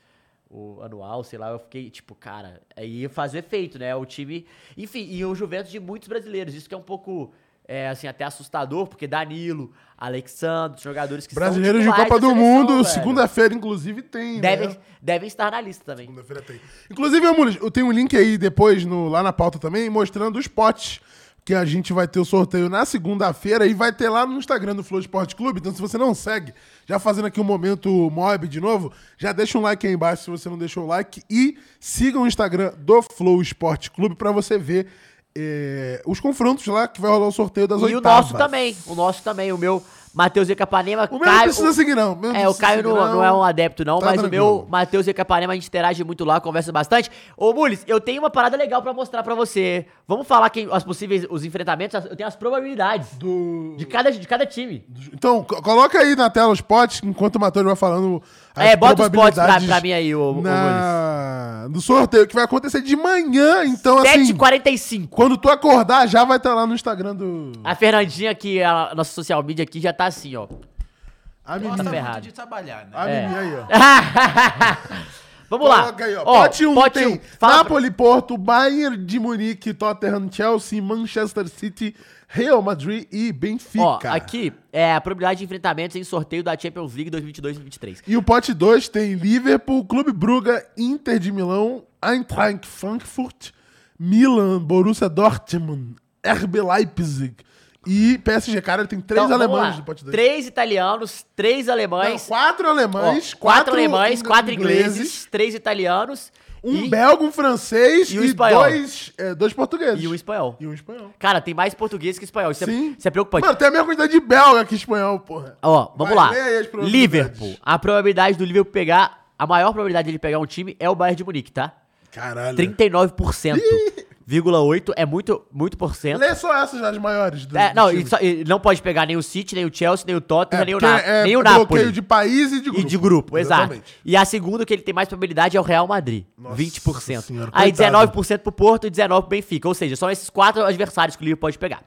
[SPEAKER 2] o anual, sei lá, eu fiquei tipo, cara, aí faz o efeito, né? O time, enfim, e o Juventus de muitos brasileiros, isso que é um pouco é, assim, até assustador, porque Danilo, Alexandre, jogadores que
[SPEAKER 1] Brasileiros de
[SPEAKER 2] titulares
[SPEAKER 1] Copa
[SPEAKER 2] da
[SPEAKER 1] do
[SPEAKER 2] seleção,
[SPEAKER 1] Mundo,
[SPEAKER 2] velho.
[SPEAKER 1] segunda-feira, inclusive, tem.
[SPEAKER 2] Devem,
[SPEAKER 1] né?
[SPEAKER 2] devem estar na lista também.
[SPEAKER 1] Segunda-feira tem. Inclusive, Amulis, eu tenho um link aí depois no- lá na pauta também, mostrando os potes. Que a gente vai ter o sorteio na segunda-feira e vai ter lá no Instagram do Flow Esporte Clube. Então, se você não segue, já fazendo aqui um momento mob de novo, já deixa um like aí embaixo se você não deixou o like. E siga o Instagram do Flow Esporte Clube pra você ver eh, os confrontos lá que vai rolar o sorteio das
[SPEAKER 2] e
[SPEAKER 1] oitavas.
[SPEAKER 2] o nosso também, o nosso também, o meu Matheus Ecapanema.
[SPEAKER 1] O meu não precisa seguir, não. meu não
[SPEAKER 2] É, o
[SPEAKER 1] precisa
[SPEAKER 2] Caio
[SPEAKER 1] seguir,
[SPEAKER 2] não, não é um adepto, não,
[SPEAKER 1] Tá
[SPEAKER 2] mas o meu
[SPEAKER 1] tranquilo.
[SPEAKER 2] Matheus Ecapanema, a gente interage muito lá, conversa bastante. Ô, Mules, eu tenho uma parada legal pra mostrar pra você. Vamos falar quem, as possíveis, os enfrentamentos, as- eu tenho as probabilidades de, cada, de cada time.
[SPEAKER 1] Então, co- coloca aí na tela os potes, enquanto o Matheus vai falando.
[SPEAKER 2] É, bota os potes pra-
[SPEAKER 1] probabilidades
[SPEAKER 2] pra mim aí, ô- ô
[SPEAKER 1] na... No sorteio, que vai acontecer de manhã, então assim.
[SPEAKER 2] 7h45.
[SPEAKER 1] Quando tu acordar, já vai estar lá no Instagram do.
[SPEAKER 2] A Fernandinha, que é a nossa social media aqui, já tá assim, ó.
[SPEAKER 1] A
[SPEAKER 2] É.
[SPEAKER 8] Gosta
[SPEAKER 1] menina.
[SPEAKER 8] muito
[SPEAKER 2] tá ferrado.
[SPEAKER 8] de trabalhar, né?
[SPEAKER 1] A
[SPEAKER 2] É.
[SPEAKER 1] menina aí, ó.
[SPEAKER 2] Vamos lá.
[SPEAKER 1] Coloca aí, ó.
[SPEAKER 2] Ó,
[SPEAKER 1] pote 1
[SPEAKER 2] pote
[SPEAKER 1] tem
[SPEAKER 2] um. Fala pra-
[SPEAKER 1] Napoli, Porto, Bayern de Munique, Tottenham, Chelsea, Manchester City, Real Madrid e Benfica.
[SPEAKER 2] Ó, aqui é a probabilidade de enfrentamentos em sorteio da Champions League 2022 e 2023.
[SPEAKER 1] E o pote 2 tem Liverpool, Clube Bruga, Inter de Milão, Eintracht Frankfurt, Milan, Borussia Dortmund, RB Leipzig e PSG. Cara, tem três
[SPEAKER 2] Então, vamos
[SPEAKER 1] alemães
[SPEAKER 2] lá.
[SPEAKER 1] no pote 2.
[SPEAKER 2] Três italianos, três alemães.
[SPEAKER 1] quatro
[SPEAKER 2] ó,
[SPEAKER 1] alemães,
[SPEAKER 2] quatro alemães, quatro ingleses, três italianos.
[SPEAKER 1] um
[SPEAKER 2] e,
[SPEAKER 1] belga, um francês
[SPEAKER 2] e
[SPEAKER 1] e,
[SPEAKER 2] um espanhol.
[SPEAKER 1] dois, é, dois portugueses.
[SPEAKER 2] e um espanhol.
[SPEAKER 1] E um espanhol.
[SPEAKER 2] Cara, tem mais português que espanhol. Isso, É,
[SPEAKER 1] Sim.
[SPEAKER 2] isso é preocupante.
[SPEAKER 1] Mano, tem a mesma quantidade de belga que espanhol, porra.
[SPEAKER 2] Ó, vamos
[SPEAKER 1] Vai,
[SPEAKER 2] lá.
[SPEAKER 1] lê aí as probabilidades.
[SPEAKER 2] Liverpool. A probabilidade do Liverpool pegar. A maior probabilidade dele pegar um time é o Bayern de Munique, tá?
[SPEAKER 1] Caralho.
[SPEAKER 2] 39%. Vírgula 8 é muito, muito por cento.
[SPEAKER 1] Lê só essas, as maiores. do-
[SPEAKER 2] É, não,
[SPEAKER 1] do time.
[SPEAKER 2] e só- e não pode pegar nem o City, nem o Chelsea, nem o Tottenham, nem o,
[SPEAKER 1] É, porque
[SPEAKER 2] Na, nem o Napoli.
[SPEAKER 1] bloqueio de país e de
[SPEAKER 2] E
[SPEAKER 1] grupo.
[SPEAKER 2] de grupo, exato.
[SPEAKER 1] Exatamente.
[SPEAKER 2] E a segunda que ele tem mais probabilidade é o Real Madrid,
[SPEAKER 1] Nossa
[SPEAKER 2] 20%.
[SPEAKER 1] senhora, coitado.
[SPEAKER 2] Aí 19% pro Porto e 19% pro Benfica. Ou seja, são esses quatro adversários que o Liverpool pode pegar.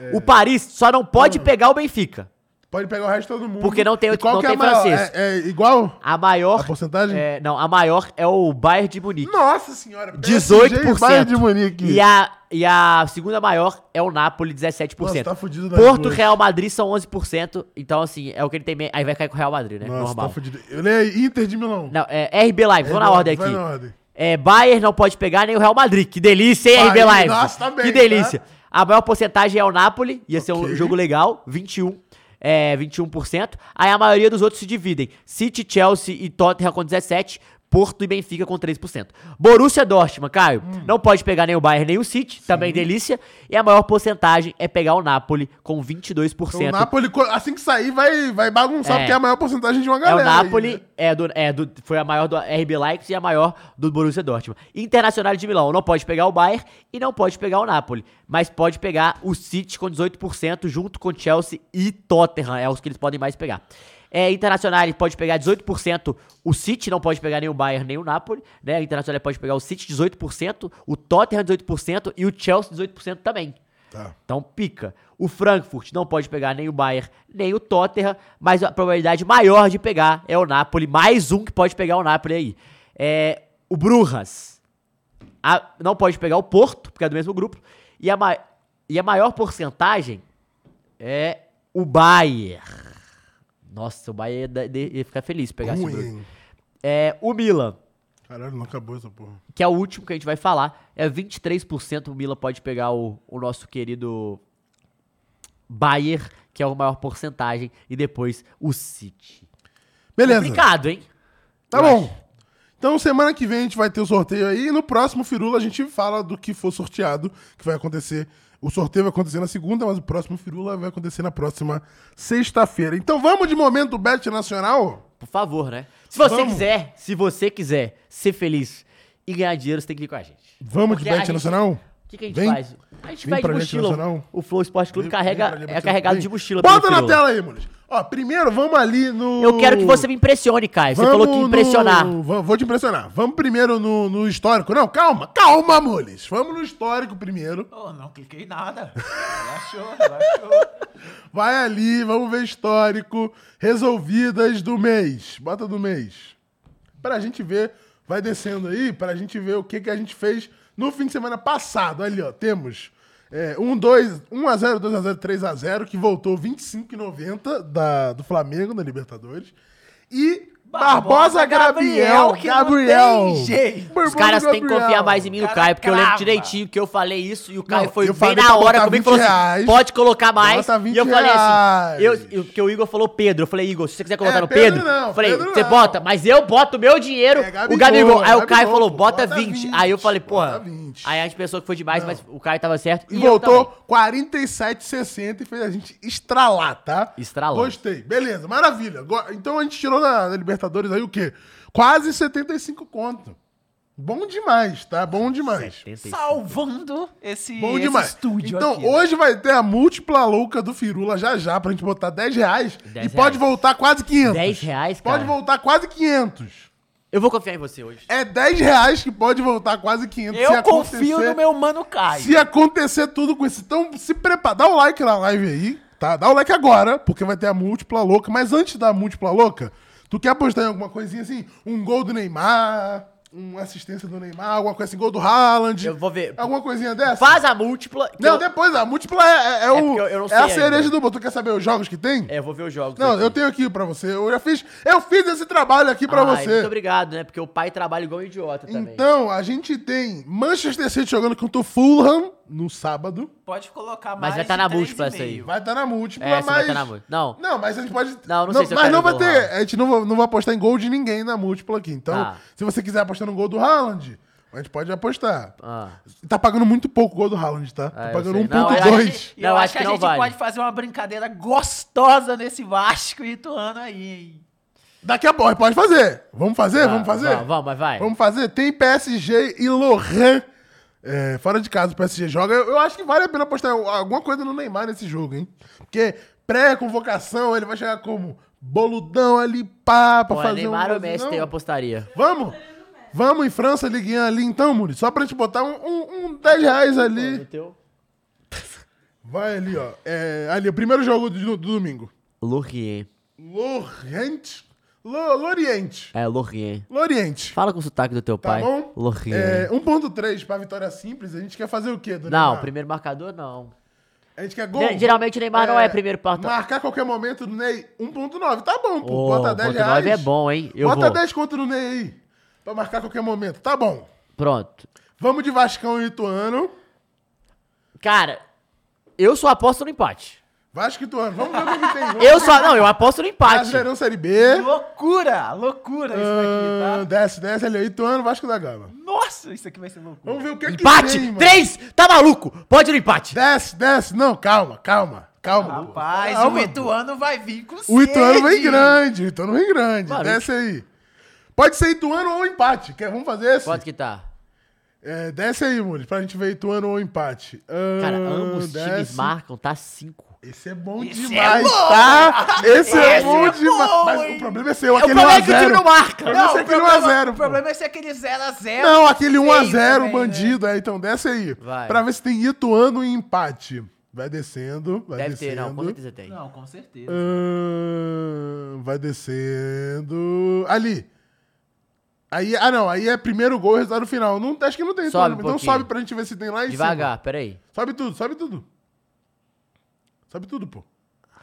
[SPEAKER 1] É.
[SPEAKER 2] O Paris só não
[SPEAKER 1] Ah.
[SPEAKER 2] pode pegar o Benfica.
[SPEAKER 1] Pode pegar o resto de todo mundo.
[SPEAKER 2] Porque não tem-
[SPEAKER 1] E qual
[SPEAKER 2] não
[SPEAKER 1] que é
[SPEAKER 2] tem
[SPEAKER 1] a maior?
[SPEAKER 2] francês.
[SPEAKER 1] É, é igual?
[SPEAKER 2] A maior.
[SPEAKER 1] A porcentagem?
[SPEAKER 2] é, não, a maior é o Bayern de Munique.
[SPEAKER 1] Nossa senhora. PSG e
[SPEAKER 2] 18%.
[SPEAKER 1] Bayern de Munique.
[SPEAKER 2] E a, e a segunda maior é o Napoli, 17%.
[SPEAKER 1] Nossa, tá fudido nas
[SPEAKER 2] Porto
[SPEAKER 1] duas.
[SPEAKER 2] Real Madrid são 11%. Então, assim, é o que ele tem. me- Aí vai cair com o Real Madrid, né?
[SPEAKER 1] Nossa,
[SPEAKER 2] Normal.
[SPEAKER 1] tá fudido. Eu leio Inter de Milão.
[SPEAKER 2] Não, é RB Live, vamos na ordem
[SPEAKER 1] Vai
[SPEAKER 2] aqui.
[SPEAKER 1] na ordem.
[SPEAKER 2] É, Bayern não pode pegar nem o Real Madrid. Que delícia, hein, RB
[SPEAKER 1] Bahia,
[SPEAKER 2] Live?
[SPEAKER 1] nossa, tá bem,
[SPEAKER 2] que
[SPEAKER 1] tá?
[SPEAKER 2] delícia. A maior porcentagem é o Napoli, ia ser um
[SPEAKER 1] Ok.
[SPEAKER 2] jogo legal, 21. É, 21%. Aí a maioria dos outros se dividem. City, Chelsea e Tottenham com 17%. Porto e Benfica com 3%. Borussia Dortmund, Caio,
[SPEAKER 1] Hum.
[SPEAKER 2] não pode pegar nem o Bayern nem o City, também delícia. E a maior porcentagem é pegar o Napoli com 22%.
[SPEAKER 1] Então, o Napoli, co- assim que sair, vai, vai bagunçar,
[SPEAKER 2] É.
[SPEAKER 1] porque é a maior porcentagem de uma
[SPEAKER 2] É
[SPEAKER 1] galera.
[SPEAKER 2] o Napoli,
[SPEAKER 1] aí, né?
[SPEAKER 2] é do, é do, foi a maior do RB Leipzig e a maior do Borussia Dortmund. Internacional de Milão não pode pegar o Bayern e não pode pegar o Napoli, mas pode pegar o City com 18% junto com Chelsea e Tottenham, é os que eles podem mais pegar. É, Internacional pode pegar 18%, o City não pode pegar nem o Bayern nem o Napoli, né? Internacional pode pegar o City 18%, o Tottenham 18% e o Chelsea 18% também.
[SPEAKER 1] Tá.
[SPEAKER 2] Então pica. O Frankfurt não pode pegar nem o Bayern, nem o Tottenham, mas a probabilidade maior de pegar é o Napoli. Mais um que pode pegar o Napoli aí. É, o Brujas a- não pode pegar o Porto, porque é do mesmo grupo. E a, ma- e a maior porcentagem é o Bayern. Nossa, o Bayern ia, da- de- ia ficar feliz se pegasse o
[SPEAKER 1] Ruim,
[SPEAKER 2] Brujas.
[SPEAKER 1] hein?
[SPEAKER 2] É, o Milan
[SPEAKER 1] Caralho, não acabou essa porra.
[SPEAKER 2] que é o último que a gente vai falar, é 23% o Milan pode pegar o, o nosso querido Bayer, que é a maior porcentagem, e depois o City.
[SPEAKER 1] Beleza.
[SPEAKER 2] Complicado, hein?
[SPEAKER 1] Tá bom. Então, semana que vem a gente vai ter o sorteio aí. E no próximo Firula a gente fala do que for sorteado, que vai acontecer. O sorteio vai acontecer na segunda, mas o próximo Firula vai acontecer na próxima sexta-feira. Então vamos de momento Bet Nacional?
[SPEAKER 2] Por favor, né? Se você
[SPEAKER 1] Vamos.
[SPEAKER 2] quiser, se você quiser ser feliz e ganhar dinheiro, você tem que vir com a gente.
[SPEAKER 1] Vamos
[SPEAKER 2] Porque
[SPEAKER 1] de
[SPEAKER 2] a
[SPEAKER 1] Bet
[SPEAKER 2] gente-
[SPEAKER 1] Nacional?
[SPEAKER 2] O que, que a gente
[SPEAKER 1] Vem.
[SPEAKER 2] faz? A gente
[SPEAKER 1] Vem
[SPEAKER 2] vai de
[SPEAKER 1] pra gente,
[SPEAKER 2] mochila.
[SPEAKER 1] Nacional.
[SPEAKER 2] O Flow Esporte Clube
[SPEAKER 1] Vem-
[SPEAKER 2] carrega,
[SPEAKER 1] vem pra gente,
[SPEAKER 2] é carregado
[SPEAKER 1] vem.
[SPEAKER 2] de mochila. pelo
[SPEAKER 1] Bota na
[SPEAKER 2] Firula.
[SPEAKER 1] tela aí, moleque. Ó, primeiro vamos ali no.
[SPEAKER 2] Eu quero que você me impressione, Caio. Você
[SPEAKER 1] Vamos
[SPEAKER 2] falou que impressionar.
[SPEAKER 1] no- va- Vou te impressionar. Vamos primeiro no, no histórico. Não, calma, calma, Mules. Vamos no histórico primeiro.
[SPEAKER 8] Oh, não cliquei nada. Relaxou, relaxou.
[SPEAKER 1] Vai ali, vamos ver histórico. Resolvidas do mês. Bota do mês. Pra gente ver, vai descendo aí, pra gente ver o que, que a gente fez no fim de semana passado. Ali, ó, temos é, 1, 2, 1 a 0 2 a 0 3 a 0 que voltou 25,90 da- do Flamengo na Libertadores. E Barbosa,
[SPEAKER 2] Barbosa
[SPEAKER 1] Gabriel.
[SPEAKER 2] Gabriel, que não
[SPEAKER 1] Gabriel.
[SPEAKER 2] tem jeito.
[SPEAKER 1] Barbosa
[SPEAKER 2] Os caras têm que
[SPEAKER 1] Gabriel.
[SPEAKER 2] confiar mais em mim no
[SPEAKER 1] Cara,
[SPEAKER 2] Caio, porque eu
[SPEAKER 1] crava.
[SPEAKER 2] lembro direitinho que eu falei isso e o Caio
[SPEAKER 1] Não,
[SPEAKER 2] foi
[SPEAKER 1] eu
[SPEAKER 2] bem
[SPEAKER 1] falei "Tá
[SPEAKER 2] na
[SPEAKER 1] pra
[SPEAKER 2] hora
[SPEAKER 1] botar
[SPEAKER 2] comigo e falou
[SPEAKER 1] 20
[SPEAKER 2] assim:
[SPEAKER 1] reais.
[SPEAKER 2] pode colocar mais.
[SPEAKER 1] Bota 20
[SPEAKER 2] E eu falei assim:
[SPEAKER 1] reais.
[SPEAKER 2] eu, eu, que o Igor falou Pedro. Eu falei, Igor, se você quiser colocar
[SPEAKER 1] É,
[SPEAKER 2] no
[SPEAKER 1] Pedro
[SPEAKER 2] Pedro,
[SPEAKER 1] não,
[SPEAKER 2] eu falei,
[SPEAKER 1] Pedro
[SPEAKER 2] você
[SPEAKER 1] não. É,
[SPEAKER 2] bota, mas eu boto o meu dinheiro,
[SPEAKER 1] Gabigol,
[SPEAKER 2] o Gabigol. Aí o Caio
[SPEAKER 1] Gabigol,
[SPEAKER 2] falou, bota,
[SPEAKER 1] bota
[SPEAKER 2] 20.
[SPEAKER 1] 20,
[SPEAKER 2] Aí eu falei,
[SPEAKER 1] bota
[SPEAKER 2] porra.
[SPEAKER 1] 20.
[SPEAKER 2] Aí a gente pensou que foi demais, mas o Caio tava certo.
[SPEAKER 1] E,
[SPEAKER 2] eu também.
[SPEAKER 1] voltou 47,60 e fez a gente estralar, tá?
[SPEAKER 2] Estralou.
[SPEAKER 1] Gostei. Beleza, maravilha. Go- Então a gente tirou da, da Libertadores aí o quê? Quase 75 conto. Bom demais, tá? Bom demais.
[SPEAKER 8] Salvando esse,
[SPEAKER 1] Bom
[SPEAKER 8] esse
[SPEAKER 1] demais.
[SPEAKER 8] estúdio
[SPEAKER 1] então,
[SPEAKER 8] aqui. né?
[SPEAKER 1] hoje vai ter a múltipla louca do Firula já já pra gente botar 10 reais.
[SPEAKER 2] 10
[SPEAKER 1] e pode
[SPEAKER 2] reais.
[SPEAKER 1] voltar quase 500.
[SPEAKER 2] 10 reais, cara.
[SPEAKER 1] Pode voltar quase 500.
[SPEAKER 2] Eu vou confiar em você hoje.
[SPEAKER 1] É 10 reais que pode voltar quase 500.
[SPEAKER 8] Eu confio no meu mano Caio.
[SPEAKER 1] Se acontecer tudo com isso, então se prepara. Dá o like na live aí, tá? Dá o like agora, porque vai ter a múltipla louca. Mas antes da múltipla louca, tu quer apostar em alguma coisinha assim? Um gol do Neymar, uma assistência do Neymar, alguma coisa assim, gol do Haaland.
[SPEAKER 2] Eu vou ver.
[SPEAKER 1] Alguma coisinha dessa?
[SPEAKER 2] Faz a múltipla. que
[SPEAKER 1] Não,
[SPEAKER 2] eu-
[SPEAKER 1] depois a múltipla é, é- é o,
[SPEAKER 2] porque eu- eu não
[SPEAKER 1] é a
[SPEAKER 2] sei
[SPEAKER 1] cereja
[SPEAKER 2] ainda.
[SPEAKER 1] do bolo. Tu quer saber os jogos que tem?
[SPEAKER 2] É, eu vou ver os jogos.
[SPEAKER 1] não,
[SPEAKER 2] aqui.
[SPEAKER 1] eu tenho aqui pra você. Eu já fiz. Eu fiz esse trabalho aqui pra
[SPEAKER 2] Ai,
[SPEAKER 1] você.
[SPEAKER 2] Muito obrigado, né? Porque o pai trabalha igual um idiota também.
[SPEAKER 1] Então, a gente tem Manchester City jogando contra o Fulham no sábado.
[SPEAKER 8] Pode colocar mais
[SPEAKER 2] Mas já tá na
[SPEAKER 8] de três
[SPEAKER 2] múltipla
[SPEAKER 8] e
[SPEAKER 2] essa aí.
[SPEAKER 8] meio.
[SPEAKER 1] Vai estar na múltipla,
[SPEAKER 2] É,
[SPEAKER 1] mas...
[SPEAKER 2] você vai tá na múltipla. Não.
[SPEAKER 1] Não, mas a gente pode...
[SPEAKER 2] Não, não sei se eu
[SPEAKER 1] Mas
[SPEAKER 2] quero
[SPEAKER 1] não vai
[SPEAKER 2] gol,
[SPEAKER 1] ter...
[SPEAKER 2] Haaland.
[SPEAKER 1] A gente não vai, não vai apostar em gol de ninguém na múltipla aqui. Então,
[SPEAKER 2] Tá.
[SPEAKER 1] se você quiser apostar no gol do Haaland, a gente pode apostar.
[SPEAKER 2] Ah.
[SPEAKER 1] Tá pagando muito pouco o gol do Haaland, tá?
[SPEAKER 2] Ah,
[SPEAKER 1] Tá
[SPEAKER 2] eu
[SPEAKER 1] pagando
[SPEAKER 2] sei. Não, é-
[SPEAKER 1] 1.2.
[SPEAKER 8] Eu acho que, a gente
[SPEAKER 2] vale.
[SPEAKER 8] pode fazer uma brincadeira gostosa nesse Vasco e Ituano aí, hein?
[SPEAKER 1] Daqui a pouco, pode fazer. Vamos fazer?
[SPEAKER 2] Ah,
[SPEAKER 1] é, vamos fazer?
[SPEAKER 2] Vamos, vamos, mas vai.
[SPEAKER 1] Vamos fazer? Tem PSG e Lohan. É, fora de casa, o PSG joga. Eu, eu acho que vale a pena apostar alguma coisa no Neymar nesse jogo, hein? Porque pré-convocação, ele vai chegar como boludão ali, pá, pra
[SPEAKER 2] Pô,
[SPEAKER 1] fazer
[SPEAKER 2] Neymar é
[SPEAKER 1] um
[SPEAKER 2] ou Messi,
[SPEAKER 1] golzinho.
[SPEAKER 2] eu apostaria.
[SPEAKER 1] Vamos? Vamos em França, Liguinha ali então, Muri. Só pra gente botar um, um, um 10 reais
[SPEAKER 2] O
[SPEAKER 1] ali.
[SPEAKER 2] teu?
[SPEAKER 1] Vai ali, ó. É, ali, o primeiro jogo do, do domingo.
[SPEAKER 2] Lorient.
[SPEAKER 1] Lorient. Lo- Loriente.
[SPEAKER 2] É, Lorient.
[SPEAKER 1] Loriente.
[SPEAKER 2] Fala com o sotaque do teu
[SPEAKER 1] Tá
[SPEAKER 2] pai.
[SPEAKER 1] bom?
[SPEAKER 2] Lorient.
[SPEAKER 1] É, 1.3 pra vitória simples, a gente quer fazer o quê, do
[SPEAKER 2] Não,
[SPEAKER 1] Neymar?
[SPEAKER 2] primeiro marcador não.
[SPEAKER 1] A gente quer gol.
[SPEAKER 2] Ge- geralmente o Neymar não é primeiro parto-
[SPEAKER 1] Marcar qualquer momento do Ney, 1.9. Tá bom, pô.
[SPEAKER 2] Ô,
[SPEAKER 1] bota 10
[SPEAKER 2] ponto
[SPEAKER 1] reais.
[SPEAKER 2] nove é bom, hein? Eu
[SPEAKER 1] bota
[SPEAKER 2] vou.
[SPEAKER 1] 10 conto no Ney aí. Pra marcar qualquer momento. Tá bom.
[SPEAKER 2] Pronto.
[SPEAKER 1] Vamos de Vascão e Ituano.
[SPEAKER 2] Cara, eu só aposto no empate.
[SPEAKER 1] Vasco e Ituano. Vamos ver o que que tem. Vamos
[SPEAKER 2] Eu
[SPEAKER 1] ver.
[SPEAKER 2] só. Não, eu aposto
[SPEAKER 1] Tá
[SPEAKER 2] no empate.
[SPEAKER 1] Brasileirão Série B.
[SPEAKER 8] Loucura! Loucura isso
[SPEAKER 1] Ah,
[SPEAKER 8] daqui, tá?
[SPEAKER 1] desce, desce ali. Ituano, Vasco da Gama.
[SPEAKER 8] Nossa, isso aqui vai ser loucura.
[SPEAKER 1] Vamos ver o que que tem,
[SPEAKER 2] Empate!
[SPEAKER 1] mano.
[SPEAKER 2] Três! Tá maluco? Pode ir no empate!
[SPEAKER 1] Desce, desce. Não, calma, calma. Calma. pô.
[SPEAKER 8] Rapaz, o
[SPEAKER 1] Calma, pô.
[SPEAKER 8] Ituano vai vir com
[SPEAKER 1] O Ituano
[SPEAKER 8] sede.
[SPEAKER 1] vem grande, o Ituano vem grande.
[SPEAKER 2] Mano,
[SPEAKER 1] desce aí. Pode ser Ituano ou empate. Quer, vamos fazer esse?
[SPEAKER 2] Quanto que tá?
[SPEAKER 1] É, desce aí, Mules, pra gente ver Ituano ou empate. Ah,
[SPEAKER 2] Cara, ambos os times
[SPEAKER 1] desce.
[SPEAKER 2] marcam, tá cinco.
[SPEAKER 1] Esse é bom
[SPEAKER 8] Esse é
[SPEAKER 1] demais,
[SPEAKER 8] bom.
[SPEAKER 1] tá? Esse, é
[SPEAKER 8] Esse
[SPEAKER 1] bom
[SPEAKER 8] é
[SPEAKER 1] demais.
[SPEAKER 8] bom,
[SPEAKER 1] Mas o
[SPEAKER 8] hein?
[SPEAKER 1] problema é Tá seu,
[SPEAKER 2] o
[SPEAKER 1] aquele
[SPEAKER 2] problema é que o time
[SPEAKER 1] 1x0.
[SPEAKER 2] não é marca.
[SPEAKER 1] Não, aquele 1x0.
[SPEAKER 8] O problema é ser aquele 0x0.
[SPEAKER 1] Não, aquele 1x0,
[SPEAKER 8] também,
[SPEAKER 1] bandido. É, então desce aí.
[SPEAKER 2] né? Vai.
[SPEAKER 1] Pra ver se tem Ituano e empate. Vai descendo, vai
[SPEAKER 2] Deve
[SPEAKER 1] descendo.
[SPEAKER 2] ter, não, com certeza tem.
[SPEAKER 8] Não, com certeza.
[SPEAKER 1] Ahn, vai descendo. Ali. Aí, ah, não. Aí é primeiro gol e resultado final. Não, acho que não tem.
[SPEAKER 2] Sobe um
[SPEAKER 1] então
[SPEAKER 2] pouquinho.
[SPEAKER 1] sobe pra gente ver se tem lá em cima.
[SPEAKER 2] Devagar, peraí.
[SPEAKER 1] Sobe tudo, sobe tudo. Sobe tudo, pô.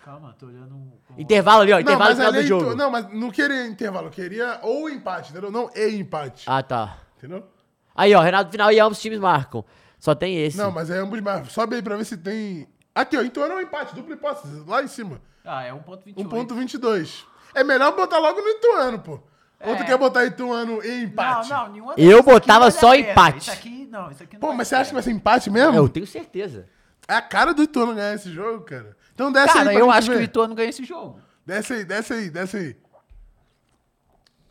[SPEAKER 8] Calma, tô olhando. um- o-
[SPEAKER 2] Intervalo ali, ó.
[SPEAKER 1] Não,
[SPEAKER 2] Intervalo
[SPEAKER 1] mas,
[SPEAKER 2] final
[SPEAKER 1] ali
[SPEAKER 2] do
[SPEAKER 1] é em
[SPEAKER 2] jogo.
[SPEAKER 1] tu- não, mas não queria intervalo. Queria ou empate, entendeu? Não e empate.
[SPEAKER 2] Ah, tá.
[SPEAKER 1] Entendeu?
[SPEAKER 2] Aí, ó, Renato final e ambos os times marcam. Só tem esse.
[SPEAKER 1] Não, mas é ambos. Mas sobe aí pra ver se tem. Aqui, ó. Então era um empate, dupla hipótese. Lá em cima.
[SPEAKER 8] Ah, é 1.28.
[SPEAKER 1] 1.22. É melhor botar logo no Ituano, pô.
[SPEAKER 2] É.
[SPEAKER 1] Ou tu quer botar Ituano e empate?
[SPEAKER 8] Não, não, nenhuma
[SPEAKER 2] Eu
[SPEAKER 8] dessas aqui
[SPEAKER 2] botava
[SPEAKER 8] vale a
[SPEAKER 2] só
[SPEAKER 8] pena.
[SPEAKER 2] empate.
[SPEAKER 8] Isso aqui, não, isso aqui não
[SPEAKER 1] Pô,
[SPEAKER 8] vale
[SPEAKER 1] mas
[SPEAKER 8] a
[SPEAKER 1] você acha que
[SPEAKER 8] pena.
[SPEAKER 1] vai ser empate mesmo?
[SPEAKER 2] É, Eu tenho certeza.
[SPEAKER 1] É a cara do Ituano ganhar esse jogo, cara. Então desce
[SPEAKER 8] Cara,
[SPEAKER 1] aí pra
[SPEAKER 8] eu
[SPEAKER 1] gente
[SPEAKER 8] acho que
[SPEAKER 1] ver.
[SPEAKER 8] o Ituano ganha esse jogo.
[SPEAKER 1] Desce aí, desce aí, desce aí.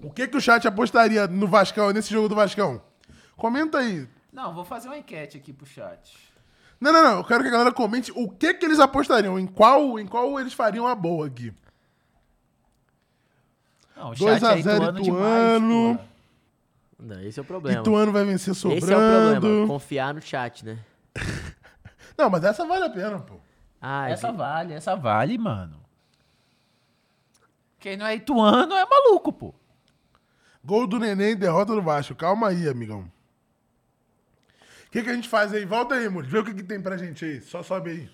[SPEAKER 1] O que que o chat apostaria no Vascão, nesse jogo do Vascão? Comenta aí.
[SPEAKER 8] Não, vou fazer uma enquete aqui pro chat.
[SPEAKER 1] Não, não, não. Eu quero que a galera comente o que que eles apostariam, em qual, em qual eles fariam a boa aqui.
[SPEAKER 8] Não, o chat é
[SPEAKER 1] 2x0
[SPEAKER 8] ituano
[SPEAKER 1] Ituano.
[SPEAKER 2] Não, esse é o problema.
[SPEAKER 1] Ituano vai vencer
[SPEAKER 2] Esse é o
[SPEAKER 1] sobrando.
[SPEAKER 2] problema, confiar no chat, né?
[SPEAKER 1] Não, mas essa vale a pena, pô.
[SPEAKER 2] Ah,
[SPEAKER 8] Essa
[SPEAKER 2] gente,
[SPEAKER 8] vale, essa vale, mano. Quem não é ituano é maluco, pô.
[SPEAKER 1] Gol do Neném, derrota do Vasco. Calma aí, amigão. O que, que a gente faz aí? Volta aí, Mules. Vê o que, que tem pra gente aí. Só sobe aí.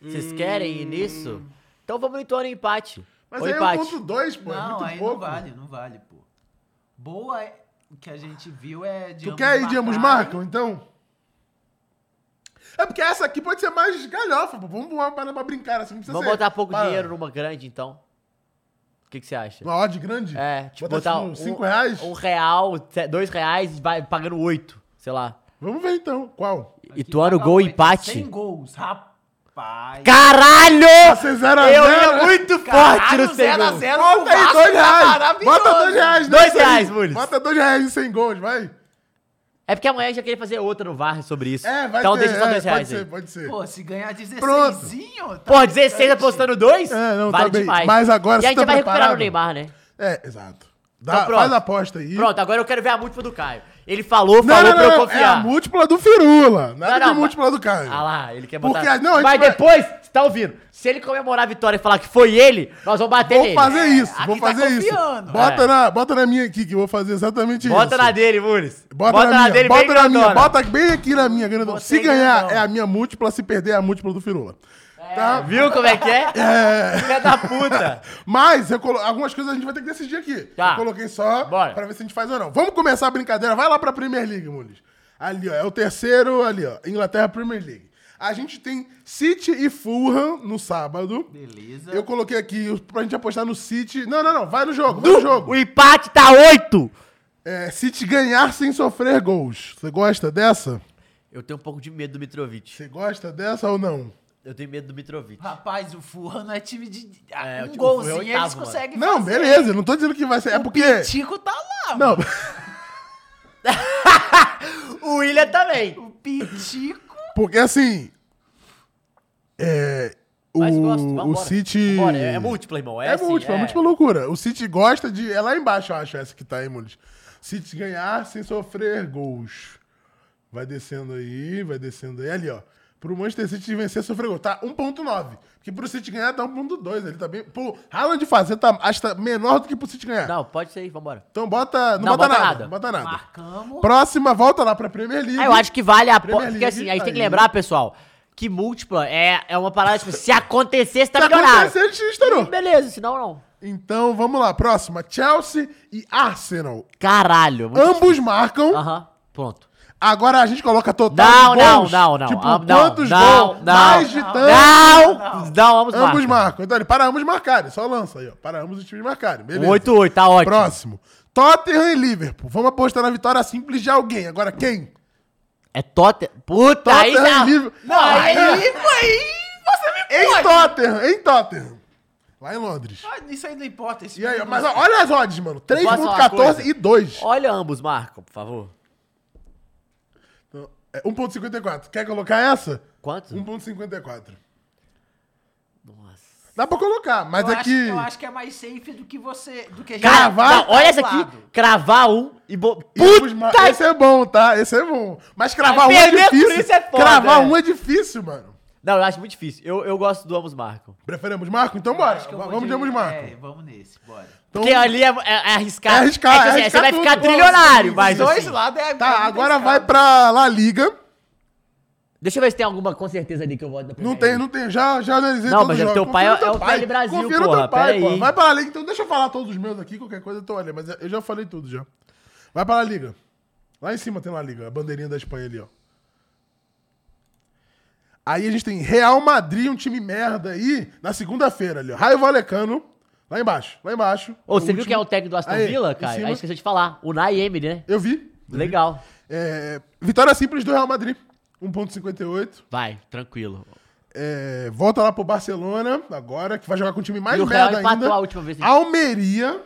[SPEAKER 2] Vocês querem ir nisso? Então vamos no Ituano empate.
[SPEAKER 1] Mas
[SPEAKER 2] Ou
[SPEAKER 1] aí
[SPEAKER 2] empate.
[SPEAKER 1] é 1.2, pô. é
[SPEAKER 8] não,
[SPEAKER 1] muito
[SPEAKER 8] aí
[SPEAKER 1] pouco.
[SPEAKER 8] não vale, não vale, pô. Boa é- o que a gente viu é de
[SPEAKER 1] Tu
[SPEAKER 8] ambos
[SPEAKER 1] quer ir de ambos
[SPEAKER 8] marcarem.
[SPEAKER 1] marcam, então? É porque essa aqui pode ser mais galhofa, pô. Vamos botar uma parada pra brincar assim. Não precisa
[SPEAKER 2] Vamos
[SPEAKER 1] ser-
[SPEAKER 2] botar pouco
[SPEAKER 1] Para.
[SPEAKER 2] dinheiro numa grande, então. O que que você acha?
[SPEAKER 1] Uma odd grande?
[SPEAKER 2] É, tipo,
[SPEAKER 1] Botar,
[SPEAKER 2] botar
[SPEAKER 1] tipo,
[SPEAKER 2] um,
[SPEAKER 1] cinco reais?
[SPEAKER 2] um real, te- dois reais e vai pagando oito, sei lá.
[SPEAKER 1] Vamos ver então. Qual?
[SPEAKER 2] E Ituano,
[SPEAKER 8] Paga
[SPEAKER 2] gol,
[SPEAKER 8] oito,
[SPEAKER 2] empate.
[SPEAKER 8] 100 gols, rapaz.
[SPEAKER 2] Caralho!
[SPEAKER 1] Vai ser 0 a
[SPEAKER 2] Eu
[SPEAKER 1] 0.
[SPEAKER 2] ia muito forte
[SPEAKER 8] Caralho,
[SPEAKER 2] no segundo.
[SPEAKER 8] 0x0
[SPEAKER 1] Bota aí dois reais. Bota dois reais.
[SPEAKER 2] tá Dois
[SPEAKER 1] nisso aí.
[SPEAKER 2] reais, Mules.
[SPEAKER 1] Bota dois reais em 100 gols, vai.
[SPEAKER 2] É porque amanhã eu já queria fazer outra no VAR sobre isso.
[SPEAKER 1] É, vai
[SPEAKER 2] então
[SPEAKER 1] ter.
[SPEAKER 2] deixa só
[SPEAKER 1] é,
[SPEAKER 2] dois reais
[SPEAKER 1] pode
[SPEAKER 2] aí.
[SPEAKER 1] ser, pode ser.
[SPEAKER 8] Pô, se ganhar 16
[SPEAKER 1] Pronto.
[SPEAKER 8] tá
[SPEAKER 2] Pô, 16
[SPEAKER 8] bastante.
[SPEAKER 2] apostando dois?
[SPEAKER 1] É, não, tá
[SPEAKER 2] vale
[SPEAKER 1] bem.
[SPEAKER 2] demais.
[SPEAKER 1] Mas agora
[SPEAKER 2] E a
[SPEAKER 1] você
[SPEAKER 2] gente
[SPEAKER 1] tá
[SPEAKER 2] vai recuperar o
[SPEAKER 1] preparado?
[SPEAKER 2] Neymar, né?
[SPEAKER 1] É, exato.
[SPEAKER 2] Então
[SPEAKER 1] Dá,
[SPEAKER 2] pronto.
[SPEAKER 1] faz a aposta aí.
[SPEAKER 2] Pronto, agora eu quero ver a múltipla do Caio. Ele falou,
[SPEAKER 1] Não,
[SPEAKER 2] falou
[SPEAKER 1] não,
[SPEAKER 2] pra
[SPEAKER 1] não,
[SPEAKER 2] eu
[SPEAKER 1] não. É a
[SPEAKER 2] confiar.
[SPEAKER 1] múltipla do Firula. Nada
[SPEAKER 2] Não, não,
[SPEAKER 1] de é múltipla do Caio.
[SPEAKER 2] Ah lá, ele quer botar.
[SPEAKER 1] Porque, não, a gente
[SPEAKER 2] Mas
[SPEAKER 1] vai-
[SPEAKER 2] depois, você tá ouvindo? Se ele comemorar a vitória e falar que foi ele, nós vamos bater
[SPEAKER 1] Vou
[SPEAKER 2] nele.
[SPEAKER 1] fazer isso,
[SPEAKER 8] aqui
[SPEAKER 1] vou
[SPEAKER 8] tá
[SPEAKER 1] fazer isso.
[SPEAKER 8] confiando.
[SPEAKER 1] Bota,
[SPEAKER 2] É.
[SPEAKER 1] na, bota na minha aqui, que eu vou fazer exatamente
[SPEAKER 2] Bota
[SPEAKER 1] isso.
[SPEAKER 2] na dele, Mules.
[SPEAKER 1] Bota, na, minha, bota na minha,
[SPEAKER 2] grandona.
[SPEAKER 1] bota bem aqui na minha, grandão.
[SPEAKER 8] Botei
[SPEAKER 1] Se ganhar
[SPEAKER 8] grandão.
[SPEAKER 1] é a minha múltipla, se perder é a múltipla do Firula. Tá?
[SPEAKER 2] Viu como é que é? Filha da puta.
[SPEAKER 1] Mas eu colo... algumas coisas a gente vai ter que decidir aqui.
[SPEAKER 2] Tá.
[SPEAKER 1] Eu coloquei só
[SPEAKER 2] Bora.
[SPEAKER 1] pra ver se a gente faz ou não. Vamos começar a brincadeira. Vai lá pra Premier League, Muniz. Ali, ó. É o terceiro ali, ó. Inglaterra Premier League. A gente tem City e Fulham no sábado.
[SPEAKER 8] Beleza.
[SPEAKER 1] Eu coloquei aqui os- pra gente apostar no City. Não, não, não. Vai no jogo, vai no jogo.
[SPEAKER 2] O empate tá 8.
[SPEAKER 1] É, City ganhar sem sofrer gols. Você gosta dessa?
[SPEAKER 2] Eu tenho um pouco de medo do Mitrovic.
[SPEAKER 1] Você gosta dessa ou não?
[SPEAKER 2] Eu tenho medo do Mitrovic.
[SPEAKER 1] Ah.
[SPEAKER 8] Rapaz, o Fulham não é time de.
[SPEAKER 2] É, o
[SPEAKER 8] um
[SPEAKER 2] Fulham é
[SPEAKER 8] golzinho
[SPEAKER 2] oitavo,
[SPEAKER 8] eles
[SPEAKER 2] mano.
[SPEAKER 8] conseguem
[SPEAKER 1] Não,
[SPEAKER 8] fazer.
[SPEAKER 1] beleza. eu Não tô dizendo que vai ser. É porque...
[SPEAKER 8] O Tico tá lá,
[SPEAKER 1] Não.
[SPEAKER 8] mano.
[SPEAKER 2] O William também.
[SPEAKER 8] O Pitico.
[SPEAKER 1] Porque assim. É. O,
[SPEAKER 2] Mas gosto,
[SPEAKER 1] o
[SPEAKER 2] vambora.
[SPEAKER 1] City.
[SPEAKER 2] Bora, é, é múltipla, irmão. É,
[SPEAKER 1] É
[SPEAKER 2] assim,
[SPEAKER 1] múltipla, é múltipla loucura. O City gosta de. É lá embaixo, eu acho, essa que tá aí, Mules. City ganhar sem sofrer gols. Vai descendo aí, vai descendo aí. Ali, ó. Pro Manchester City vencer, sofrer gol. Tá 1,9. Porque pro City ganhar tá 1,2. Ele tá bem. Pro Haaland fazer, tá, acho que tá menor do que pro City ganhar.
[SPEAKER 2] Não, pode ser aí, vambora.
[SPEAKER 1] Então bota. Não,
[SPEAKER 2] Não,
[SPEAKER 1] bota,
[SPEAKER 2] bota
[SPEAKER 1] nada,
[SPEAKER 2] nada.
[SPEAKER 1] Não bota nada.
[SPEAKER 8] Marcamos.
[SPEAKER 1] Próxima, volta lá pra Premier League.
[SPEAKER 2] Ah, eu acho que vale a
[SPEAKER 1] Premier
[SPEAKER 2] aposta. Porque
[SPEAKER 1] League, tá
[SPEAKER 2] assim, a gente tem que
[SPEAKER 1] aí. né?
[SPEAKER 2] lembrar, pessoal, que múltipla é, é uma parada, tipo, se acontecesse, tá
[SPEAKER 1] Se
[SPEAKER 2] milionário.
[SPEAKER 1] acontecer, a gente estourou.
[SPEAKER 2] Beleza, senão não.
[SPEAKER 1] Então vamos lá, próxima. Chelsea e Arsenal.
[SPEAKER 2] Caralho. muito-
[SPEAKER 1] Ambos marcam.
[SPEAKER 2] Aham, pronto.
[SPEAKER 1] Agora a gente coloca total.
[SPEAKER 2] Não,
[SPEAKER 1] de
[SPEAKER 2] não,
[SPEAKER 1] gols.
[SPEAKER 2] não, não.
[SPEAKER 1] Tipo,
[SPEAKER 2] Ah, não,
[SPEAKER 1] quantos
[SPEAKER 2] não,
[SPEAKER 1] gols?
[SPEAKER 2] não,
[SPEAKER 1] mais de
[SPEAKER 2] não,
[SPEAKER 1] tanto.
[SPEAKER 2] Não! Não, ambos
[SPEAKER 1] Ambos
[SPEAKER 2] marcam.
[SPEAKER 1] marcam. Então, ele para ambos marcarem. Só lança aí, ó. Para ambos os times marcarem. Beleza.
[SPEAKER 2] 8-8, tá ótimo.
[SPEAKER 1] Próximo. Tottenham e Liverpool. Vamos apostar na vitória simples de alguém. Agora quem?
[SPEAKER 2] É Totem. Puta, aí
[SPEAKER 1] Tottenham
[SPEAKER 2] já...
[SPEAKER 1] e Liverpool. Ah, é?
[SPEAKER 2] Não, aí...
[SPEAKER 1] Em Tottenham, em Tottenham. Lá em Londres.
[SPEAKER 8] Ah, isso aí não importa. Esse
[SPEAKER 1] E aí, ó,
[SPEAKER 8] time-
[SPEAKER 1] mas ó, olha as odds, mano.
[SPEAKER 2] posso falar
[SPEAKER 1] 3.14
[SPEAKER 2] uma coisa?
[SPEAKER 1] e 2.
[SPEAKER 2] Olha ambos marcam, por favor.
[SPEAKER 1] Então, é 1.54. Quer colocar essa?
[SPEAKER 2] Quanto?
[SPEAKER 1] 1.54.
[SPEAKER 2] Nossa.
[SPEAKER 1] Dá pra colocar, mas
[SPEAKER 8] eu,
[SPEAKER 1] é
[SPEAKER 8] acho,
[SPEAKER 1] que.
[SPEAKER 8] eu acho que é mais safe do que você. Do que a gente-
[SPEAKER 2] Cara,
[SPEAKER 1] Cravar?
[SPEAKER 2] não, olha essa aqui.
[SPEAKER 8] Lado.
[SPEAKER 2] Cravar um e... Bo...
[SPEAKER 1] E ambos mar-
[SPEAKER 2] Puta
[SPEAKER 1] Esse é bom, tá? Esse é bom. Mas cravar
[SPEAKER 2] Mas
[SPEAKER 1] um é
[SPEAKER 2] perder por
[SPEAKER 1] difícil.
[SPEAKER 2] isso é foda,
[SPEAKER 1] cravar
[SPEAKER 2] é.
[SPEAKER 1] um é difícil, mano.
[SPEAKER 2] Não, eu acho muito difícil. Eu, eu gosto do ambos marcam.
[SPEAKER 1] Preferemos Marco? Então
[SPEAKER 8] Eu
[SPEAKER 1] bora.
[SPEAKER 8] acho que eu vou
[SPEAKER 1] Vamos de ambos
[SPEAKER 8] É,
[SPEAKER 1] Marco.
[SPEAKER 8] vamos nesse, bora.
[SPEAKER 1] Então,
[SPEAKER 2] Porque ali é, é- é arriscar.
[SPEAKER 1] É arriscar,
[SPEAKER 2] que,
[SPEAKER 1] é
[SPEAKER 2] assim,
[SPEAKER 1] arriscar
[SPEAKER 2] Você vai
[SPEAKER 1] tudo.
[SPEAKER 2] ficar
[SPEAKER 1] Pô,
[SPEAKER 2] trilionário,
[SPEAKER 1] os
[SPEAKER 2] mas.
[SPEAKER 8] Dois
[SPEAKER 2] assim,
[SPEAKER 8] lados é.
[SPEAKER 1] Tá,
[SPEAKER 8] é
[SPEAKER 1] agora
[SPEAKER 8] muito
[SPEAKER 1] vai pra La Liga.
[SPEAKER 2] Deixa eu ver se tem alguma com certeza ali que eu voto na
[SPEAKER 1] Não
[SPEAKER 2] primeira.
[SPEAKER 1] tem, não tem. Já, já analisei
[SPEAKER 2] Não,
[SPEAKER 1] todos
[SPEAKER 2] mas
[SPEAKER 1] os
[SPEAKER 2] é o
[SPEAKER 1] jogos.
[SPEAKER 2] teu pai,
[SPEAKER 1] Confia no
[SPEAKER 2] é o PL Brasil,
[SPEAKER 1] Confia no
[SPEAKER 2] porra,
[SPEAKER 1] teu pai,
[SPEAKER 2] pera
[SPEAKER 1] pô.
[SPEAKER 2] aí.
[SPEAKER 1] Vai pra La Liga. Então deixa eu falar todos os meus aqui. Qualquer coisa tu olha. Mas eu já falei tudo já. Vai pra La Liga. Lá em cima tem La Liga. A bandeirinha da Espanha ali, ó. Aí a gente tem Real Madrid, um time merda aí, na segunda-feira ali, ó. Raio Valecano. Lá embaixo, lá embaixo.
[SPEAKER 2] Ô, você viu
[SPEAKER 1] último.
[SPEAKER 2] quem é o técnico do Aston
[SPEAKER 1] Aí,
[SPEAKER 2] Villa,
[SPEAKER 1] em
[SPEAKER 2] cara?
[SPEAKER 1] cima.
[SPEAKER 2] Aí esqueceu de falar. O Nai Emery, né?
[SPEAKER 1] Eu vi.
[SPEAKER 2] Legal.
[SPEAKER 1] É, vitória simples do Real Madrid. 1.58.
[SPEAKER 2] Vai, tranquilo.
[SPEAKER 1] É, volta lá pro Barcelona agora, que vai jogar com um time mais
[SPEAKER 2] E o Real
[SPEAKER 1] merda
[SPEAKER 2] empatou
[SPEAKER 1] ainda.
[SPEAKER 2] a última vez.
[SPEAKER 1] Almeria.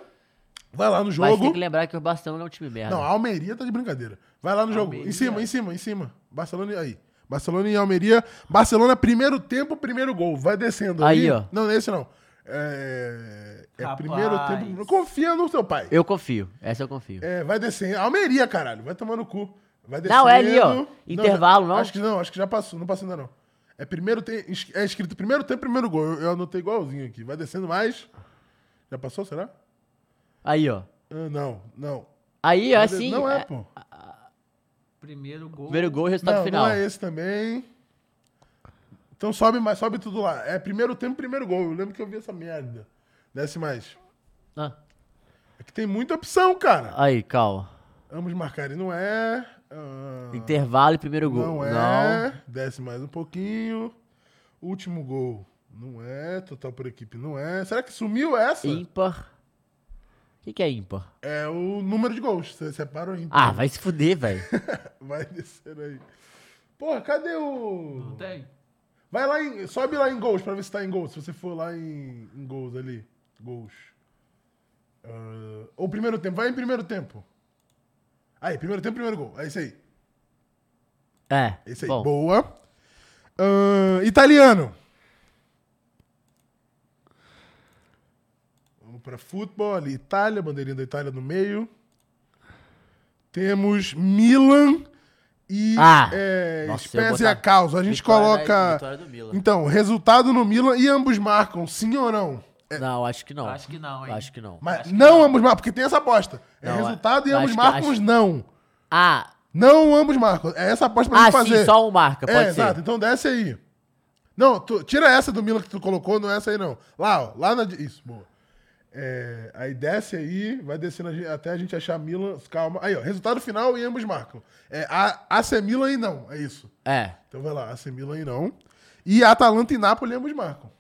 [SPEAKER 1] Vai lá no
[SPEAKER 2] Mas tem
[SPEAKER 1] jogo.
[SPEAKER 2] que lembrar que o Barcelona é um time merda.
[SPEAKER 1] Não, a Almeria tá de brincadeira. Vai lá no jogo. Em
[SPEAKER 8] Almeria.
[SPEAKER 1] cima, em cima, em cima. Barcelona e- aí. Barcelona e Almeria. Barcelona, primeiro tempo, primeiro gol. Vai descendo.
[SPEAKER 2] Aí, ó.
[SPEAKER 1] Não, não é esse não. É, é
[SPEAKER 2] Rapaz.
[SPEAKER 1] primeiro tempo. Confia no seu pai.
[SPEAKER 2] Eu confio, essa eu confio.
[SPEAKER 1] É, vai descendo. Almeria, caralho. Vai tomando cu. Vai
[SPEAKER 2] Não, é ali, ó.
[SPEAKER 1] descendo.
[SPEAKER 2] Intervalo, não?
[SPEAKER 1] Acho que não, acho que já passou. Não passou ainda, não. É, primeiro tem, é escrito primeiro tempo, primeiro gol. Eu, eu anotei igualzinho aqui. Vai descendo mais. Já passou, será?
[SPEAKER 2] Aí, ó.
[SPEAKER 1] Ah, não, não.
[SPEAKER 2] Aí,
[SPEAKER 1] Vai de-
[SPEAKER 2] assim.
[SPEAKER 1] Não é,
[SPEAKER 2] é-
[SPEAKER 1] pô.
[SPEAKER 8] Primeiro gol.
[SPEAKER 2] Primeiro gol e resultado
[SPEAKER 1] não,
[SPEAKER 2] final.
[SPEAKER 1] Não é esse também. Então sobe, mas sobe tudo lá. É primeiro tempo, primeiro gol. Eu lembro que eu vi essa merda. Desce mais.
[SPEAKER 2] Ah.
[SPEAKER 1] É que tem muita opção, cara.
[SPEAKER 2] Aí, calma.
[SPEAKER 1] Ambos marcarem, não é. Ah,
[SPEAKER 2] Intervalo e primeiro gol.
[SPEAKER 1] Não é. Desce mais um pouquinho. Último gol. Não é. Total por equipe, não é. Será que sumiu essa?
[SPEAKER 2] Ímpar. O que, que é ímpar?
[SPEAKER 1] É o número de gols. Você separa o ímpar.
[SPEAKER 2] Ah, vai se fuder, velho.
[SPEAKER 1] Vai descer aí. Porra, cadê o. Não
[SPEAKER 8] tem.
[SPEAKER 1] Vai lá em. Sobe lá em gols pra ver se tá em gols. Se você for lá em, em gols ali. Gols. Ah, ou primeiro tempo. Vai em primeiro tempo. Aí, primeiro tempo, primeiro gol. É isso aí.
[SPEAKER 2] É.
[SPEAKER 1] Isso aí. Boa. Ah, italiano. Vamos pra futebol ali. Itália, bandeirinha da Itália no meio. Temos Milan e
[SPEAKER 2] Ah,
[SPEAKER 1] é,
[SPEAKER 2] nossa, eu
[SPEAKER 1] Spezia
[SPEAKER 2] botava-
[SPEAKER 1] Causa. A gente
[SPEAKER 2] Vitória da-
[SPEAKER 1] coloca.
[SPEAKER 2] vitória do Milan.
[SPEAKER 1] Então, resultado no Milan e ambos marcam, sim ou não?
[SPEAKER 2] Não, acho que não.
[SPEAKER 8] Acho que não, hein?
[SPEAKER 2] Acho que não.
[SPEAKER 1] Mas não, ambos marcam, porque tem essa aposta. É
[SPEAKER 2] Não,
[SPEAKER 1] resultado e
[SPEAKER 2] acho
[SPEAKER 1] ambos
[SPEAKER 2] que-
[SPEAKER 1] marcam
[SPEAKER 2] acho-
[SPEAKER 1] os não.
[SPEAKER 2] Ah,
[SPEAKER 1] Não ambos marcam. É essa a aposta pra
[SPEAKER 2] Ah,
[SPEAKER 1] gente
[SPEAKER 2] sim,
[SPEAKER 1] fazer.
[SPEAKER 2] só um marca,
[SPEAKER 1] é,
[SPEAKER 2] pode ser.
[SPEAKER 1] Exato, então desce aí. Não, tu- tira essa do Milan que tu colocou, não é essa aí não. Lá, ó, lá na... di- Isso, boa. É, aí desce aí, vai descendo a gente- até a gente achar Milan, calma. Aí, ó, resultado final e ambos marcam. É, a, AC Milan e não, é isso.
[SPEAKER 2] é.
[SPEAKER 1] Então vai lá, AC Milan e não. E Atalanta e Nápoles ambos marcam.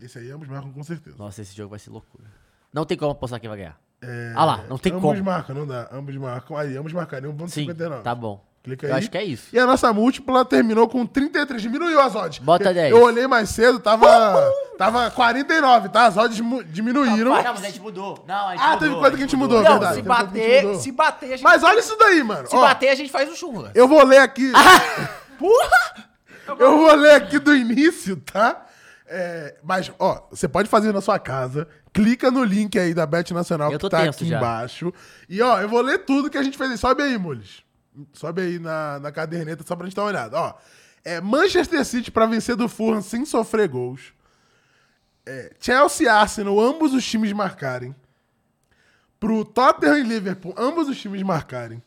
[SPEAKER 1] Esse aí ambos marcam com certeza.
[SPEAKER 2] Nossa, esse jogo vai ser loucura. Não tem como apostar quem vai ganhar.
[SPEAKER 1] É,
[SPEAKER 2] Ah lá, não tem
[SPEAKER 1] ambos
[SPEAKER 2] como.
[SPEAKER 1] marcam, não dá. Ambos marcam. Aí, ambos marcariam
[SPEAKER 2] Sim,
[SPEAKER 1] 1.59.
[SPEAKER 2] tá bom.
[SPEAKER 1] Clica
[SPEAKER 2] Eu
[SPEAKER 1] aí.
[SPEAKER 2] acho que é isso.
[SPEAKER 1] E a nossa múltipla terminou com 33. Diminuiu as odds.
[SPEAKER 2] Bota 10.
[SPEAKER 1] Eu olhei mais cedo, tava, tava 49, tá? As odds mu- diminuíram.
[SPEAKER 2] Não, mas a gente mudou. Não, a gente
[SPEAKER 1] Ah,
[SPEAKER 2] mudou,
[SPEAKER 1] teve coisa que a gente mudou, é
[SPEAKER 8] Não,
[SPEAKER 1] verdade.
[SPEAKER 8] se
[SPEAKER 1] Teve coisa que a gente
[SPEAKER 8] bater,
[SPEAKER 1] mudou.
[SPEAKER 8] se bater, a gente.
[SPEAKER 1] Mas olha isso daí, mano.
[SPEAKER 8] se
[SPEAKER 1] Ó,
[SPEAKER 8] bater, a gente faz o churras.
[SPEAKER 1] Eu vou ler aqui.
[SPEAKER 2] Ah!
[SPEAKER 8] Porra!
[SPEAKER 1] Eu vou ler aqui do início, tá? É, mas, ó, você pode fazer na sua casa. Clica no link aí da Bet Nacional
[SPEAKER 2] Eu
[SPEAKER 1] que
[SPEAKER 2] tô
[SPEAKER 1] tá
[SPEAKER 2] tenso
[SPEAKER 1] aqui
[SPEAKER 2] já.
[SPEAKER 1] embaixo. E, ó, eu vou ler tudo que a gente fez aí. Sobe aí, Mules. Sobe aí na, na caderneta só pra gente dar uma olhada. Ó, é Manchester City pra vencer do Fulham sem sofrer gols. É, Chelsea e Arsenal, ambos os times marcarem. Pro Tottenham e Liverpool, ambos os times marcarem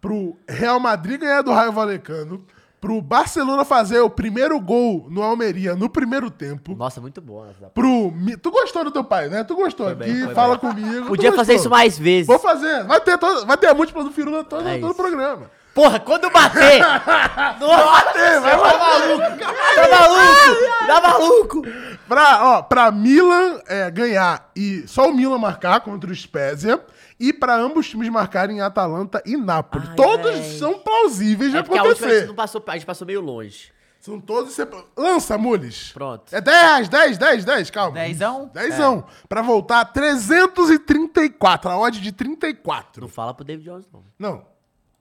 [SPEAKER 1] pro Real Madrid ganhar do Raio Valecano, pro Barcelona fazer o primeiro gol no Almeria no primeiro tempo,
[SPEAKER 2] Nossa, muito boa. Nossa.
[SPEAKER 1] pro... Mi- Tu gostou do teu pai, né? Tu gostou
[SPEAKER 2] Foi bem,
[SPEAKER 1] aqui,
[SPEAKER 2] foi
[SPEAKER 1] fala
[SPEAKER 2] bem.
[SPEAKER 1] comigo. tu
[SPEAKER 2] Podia fazer
[SPEAKER 1] gostou.
[SPEAKER 2] isso mais vezes.
[SPEAKER 1] Vou fazer. Vai ter, todo, vai ter a múltipla do Firula todo,
[SPEAKER 2] É
[SPEAKER 1] todo o
[SPEAKER 2] isso.
[SPEAKER 1] programa.
[SPEAKER 2] Porra, quando bater! Nossa,
[SPEAKER 1] Tem, vai
[SPEAKER 2] tá maluco! Tá maluco! Tá maluco!
[SPEAKER 1] Pra, ó, pra Milan é, ganhar e só o Milan marcar contra o Spezia e pra ambos times marcarem Atalanta e Nápoles.
[SPEAKER 2] Ai,
[SPEAKER 1] Todos
[SPEAKER 2] véi.
[SPEAKER 1] são plausíveis de
[SPEAKER 2] É porque a última a gente
[SPEAKER 1] acontecer.
[SPEAKER 2] não passou, a gente passou meio longe.
[SPEAKER 1] São todos... separ- Lança, Mules.
[SPEAKER 2] Pronto. É.
[SPEAKER 1] É 10 reais, 10, 10, 10, calma.
[SPEAKER 8] Dezão?
[SPEAKER 1] Dezão. Pra voltar a 334, a odd de 34.
[SPEAKER 2] Não fala pro David Jones, não.
[SPEAKER 1] Não.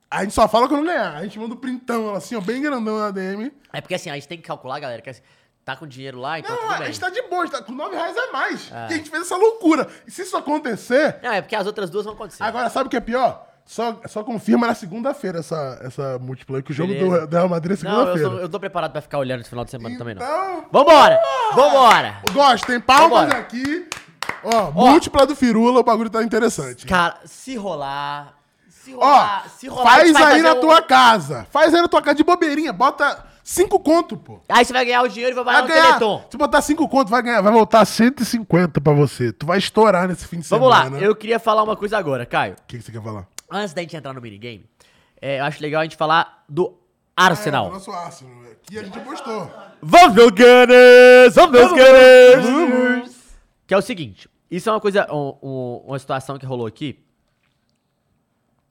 [SPEAKER 1] A gente só fala quando ganhar. A gente manda o printão, ela assim, ó, bem grandão na DM.
[SPEAKER 2] É porque assim, a gente tem que calcular, galera, que assim, tá com dinheiro lá, então
[SPEAKER 1] Não,
[SPEAKER 2] tudo
[SPEAKER 1] a
[SPEAKER 2] bem. É.
[SPEAKER 1] gente tá de boa, a gente tá com 9 reais a mais. Porque a gente fez essa loucura. E se isso acontecer,
[SPEAKER 2] Não, é porque as outras duas vão acontecer.
[SPEAKER 1] agora sabe o que é pior? Só, só confirma na segunda-feira essa, essa múltipla aí, que o jogo
[SPEAKER 2] Beleza.
[SPEAKER 1] do, do Real Madrid é
[SPEAKER 2] não, eu, sou,
[SPEAKER 1] segunda-feira.
[SPEAKER 2] eu tô preparado pra ficar olhando esse final de semana também, não.
[SPEAKER 1] Então,
[SPEAKER 2] Vambora! Vambora!
[SPEAKER 1] gosto, tem palmas
[SPEAKER 2] Vambora.
[SPEAKER 1] aqui. Ó, múltipla do Firula, o bagulho tá interessante.
[SPEAKER 2] Cara, se rolar. Se rolar,
[SPEAKER 1] Ó,
[SPEAKER 2] Ah, se rolar. a
[SPEAKER 1] faz
[SPEAKER 2] gente vai
[SPEAKER 1] aí na
[SPEAKER 2] fazer um-
[SPEAKER 1] tua casa. Faz aí na tua casa de bobeirinha. Bota cinco conto, pô.
[SPEAKER 2] Aí você vai ganhar o dinheiro e vai
[SPEAKER 1] Vai
[SPEAKER 2] pagar no
[SPEAKER 1] ganhar.
[SPEAKER 2] Teleton.
[SPEAKER 1] Se botar cinco conto, vai ganhar. Vai voltar 150 pra você. Tu vai estourar nesse fim de
[SPEAKER 2] Vamos lá,
[SPEAKER 1] semana.
[SPEAKER 2] eu queria falar uma coisa agora, Caio.
[SPEAKER 1] O que, que você quer falar?
[SPEAKER 2] Antes da gente entrar no minigame, é, eu acho legal a gente falar do
[SPEAKER 1] É,
[SPEAKER 2] Arsenal.
[SPEAKER 1] nosso Arsenal. né? Aqui a gente apostou.
[SPEAKER 2] Vamos ver o Gunners! Vamos ver os Gunners! Que é o seguinte, isso é uma coisa, um- um- uma situação que rolou aqui.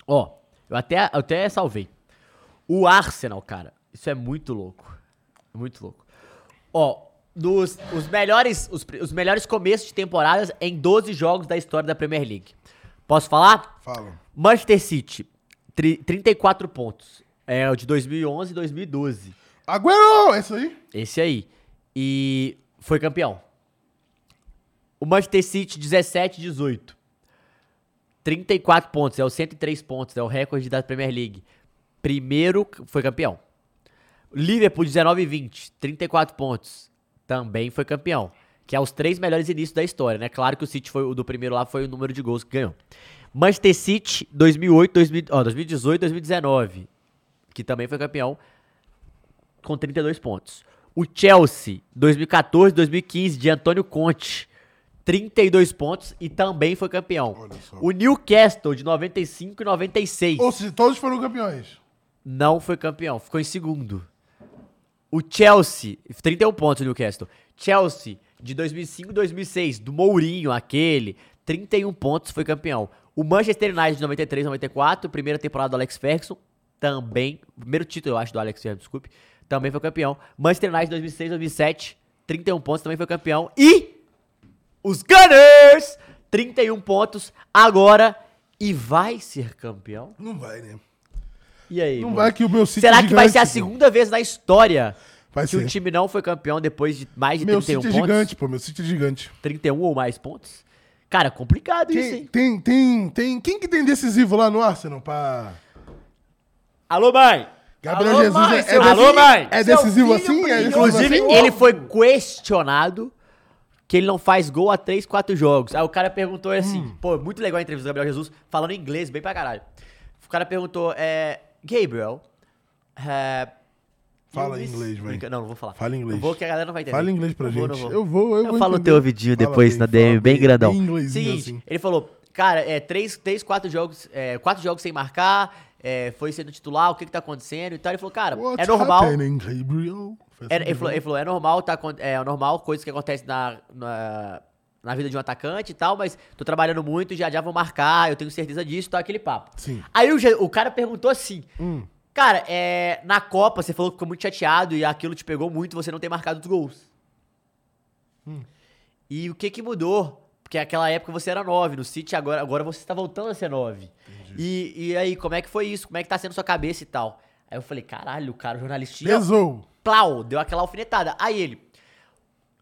[SPEAKER 2] Ó, eu até, eu até salvei. O Arsenal, cara, isso é muito louco. Muito louco. Ó, dos os melhores, os, pri- os melhores começos de temporadas em 12 jogos da história da Premier League. Posso falar?
[SPEAKER 1] Fala.
[SPEAKER 2] Manchester City, tri- 34 pontos. É o de 2011 e 2012.
[SPEAKER 1] Agüero, é isso aí?
[SPEAKER 2] Esse aí. E foi campeão. O Manchester City, 17, 18. 34 pontos, é o 103 pontos, é o recorde da Premier League. Primeiro foi campeão. Liverpool, 19 e 20, 34 pontos. Também foi campeão. Que é os três melhores inícios da história, né? Claro que o City foi o do primeiro lá, foi o número de gols que ganhou. Manchester City, 2008, 2000, ó, 2018, 2019. Que também foi campeão. Com 32 pontos. O Chelsea, 2014, 2015, de Antônio Conte. 32 pontos e também foi campeão. O Newcastle, de 95 e 96.
[SPEAKER 1] Ou seja, todos foram campeões.
[SPEAKER 2] Não foi campeão, ficou em segundo. O Chelsea, 31 pontos o Newcastle. Chelsea, de 2005 2006, do Mourinho, aquele, 31 pontos, foi campeão. O Manchester United, de 93 94, primeira temporada do Alex Ferguson, também, primeiro título, eu acho, do Alex Ferguson, desculpe, também foi campeão. Manchester United, 2006 2007, 31 pontos, também foi campeão. E os Gunners, 31 pontos, agora, e vai ser campeão?
[SPEAKER 1] Não vai, né?
[SPEAKER 2] E aí?
[SPEAKER 1] Não
[SPEAKER 2] mano?
[SPEAKER 1] vai que o meu City é
[SPEAKER 2] Será que vai
[SPEAKER 1] gigante,
[SPEAKER 2] ser a
[SPEAKER 1] pô.
[SPEAKER 2] segunda vez na história
[SPEAKER 1] Vai
[SPEAKER 2] que o
[SPEAKER 1] ser.
[SPEAKER 2] time um não foi campeão depois de mais de
[SPEAKER 1] Meu
[SPEAKER 2] 31
[SPEAKER 1] City é
[SPEAKER 2] pontos?
[SPEAKER 1] gigante, pô. Meu City é gigante.
[SPEAKER 2] 31 ou mais pontos? Cara, complicado isso,
[SPEAKER 1] Quem,
[SPEAKER 2] hein?
[SPEAKER 1] tem, tem, tem, quem que tem decisivo lá no Arsenal pra...
[SPEAKER 2] Alô, mãe!
[SPEAKER 1] Gabriel
[SPEAKER 8] Alô,
[SPEAKER 1] Jesus
[SPEAKER 8] mãe,
[SPEAKER 1] é, é,
[SPEAKER 8] seu
[SPEAKER 1] deci-
[SPEAKER 2] filho- Alô, mãe!
[SPEAKER 1] é
[SPEAKER 8] Seu
[SPEAKER 1] decisivo
[SPEAKER 8] filho
[SPEAKER 1] assim? É
[SPEAKER 8] brilhou.
[SPEAKER 1] decisivo
[SPEAKER 2] Inclusive,
[SPEAKER 1] assim?
[SPEAKER 2] ele foi questionado que ele não faz gol há 3, 4 jogos. Aí o cara perguntou assim,
[SPEAKER 1] Hum.
[SPEAKER 2] pô, muito legal a entrevista do Gabriel Jesus, falando inglês bem pra caralho. O cara perguntou, é, Gabriel, é,
[SPEAKER 1] Fala
[SPEAKER 2] you
[SPEAKER 1] em
[SPEAKER 2] miss-
[SPEAKER 1] inglês, vai.
[SPEAKER 2] Não, não vou falar.
[SPEAKER 1] Fala em inglês.
[SPEAKER 2] Eu Vou que a galera não vai entender.
[SPEAKER 1] Fala em inglês pra
[SPEAKER 2] Eu vou, não
[SPEAKER 1] gente.
[SPEAKER 2] vou.
[SPEAKER 1] eu vou, eu vou.
[SPEAKER 2] falo o
[SPEAKER 1] entender.
[SPEAKER 2] teu ouvidinho
[SPEAKER 1] Fala
[SPEAKER 2] depois
[SPEAKER 1] bem,
[SPEAKER 2] na DM,
[SPEAKER 1] fala
[SPEAKER 2] bem grandão.
[SPEAKER 1] Em inglês,
[SPEAKER 2] Seguinte,
[SPEAKER 1] assim.
[SPEAKER 2] ele falou, cara, é três, três quatro jogos, é, quatro jogos sem marcar, é, foi sendo titular, o que que tá acontecendo e tal. Ele falou, cara, é
[SPEAKER 1] What's
[SPEAKER 2] normal.
[SPEAKER 1] happening, Gabriel? Foi
[SPEAKER 2] É,
[SPEAKER 1] assim
[SPEAKER 2] ele,
[SPEAKER 1] que
[SPEAKER 2] falou, ele falou, é normal, tá, acon- é normal, coisas que acontecem na, na, na vida de um atacante e tal, mas tô trabalhando muito, já já vou marcar, eu tenho certeza disso, tá aquele papo.
[SPEAKER 1] Sim.
[SPEAKER 2] Aí o, Je- o cara perguntou assim,
[SPEAKER 1] Hum.
[SPEAKER 2] cara, é, na Copa você falou que ficou muito chateado e aquilo te pegou muito, você não ter marcado os gols. E o que que mudou? Porque naquela época você era 9, no City agora, agora você está voltando a ser 9. E, e aí, como é que foi isso? Como é que tá sendo sua cabeça e tal? Aí eu falei, caralho, cara, o jornalista
[SPEAKER 1] Pesou.
[SPEAKER 2] plau, deu aquela alfinetada. Aí ele.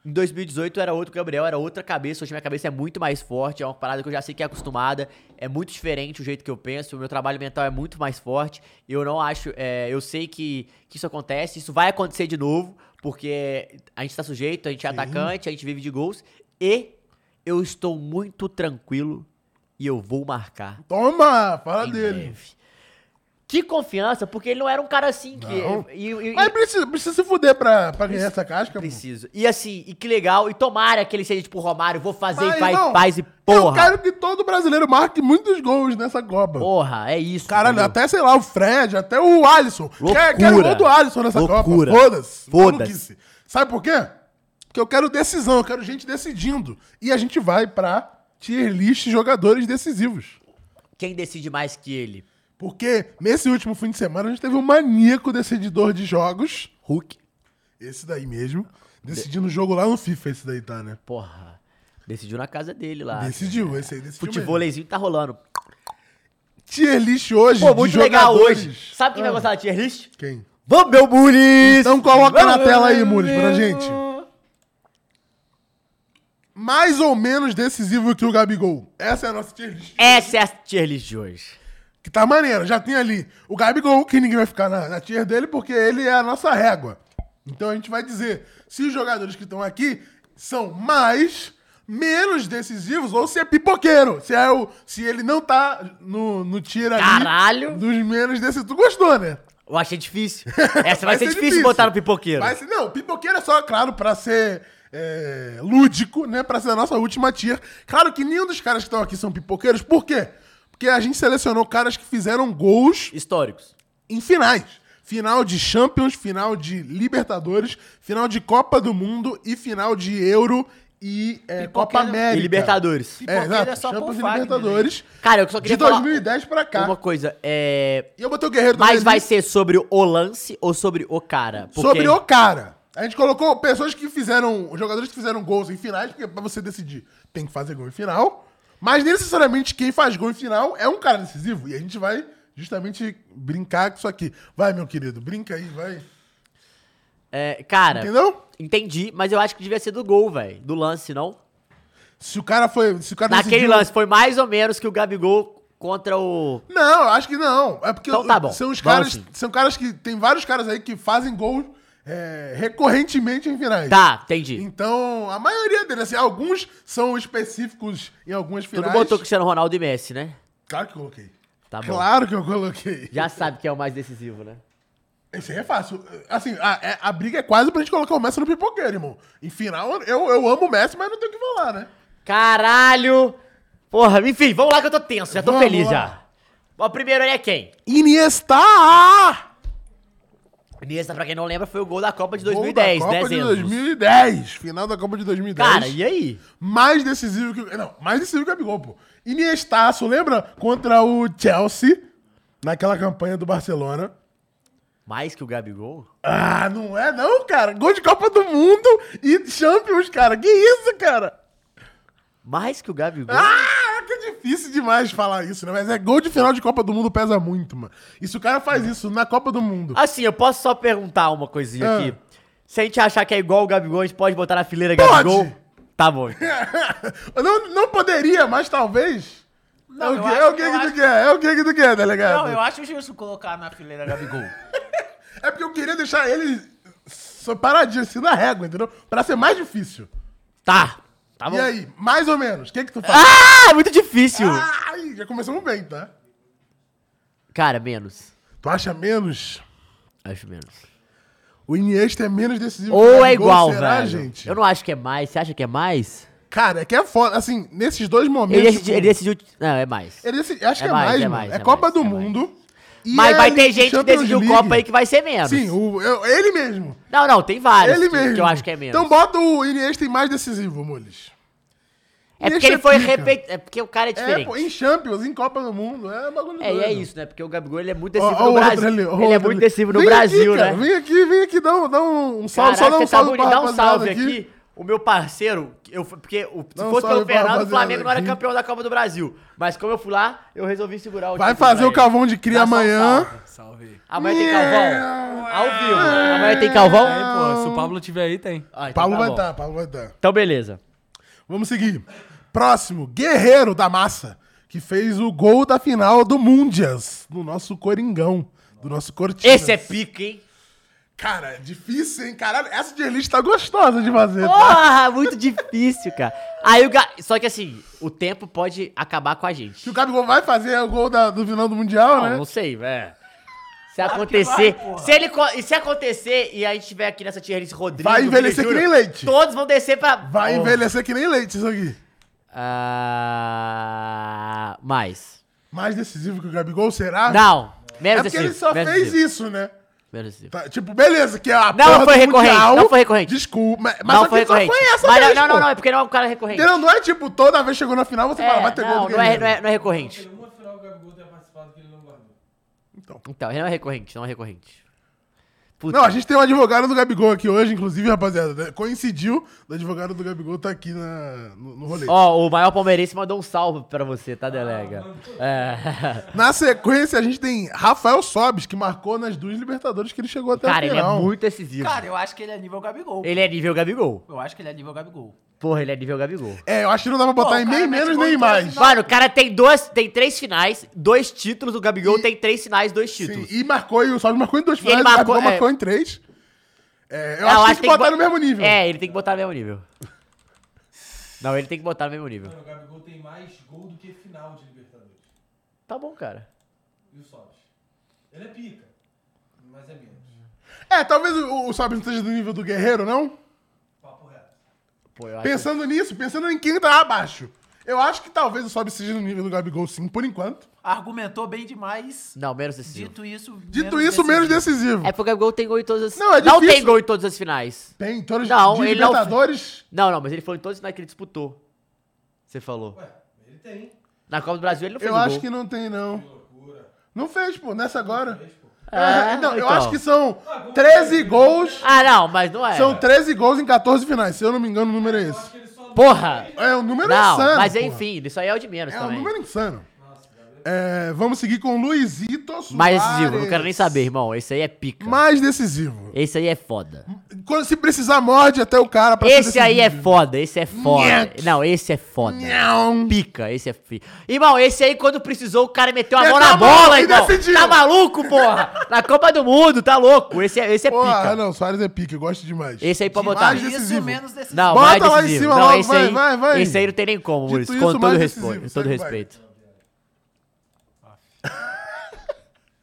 [SPEAKER 2] Em 2018 era outro Gabriel, era outra cabeça. Hoje minha cabeça é muito mais forte, é uma parada que eu já sei que é acostumada. É muito diferente o jeito que eu penso, o meu trabalho mental é muito mais forte. Eu não acho. é, eu sei que, que isso acontece, isso vai acontecer de novo, porque a gente tá sujeito, a gente é atacante, a gente vive de gols. E eu estou muito tranquilo e eu vou marcar
[SPEAKER 1] Toma, fala
[SPEAKER 2] em
[SPEAKER 1] dele.
[SPEAKER 2] breve. Que confiança, porque ele não era um cara assim que.
[SPEAKER 1] Não.
[SPEAKER 2] e- e-
[SPEAKER 1] Mas precisa, precisa se fuder pra, pra ganhar
[SPEAKER 2] Preci-
[SPEAKER 1] essa casca, pô.
[SPEAKER 2] Preciso. E assim, e que legal. E tomara que ele seja tipo Romário, vou fazer
[SPEAKER 1] Mas,
[SPEAKER 2] e vai,
[SPEAKER 1] irmão,
[SPEAKER 2] faz e
[SPEAKER 1] Eu
[SPEAKER 2] porra.
[SPEAKER 1] quero que todo brasileiro marque muitos gols nessa Copa.
[SPEAKER 2] Porra, é isso.
[SPEAKER 1] Caralho,
[SPEAKER 2] entendeu?
[SPEAKER 1] até, sei lá, o Fred, até o Alisson. é-
[SPEAKER 2] Loucura.
[SPEAKER 1] Quero, quero o gol do Alisson nessa
[SPEAKER 2] Loucura.
[SPEAKER 1] Copa. Foda-se.
[SPEAKER 2] Foda-se.
[SPEAKER 1] Maluquice. Sabe por quê? Porque eu quero decisão, eu quero gente decidindo. E a gente vai pra tier list de jogadores decisivos.
[SPEAKER 2] Quem decide mais que ele?
[SPEAKER 1] Porque nesse último fim de semana a gente teve um maníaco decididor de jogos.
[SPEAKER 2] Hulk.
[SPEAKER 1] Esse daí mesmo. Decidindo o jogo lá no FIFA, esse daí tá, né?
[SPEAKER 2] Porra. Decidiu na casa dele lá.
[SPEAKER 1] Decidiu, esse aí decidiu. mesmo.
[SPEAKER 2] Futevôleizinho tá rolando.
[SPEAKER 1] Tier list hoje.
[SPEAKER 2] Pô,
[SPEAKER 1] de
[SPEAKER 2] muito legal
[SPEAKER 1] jogadores. Ah.
[SPEAKER 2] hoje. Sabe quem vai gostar da tier list?
[SPEAKER 1] Quem?
[SPEAKER 2] Vamos, meu Muris!
[SPEAKER 1] Então coloca na tela aí, Muris, pra gente. Mais ou menos decisivo que o Gabigol. Essa é a nossa tier list.
[SPEAKER 2] Essa é a tier list de hoje.
[SPEAKER 1] Que tá maneiro, já tem ali o Gabigol, que ninguém vai ficar na, na tier dele, porque ele é a nossa régua. Então a gente vai dizer se os jogadores que estão aqui são mais, menos decisivos, ou se é pipoqueiro. Se, é o, se ele não tá no, no tier ali
[SPEAKER 2] Caralho!
[SPEAKER 1] dos menos decisivos. Tu gostou, né?
[SPEAKER 2] Eu achei difícil. Essa É, vai, ser, difícil, botar no pipoqueiro.
[SPEAKER 1] Vai ser- não, pipoqueiro é só, claro, pra ser é, lúdico, né? Pra ser a nossa última tier. Claro que nenhum dos caras que estão aqui são pipoqueiros. Por quê? Porque a gente selecionou caras que fizeram gols
[SPEAKER 2] Históricos.
[SPEAKER 1] em finais. Final de Champions, final de Libertadores, final de Copa do Mundo e final de Euro e é, Copa América.
[SPEAKER 2] E Libertadores.
[SPEAKER 1] É,
[SPEAKER 8] Pipoqueiro
[SPEAKER 1] exato.
[SPEAKER 8] é só
[SPEAKER 1] Champions e
[SPEAKER 8] por Fagner,
[SPEAKER 1] Libertadores.
[SPEAKER 2] Cara, eu só
[SPEAKER 1] De
[SPEAKER 2] queria falar
[SPEAKER 1] 2010 pra cá.
[SPEAKER 2] uma coisa. É...
[SPEAKER 1] E eu botei o Guerreiro
[SPEAKER 2] Mas
[SPEAKER 1] Danilo
[SPEAKER 2] vai ser sobre o lance ou sobre o cara? Porque-
[SPEAKER 1] sobre o cara. A gente colocou pessoas que fizeram, jogadores que fizeram gols em finais, porque pra você decidir, tem que fazer gol em final. Mas nem necessariamente quem faz gol em final é um cara decisivo. E a gente vai justamente brincar com isso aqui. Vai, meu querido, brinca aí, vai.
[SPEAKER 2] É, cara,
[SPEAKER 1] Entendeu?
[SPEAKER 2] É. entendi, mas eu acho que devia ser do gol, velho. Do lance, não?
[SPEAKER 1] Se o cara foi. Se o cara
[SPEAKER 2] Naquele
[SPEAKER 1] decidiu-
[SPEAKER 2] lance, foi mais ou menos que o Gabigol contra o.
[SPEAKER 1] Não, acho que não. É porque
[SPEAKER 2] Então tá bom.
[SPEAKER 1] são os
[SPEAKER 2] Vamos
[SPEAKER 1] caras.
[SPEAKER 2] sim.
[SPEAKER 1] São caras que. Tem vários caras aí que fazem gols é, recorrentemente em finais.
[SPEAKER 2] Tá, entendi.
[SPEAKER 1] Então, a maioria deles, assim, alguns são específicos em algumas
[SPEAKER 2] Tu não
[SPEAKER 1] finais.
[SPEAKER 2] botou Cristiano Ronaldo e Messi, né?
[SPEAKER 1] Claro que eu coloquei.
[SPEAKER 2] Tá bom.
[SPEAKER 1] Claro que eu coloquei.
[SPEAKER 2] Já sabe que é o mais decisivo, né?
[SPEAKER 1] Isso aí é fácil. Assim, a, é- a briga é quase pra gente colocar o Messi no pipoqueiro, irmão. Em final, eu, eu amo o Messi, mas não tenho o que falar, né?
[SPEAKER 2] Caralho! Porra, enfim, vamos lá que eu tô tenso, já tô
[SPEAKER 1] Vamos
[SPEAKER 2] feliz
[SPEAKER 1] lá.
[SPEAKER 2] já. Bom, o primeiro aí é quem?
[SPEAKER 1] Iniesta!
[SPEAKER 2] Iniesta, pra quem não lembra, foi o gol da Copa de
[SPEAKER 1] Gol
[SPEAKER 2] 2010,
[SPEAKER 1] da
[SPEAKER 2] né,
[SPEAKER 1] Copa de
[SPEAKER 2] Zeno?
[SPEAKER 1] 2010. Final da Copa de 2010.
[SPEAKER 2] Cara, e é- aí?
[SPEAKER 1] Mais decisivo que. Não, mais decisivo que o Gabigol, pô. Iniestaço, lembra? Contra o Chelsea, naquela campanha do Barcelona.
[SPEAKER 2] Mais que o Gabigol?
[SPEAKER 1] Ah, não é não, cara. Gol de Copa do Mundo e Champions, cara. Que isso, cara?
[SPEAKER 2] Mais que o Gabigol?
[SPEAKER 1] Ah, que é difícil demais falar isso, né? Mas é gol de final de Copa do Mundo pesa muito, mano. E se o cara faz isso na Copa do Mundo.
[SPEAKER 2] Assim, eu posso só perguntar uma coisinha
[SPEAKER 1] Ah.
[SPEAKER 2] aqui. Se a gente achar que é igual o Gabigol, a gente pode botar na fileira
[SPEAKER 1] Pode!
[SPEAKER 2] Gabigol? Tá bom. então.
[SPEAKER 1] não, não poderia, mas talvez. é o
[SPEAKER 8] eu
[SPEAKER 1] que,
[SPEAKER 8] acho-
[SPEAKER 1] é o que,
[SPEAKER 8] eu
[SPEAKER 1] que tu
[SPEAKER 8] acho-
[SPEAKER 1] quer, é o que, que tu quer, delegado.
[SPEAKER 8] Não, eu acho justo colocar na fileira Gabigol.
[SPEAKER 1] É porque eu queria deixar ele só paradinho assim na régua, entendeu? Pra ser mais difícil.
[SPEAKER 2] Tá. Tá bom.
[SPEAKER 1] E aí, mais ou menos, o que que tu faz?
[SPEAKER 2] Ah, muito difícil.
[SPEAKER 1] Ai, já começamos bem, tá?
[SPEAKER 2] Cara, menos.
[SPEAKER 1] Tu acha menos?
[SPEAKER 2] Acho menos.
[SPEAKER 1] O Iniesta é menos decisivo que o
[SPEAKER 2] Ou é
[SPEAKER 1] Gabigol,
[SPEAKER 2] igual,
[SPEAKER 1] será,
[SPEAKER 2] velho?
[SPEAKER 1] gente?
[SPEAKER 2] Eu não acho que é mais. Você acha que é mais?
[SPEAKER 1] Cara, é que é foda. Assim, nesses dois
[SPEAKER 2] Ele,
[SPEAKER 1] momentos...
[SPEAKER 2] decidi- ele decidiu... Não, é mais.
[SPEAKER 1] Ele decidi- acho
[SPEAKER 2] É
[SPEAKER 1] que é
[SPEAKER 2] mais,
[SPEAKER 1] mais,
[SPEAKER 2] é
[SPEAKER 1] mano.
[SPEAKER 2] mais,
[SPEAKER 1] é
[SPEAKER 2] é
[SPEAKER 1] Copa
[SPEAKER 2] mais,
[SPEAKER 1] do
[SPEAKER 2] é mais.
[SPEAKER 1] Mundo. e
[SPEAKER 2] Mas
[SPEAKER 1] é
[SPEAKER 2] vai ter gente que
[SPEAKER 1] Champions
[SPEAKER 2] decidiu
[SPEAKER 1] League.
[SPEAKER 2] Copa aí que vai ser menos.
[SPEAKER 1] Sim, o, eu- ele mesmo.
[SPEAKER 2] Não, não, tem vários
[SPEAKER 1] ele
[SPEAKER 2] que,
[SPEAKER 1] mesmo.
[SPEAKER 2] que eu acho que é menos.
[SPEAKER 1] Então bota o Iniesta em mais decisivo, Mules.
[SPEAKER 2] é porque
[SPEAKER 1] Iniesta
[SPEAKER 2] ele foi
[SPEAKER 1] pica.
[SPEAKER 2] repetido. É porque o cara é
[SPEAKER 1] É,
[SPEAKER 2] diferente.
[SPEAKER 1] pô, em Champions, em Copa do Mundo. É um bagulho
[SPEAKER 2] É, e
[SPEAKER 1] doido.
[SPEAKER 2] é isso, né? Porque o Gabigol ele é muito
[SPEAKER 1] Ó, ó
[SPEAKER 2] decisivo
[SPEAKER 1] o
[SPEAKER 2] no
[SPEAKER 1] outro
[SPEAKER 2] Brasil.
[SPEAKER 1] ali, ó o
[SPEAKER 2] ele é
[SPEAKER 1] outro
[SPEAKER 2] muito
[SPEAKER 1] ali.
[SPEAKER 2] decisivo no
[SPEAKER 1] Vem aqui,
[SPEAKER 2] Brasil,
[SPEAKER 1] cara,
[SPEAKER 2] né?
[SPEAKER 1] Vem aqui, vem aqui, dá um, dá um salve,
[SPEAKER 2] Caraca,
[SPEAKER 1] só dá um
[SPEAKER 2] você
[SPEAKER 1] salve
[SPEAKER 2] tá bonito. Dá um
[SPEAKER 1] rapaziada
[SPEAKER 2] salve aqui. O meu parceiro, que eu, porque o, se
[SPEAKER 1] Dá um
[SPEAKER 2] fosse
[SPEAKER 1] salve
[SPEAKER 2] pelo
[SPEAKER 1] pra
[SPEAKER 2] Fernando, o
[SPEAKER 1] rapaziada
[SPEAKER 2] Flamengo não era
[SPEAKER 1] aqui.
[SPEAKER 2] campeão da Copa do Brasil. Mas como eu fui lá, eu resolvi segurar o
[SPEAKER 1] Vai
[SPEAKER 2] título pra
[SPEAKER 1] fazer o
[SPEAKER 2] ele.
[SPEAKER 1] calvão de cria
[SPEAKER 2] Dá só um
[SPEAKER 1] amanhã.
[SPEAKER 2] salve.
[SPEAKER 9] Salve.
[SPEAKER 2] Amanhã tem calvão. Ao vivo. Amanhã tem calvão.
[SPEAKER 9] Tem, pô. Se o Pablo tiver aí, tem.
[SPEAKER 2] Ah, então
[SPEAKER 1] Paulo
[SPEAKER 2] tá
[SPEAKER 1] vai
[SPEAKER 2] bom.
[SPEAKER 1] estar, Paulo vai estar.
[SPEAKER 2] Então, beleza.
[SPEAKER 1] Vamos seguir. Próximo, Guerreiro da Massa, que fez o gol da final do Mundias, do nosso Coringão, do nosso Cortinas.
[SPEAKER 2] Esse é pica, hein?
[SPEAKER 1] Cara, é difícil, hein? Caralho, essa de elite tá gostosa de fazer, tá?
[SPEAKER 2] Porra, muito difícil, cara. Aí o Ga... Só que assim, o tempo pode acabar com a gente.
[SPEAKER 1] Que o Gabigol vai fazer o gol da- do final do Mundial,
[SPEAKER 2] Não,
[SPEAKER 1] né?
[SPEAKER 2] não sei, velho. Se acontecer. se, ele, co- e se acontecer e a gente tiver aqui nessa tier list Rodrigo.
[SPEAKER 1] Vai
[SPEAKER 2] Vini
[SPEAKER 1] envelhecer que
[SPEAKER 2] Júnior,
[SPEAKER 1] nem leite.
[SPEAKER 2] Todos vão descer pra.
[SPEAKER 1] Vai
[SPEAKER 2] Oh.
[SPEAKER 1] envelhecer que nem leite isso aqui.
[SPEAKER 2] Ah, mais.
[SPEAKER 1] Mais decisivo que o Gabigol, será?
[SPEAKER 2] Não. Menos
[SPEAKER 1] é porque ele
[SPEAKER 2] decisivo,
[SPEAKER 1] só
[SPEAKER 2] menos
[SPEAKER 1] fez
[SPEAKER 2] decisivo,
[SPEAKER 1] isso, né?
[SPEAKER 2] menos decisivo.
[SPEAKER 1] Tá, tipo, beleza, que é a
[SPEAKER 2] Não,
[SPEAKER 1] porra
[SPEAKER 2] foi
[SPEAKER 1] do
[SPEAKER 2] recorrente,
[SPEAKER 1] Mundial.
[SPEAKER 2] não foi recorrente.
[SPEAKER 1] Desculpa, mas, mas
[SPEAKER 2] Não
[SPEAKER 1] só
[SPEAKER 2] foi
[SPEAKER 1] que só
[SPEAKER 2] recorrente.
[SPEAKER 1] foi essa
[SPEAKER 2] Mas
[SPEAKER 1] vez,
[SPEAKER 2] não,
[SPEAKER 1] pô.
[SPEAKER 2] não, não, é porque não é um cara recorrente.
[SPEAKER 1] Entendeu? Não é tipo, toda vez chegou na final, você fala, vai ter gol
[SPEAKER 2] não,
[SPEAKER 1] do
[SPEAKER 2] não, é,
[SPEAKER 1] Guerreiro.
[SPEAKER 2] não, é, não é recorrente.
[SPEAKER 1] Então.
[SPEAKER 2] Então, ele não é recorrente, não é recorrente. Puta.
[SPEAKER 1] Não, a gente tem um advogado do Gabigol aqui hoje, inclusive, rapaziada. né? Coincidiu do advogado do Gabigol tá aqui na, no, no rolê.
[SPEAKER 2] Ó, o maior palmeirense mandou um salve pra você, tá, Delega? É.
[SPEAKER 1] Na sequência, a gente tem Rafael Sobes, que marcou nas duas Libertadores que ele chegou até
[SPEAKER 2] Cara,
[SPEAKER 1] a
[SPEAKER 2] ele é
[SPEAKER 1] final.
[SPEAKER 2] muito decisivo.
[SPEAKER 8] Cara, eu acho que ele é nível Gabigol.
[SPEAKER 2] Ele é nível Gabigol.
[SPEAKER 8] Eu acho que ele é nível Gabigol.
[SPEAKER 2] Porra, ele é nível Gabigol.
[SPEAKER 1] É, eu acho que não dá pra botar
[SPEAKER 8] Pô,
[SPEAKER 1] em
[SPEAKER 8] o
[SPEAKER 1] nem
[SPEAKER 8] cara mete
[SPEAKER 1] menos
[SPEAKER 8] gol em
[SPEAKER 1] nem
[SPEAKER 8] toda a
[SPEAKER 1] mais.
[SPEAKER 8] final.
[SPEAKER 2] Mano, o cara tem duas, tem três finais, dois títulos, o Gabigol
[SPEAKER 1] E-
[SPEAKER 2] tem três finais, dois
[SPEAKER 1] Sim,
[SPEAKER 2] títulos.
[SPEAKER 1] e marcou, e o Sobes marcou em duas
[SPEAKER 2] E
[SPEAKER 1] finais,
[SPEAKER 2] ele
[SPEAKER 1] o Gabigol
[SPEAKER 2] marcou, é.
[SPEAKER 1] marcou em três. É, eu
[SPEAKER 2] Ah,
[SPEAKER 1] acho que tem que botar no
[SPEAKER 2] bo-
[SPEAKER 1] mesmo nível.
[SPEAKER 2] É, ele tem que botar no mesmo nível. Não, ele tem que botar no mesmo nível.
[SPEAKER 9] O Gabigol tem mais gol do que final de Libertadores.
[SPEAKER 2] Tá bom, cara.
[SPEAKER 9] E o Sobs? Ele é pica, mas é menos.
[SPEAKER 1] É, talvez o, o Sobes não seja do nível do Guerreiro, não?
[SPEAKER 9] Papo reto.
[SPEAKER 2] Pô, eu acho
[SPEAKER 1] Pensando nisso, pensando em quem tá abaixo. Eu acho que talvez o Sobes seja no nível do Gabigol, sim, por enquanto.
[SPEAKER 8] Argumentou bem demais.
[SPEAKER 2] que- Não, menos decisivo.
[SPEAKER 8] Dito isso,
[SPEAKER 1] Dito isso, menos decisivo.
[SPEAKER 2] É porque o Gabigol tem gol em todas as
[SPEAKER 1] Não, é
[SPEAKER 2] Não tem
[SPEAKER 1] difícil.
[SPEAKER 2] gol em todas as finais.
[SPEAKER 1] Tem, todas
[SPEAKER 2] Não,
[SPEAKER 1] de
[SPEAKER 2] ele não-
[SPEAKER 1] Libertadores.
[SPEAKER 2] Não, não, mas ele foi em todas as finais que ele disputou. Você falou.
[SPEAKER 9] Ele tem.
[SPEAKER 2] Na Copa do Brasil ele não fez
[SPEAKER 1] Eu
[SPEAKER 2] um
[SPEAKER 1] acho
[SPEAKER 2] gol.
[SPEAKER 1] que não tem, não. Não fez, pô, nessa agora.
[SPEAKER 2] Ah,
[SPEAKER 1] É, não, eu
[SPEAKER 2] então.
[SPEAKER 1] acho que são 13 gols.
[SPEAKER 2] Ah, não, mas não é.
[SPEAKER 1] São 13 gols em 14 finais, se eu não me engano, o número é esse.
[SPEAKER 2] Porra!
[SPEAKER 1] É um número
[SPEAKER 2] Não,
[SPEAKER 1] insano.
[SPEAKER 2] mas
[SPEAKER 1] porra.
[SPEAKER 2] enfim, isso aí é o de menos
[SPEAKER 1] É um
[SPEAKER 2] também.
[SPEAKER 1] número insano. É, vamos seguir com Luizito Soares.
[SPEAKER 2] Mais decisivo, não quero nem saber, irmão. Esse aí é pica.
[SPEAKER 1] Mais decisivo.
[SPEAKER 2] Esse aí é foda.
[SPEAKER 1] Quando se precisar, morde até o cara pra
[SPEAKER 2] Esse aí é foda, esse é foda. Não, esse é foda. Pica, esse é pica. Irmão, esse aí quando precisou, o cara meteu a mão
[SPEAKER 1] Meteu
[SPEAKER 2] na
[SPEAKER 1] a mão
[SPEAKER 2] bola,
[SPEAKER 1] e
[SPEAKER 2] irmão.
[SPEAKER 1] decidiu.
[SPEAKER 2] Tá maluco, porra? Na Copa do Mundo, tá louco. Esse é, esse é
[SPEAKER 1] Porra,
[SPEAKER 2] pica.
[SPEAKER 1] não, Soares é pique, eu gosto demais.
[SPEAKER 2] Esse aí pode botar.
[SPEAKER 1] Mais decisivo. menos decisivo.
[SPEAKER 2] Não,
[SPEAKER 1] Bota
[SPEAKER 2] mais
[SPEAKER 1] lá em
[SPEAKER 2] decisivo.
[SPEAKER 1] cima,
[SPEAKER 2] não,
[SPEAKER 1] logo,
[SPEAKER 2] esse
[SPEAKER 1] vai,
[SPEAKER 2] aí,
[SPEAKER 1] vai, vai.
[SPEAKER 2] Esse aí não tem nem como,
[SPEAKER 1] Dito
[SPEAKER 2] Maurício.
[SPEAKER 1] isso,
[SPEAKER 2] Com todo
[SPEAKER 1] mais
[SPEAKER 2] respeito.
[SPEAKER 1] decisivo,
[SPEAKER 2] Todo
[SPEAKER 1] segue, vai.
[SPEAKER 2] respeito.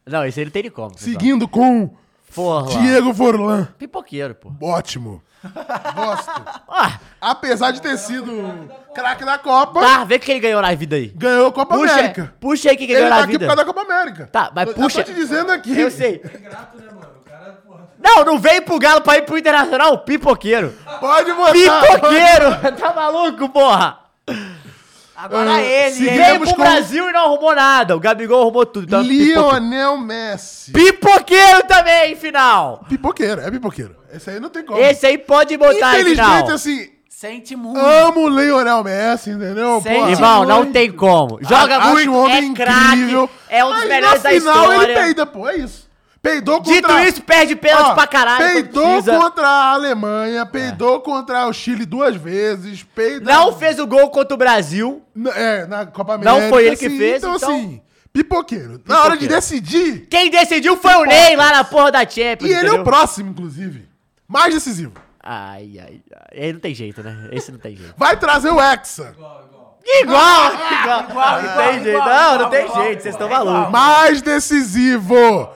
[SPEAKER 2] Não, esse aí não tem nem como. pessoal.
[SPEAKER 1] Seguindo com
[SPEAKER 2] Forlan.
[SPEAKER 1] Diego Forlan.
[SPEAKER 2] Pipoqueiro, pô. Ah,
[SPEAKER 1] Ótimo. Gosto. Apesar de ter sido craque da Copa,
[SPEAKER 2] Tá, vê o que ele ganhou na vida aí.
[SPEAKER 1] ganhou a Copa
[SPEAKER 2] Puxa,
[SPEAKER 1] América.
[SPEAKER 2] puxa aí o que, que
[SPEAKER 1] Ele
[SPEAKER 2] ganhou
[SPEAKER 1] tá
[SPEAKER 2] na
[SPEAKER 1] aqui por
[SPEAKER 2] vida.
[SPEAKER 1] causa da Copa América.
[SPEAKER 2] Tá, mas
[SPEAKER 1] Eu tô
[SPEAKER 2] puxa.
[SPEAKER 1] te dizendo aqui.
[SPEAKER 2] Eu sei. Não, não veio pro Galo pra ir pro Internacional, pipoqueiro.
[SPEAKER 1] Pode botar.
[SPEAKER 2] Pipoqueiro! tá maluco, porra?
[SPEAKER 8] Agora
[SPEAKER 1] Ah,
[SPEAKER 8] ele,
[SPEAKER 1] se-
[SPEAKER 8] hein?
[SPEAKER 2] Veio
[SPEAKER 1] Sigamos
[SPEAKER 2] pro
[SPEAKER 1] com-
[SPEAKER 2] Brasil e não arrumou nada. O Gabigol arrumou tudo. Então, pipoqueiro.
[SPEAKER 1] Lionel Messi.
[SPEAKER 2] pipoqueiro também, final.
[SPEAKER 1] Pipoqueiro, é pipoqueiro. Esse aí não tem como.
[SPEAKER 2] Esse é aí pode botar em final.
[SPEAKER 1] Infelizmente, assim,
[SPEAKER 8] Sente muito.
[SPEAKER 1] amo o Lionel Messi, entendeu?
[SPEAKER 8] Sente
[SPEAKER 1] Pô,
[SPEAKER 2] Irmão, não
[SPEAKER 1] muito.
[SPEAKER 2] tem como. Joga
[SPEAKER 1] Acho
[SPEAKER 2] muito,
[SPEAKER 1] um homem
[SPEAKER 2] é craque,
[SPEAKER 1] incrível.
[SPEAKER 2] é um dos
[SPEAKER 1] Mas
[SPEAKER 2] melhores
[SPEAKER 1] na
[SPEAKER 2] da
[SPEAKER 1] final ele
[SPEAKER 2] história.
[SPEAKER 1] peida, pô, é isso. Peidou contra...
[SPEAKER 2] Dito isso, perde pênalti
[SPEAKER 1] Ó,
[SPEAKER 2] pra caralho. quando
[SPEAKER 1] Peidou
[SPEAKER 2] precisa.
[SPEAKER 1] contra a Alemanha, peidou contra o Chile duas vezes, peidou...
[SPEAKER 2] Não fez o gol contra o Brasil.
[SPEAKER 1] N- É, na Copa
[SPEAKER 2] Não
[SPEAKER 1] América.
[SPEAKER 2] foi ele que fez,
[SPEAKER 1] Então,
[SPEAKER 2] então-
[SPEAKER 1] assim, pipoqueiro. Na hora de
[SPEAKER 2] Pipoqueiro.
[SPEAKER 1] decidir,
[SPEAKER 2] Quem decidiu foi o Ney lá na porra da Champions.
[SPEAKER 1] e ele é
[SPEAKER 2] entendeu?
[SPEAKER 1] o próximo, inclusive. Mais decisivo.
[SPEAKER 2] Ai, ai, ai. Ele não tem jeito, né? Esse não tem jeito.
[SPEAKER 1] Vai trazer o Hexa. Ah,
[SPEAKER 2] Igual! igual, não tem jeito. Não, não tem jeito. Vocês estão malucos.
[SPEAKER 1] Mais decisivo.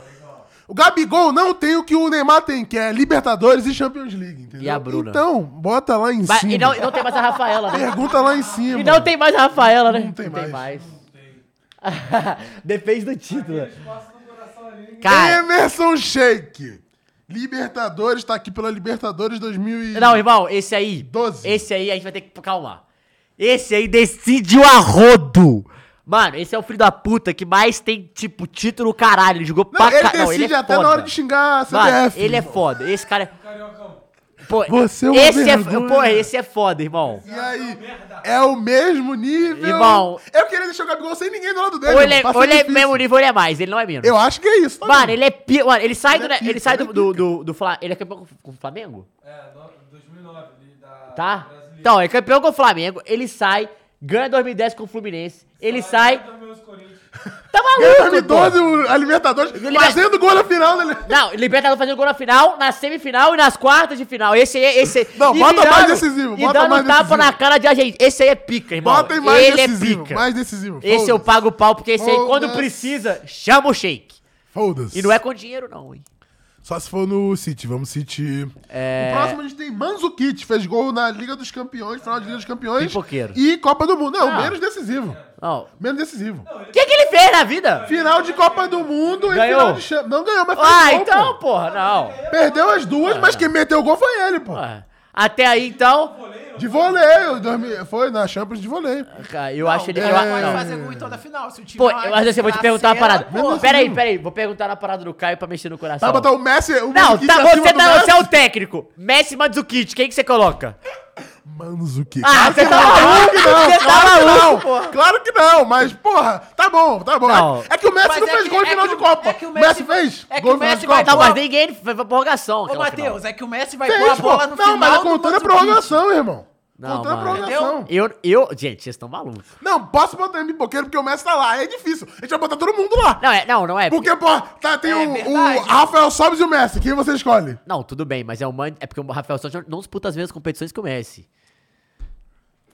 [SPEAKER 1] O Gabigol não tem o que o Neymar tem, que é Libertadores e Champions League, entendeu?
[SPEAKER 2] E a Bruna?
[SPEAKER 1] Então, bota lá em
[SPEAKER 2] Vai-
[SPEAKER 1] cima.
[SPEAKER 2] e não, e não tem mais a Rafaela, né?
[SPEAKER 1] Pergunta lá em cima.
[SPEAKER 2] E não tem mais a Rafaela, né? Não
[SPEAKER 1] tem mais.
[SPEAKER 2] Depende do título. Cara,
[SPEAKER 1] Emerson Sheik. Libertadores tá aqui pela Libertadores 2012.
[SPEAKER 2] não, irmão, esse aí.
[SPEAKER 1] 12.
[SPEAKER 2] Esse aí a gente vai ter que calmar. Esse aí decide o arrodo. Mano, esse é o filho da puta que mais tem, tipo, título caralho. Ele jogou
[SPEAKER 1] Não,
[SPEAKER 2] pra
[SPEAKER 1] ele
[SPEAKER 2] caralho.
[SPEAKER 1] decide até na hora de xingar a CBF.
[SPEAKER 2] Mano, ele é foda. Esse cara é. Pô,
[SPEAKER 1] Você é uma
[SPEAKER 2] esse é,
[SPEAKER 1] vergonha.
[SPEAKER 2] pô, esse é foda, irmão.
[SPEAKER 1] E aí, é o mesmo nível.
[SPEAKER 2] Irmão.
[SPEAKER 1] Eu queria deixar o Gabigol sem ninguém do lado dele.
[SPEAKER 2] Ou ele, é-
[SPEAKER 1] irmão. Tá
[SPEAKER 2] ou ele é
[SPEAKER 1] sendo difícil.
[SPEAKER 2] mesmo nível, ou ele é mais, ele não é menos.
[SPEAKER 1] Eu acho que é isso. tá
[SPEAKER 2] Mano,
[SPEAKER 1] vendo?
[SPEAKER 2] ele é pi... Mano, ele sai,
[SPEAKER 1] Ele é
[SPEAKER 2] do,
[SPEAKER 1] pica,
[SPEAKER 2] ele sai
[SPEAKER 1] ele
[SPEAKER 2] do,
[SPEAKER 1] é
[SPEAKER 2] do, do, do Flamengo. Ele é campeão com- com o Flamengo?
[SPEAKER 9] É, no- 2009, ali da
[SPEAKER 2] Tá?
[SPEAKER 9] brasileira.
[SPEAKER 2] Então, ele é campeão com o Flamengo, ele sai, ganha 2010 com o Fluminense, ele sai.
[SPEAKER 9] Tá meus Corinthians.
[SPEAKER 2] Tá
[SPEAKER 1] Ganhou
[SPEAKER 2] maluco, pô.
[SPEAKER 1] 2012, o- a Libertadores,
[SPEAKER 2] Ele é- vai-
[SPEAKER 1] fazendo gol na final. Né?
[SPEAKER 2] Não, Libertadores fazendo gol na final, na semifinal e nas quartas de final. Esse aí, é- esse aí.
[SPEAKER 1] Não,
[SPEAKER 2] e
[SPEAKER 1] bota mais decisivo,
[SPEAKER 2] E
[SPEAKER 1] bota
[SPEAKER 2] dando
[SPEAKER 1] mais
[SPEAKER 2] tapa
[SPEAKER 1] decisivo.
[SPEAKER 2] na cara de agente. Esse aí é pica, irmão.
[SPEAKER 1] Bota aí mais
[SPEAKER 2] ele
[SPEAKER 1] decisivo,
[SPEAKER 2] é pica.
[SPEAKER 1] mais decisivo.
[SPEAKER 2] Esse eu
[SPEAKER 1] Foda-se.
[SPEAKER 2] pago o pau, porque esse aí, quando
[SPEAKER 1] Foda-se.
[SPEAKER 2] precisa, chama o shake.
[SPEAKER 1] Foda-se.
[SPEAKER 2] E não é com dinheiro, não, hein?
[SPEAKER 1] Só se for no City, vamos City.
[SPEAKER 2] É.
[SPEAKER 1] O próximo a gente tem Manzukic, fez gol na Liga dos Campeões, final de Liga dos Campeões.
[SPEAKER 2] Pipoqueiro.
[SPEAKER 1] E Copa do Mundo. Não,
[SPEAKER 2] Ah.
[SPEAKER 1] menos decisivo.
[SPEAKER 2] Não.
[SPEAKER 1] Menos decisivo.
[SPEAKER 2] O que, que ele fez na vida?
[SPEAKER 1] Final de Copa do Mundo
[SPEAKER 2] Ganhou.
[SPEAKER 1] e final de Champions. Não ganhou, mas fez
[SPEAKER 2] Ah,
[SPEAKER 1] gol,
[SPEAKER 2] então,
[SPEAKER 1] pô.
[SPEAKER 2] porra, não.
[SPEAKER 1] Perdeu as duas, mas quem meteu o gol foi ele, pô.
[SPEAKER 2] Ah, Até aí, então.
[SPEAKER 1] De voleio. dormi- Foi na Champions de voleio.
[SPEAKER 2] Cara, eu acho ele.
[SPEAKER 8] Ele
[SPEAKER 2] eu-
[SPEAKER 8] não pode
[SPEAKER 2] não.
[SPEAKER 8] fazer gol em toda a final. Se o time
[SPEAKER 2] é. Pô,
[SPEAKER 8] é uma
[SPEAKER 2] mas assim, eu vou te perguntar uma
[SPEAKER 8] desgraceira,
[SPEAKER 2] parada.
[SPEAKER 8] pô.
[SPEAKER 2] Pera aí, pera aí. Vou perguntar na parada do Caio pra mexer no coração.
[SPEAKER 1] Vai botar o Messi. O
[SPEAKER 2] Tá Não,
[SPEAKER 1] Manzukic
[SPEAKER 2] tá,
[SPEAKER 1] acima
[SPEAKER 2] você,
[SPEAKER 1] do
[SPEAKER 2] tá,
[SPEAKER 1] Messi?
[SPEAKER 2] você é o técnico. Messi Mandzukic, quem que você coloca?
[SPEAKER 1] Manzukic.
[SPEAKER 2] Ah, você tá
[SPEAKER 1] Claro que não, claro
[SPEAKER 2] maluco, você tá
[SPEAKER 1] que não.
[SPEAKER 2] maluco, porra.
[SPEAKER 1] Claro que não, mas, porra, tá bom, tá bom.
[SPEAKER 2] Não.
[SPEAKER 1] É que o Messi
[SPEAKER 8] Mas
[SPEAKER 1] não
[SPEAKER 8] é
[SPEAKER 1] fez
[SPEAKER 8] que-
[SPEAKER 1] gol em
[SPEAKER 8] é
[SPEAKER 1] final
[SPEAKER 8] que
[SPEAKER 1] de
[SPEAKER 8] o-
[SPEAKER 1] Copa.
[SPEAKER 8] é que o
[SPEAKER 1] Messi,
[SPEAKER 8] Messi-
[SPEAKER 1] fez
[SPEAKER 8] é que
[SPEAKER 1] gol
[SPEAKER 8] o
[SPEAKER 1] em final de
[SPEAKER 8] Messi vai
[SPEAKER 1] Copa.
[SPEAKER 2] Tá,
[SPEAKER 8] dar
[SPEAKER 2] mas ninguém foi pra prorrogação.
[SPEAKER 8] Ô,
[SPEAKER 2] aquela final.
[SPEAKER 8] Matheus, é que o Messi vai pôr
[SPEAKER 1] Fez,
[SPEAKER 8] a bola
[SPEAKER 1] pô.
[SPEAKER 8] no final.
[SPEAKER 1] Não, mas é
[SPEAKER 8] do
[SPEAKER 1] contando a
[SPEAKER 8] Mandzukic.
[SPEAKER 1] prorrogação, irmão.
[SPEAKER 2] Não,
[SPEAKER 1] Contando a
[SPEAKER 2] mano.
[SPEAKER 8] é um?
[SPEAKER 1] prorrogação.
[SPEAKER 2] Eu, eu, gente, vocês estão malucos.
[SPEAKER 1] Não, posso botar em pipoqueiro porque o Messi tá lá. É difícil. A gente vai botar todo mundo lá.
[SPEAKER 2] Não, é, não, não é.
[SPEAKER 1] Porque, pô, tá, tem
[SPEAKER 8] É
[SPEAKER 1] o,
[SPEAKER 8] verdade.
[SPEAKER 1] o Rafael Sobis e o Messi. Quem você escolhe?
[SPEAKER 2] Não, tudo bem, mas é o Man... é porque o Rafael Santos não disputa as mesmas competições que o Messi.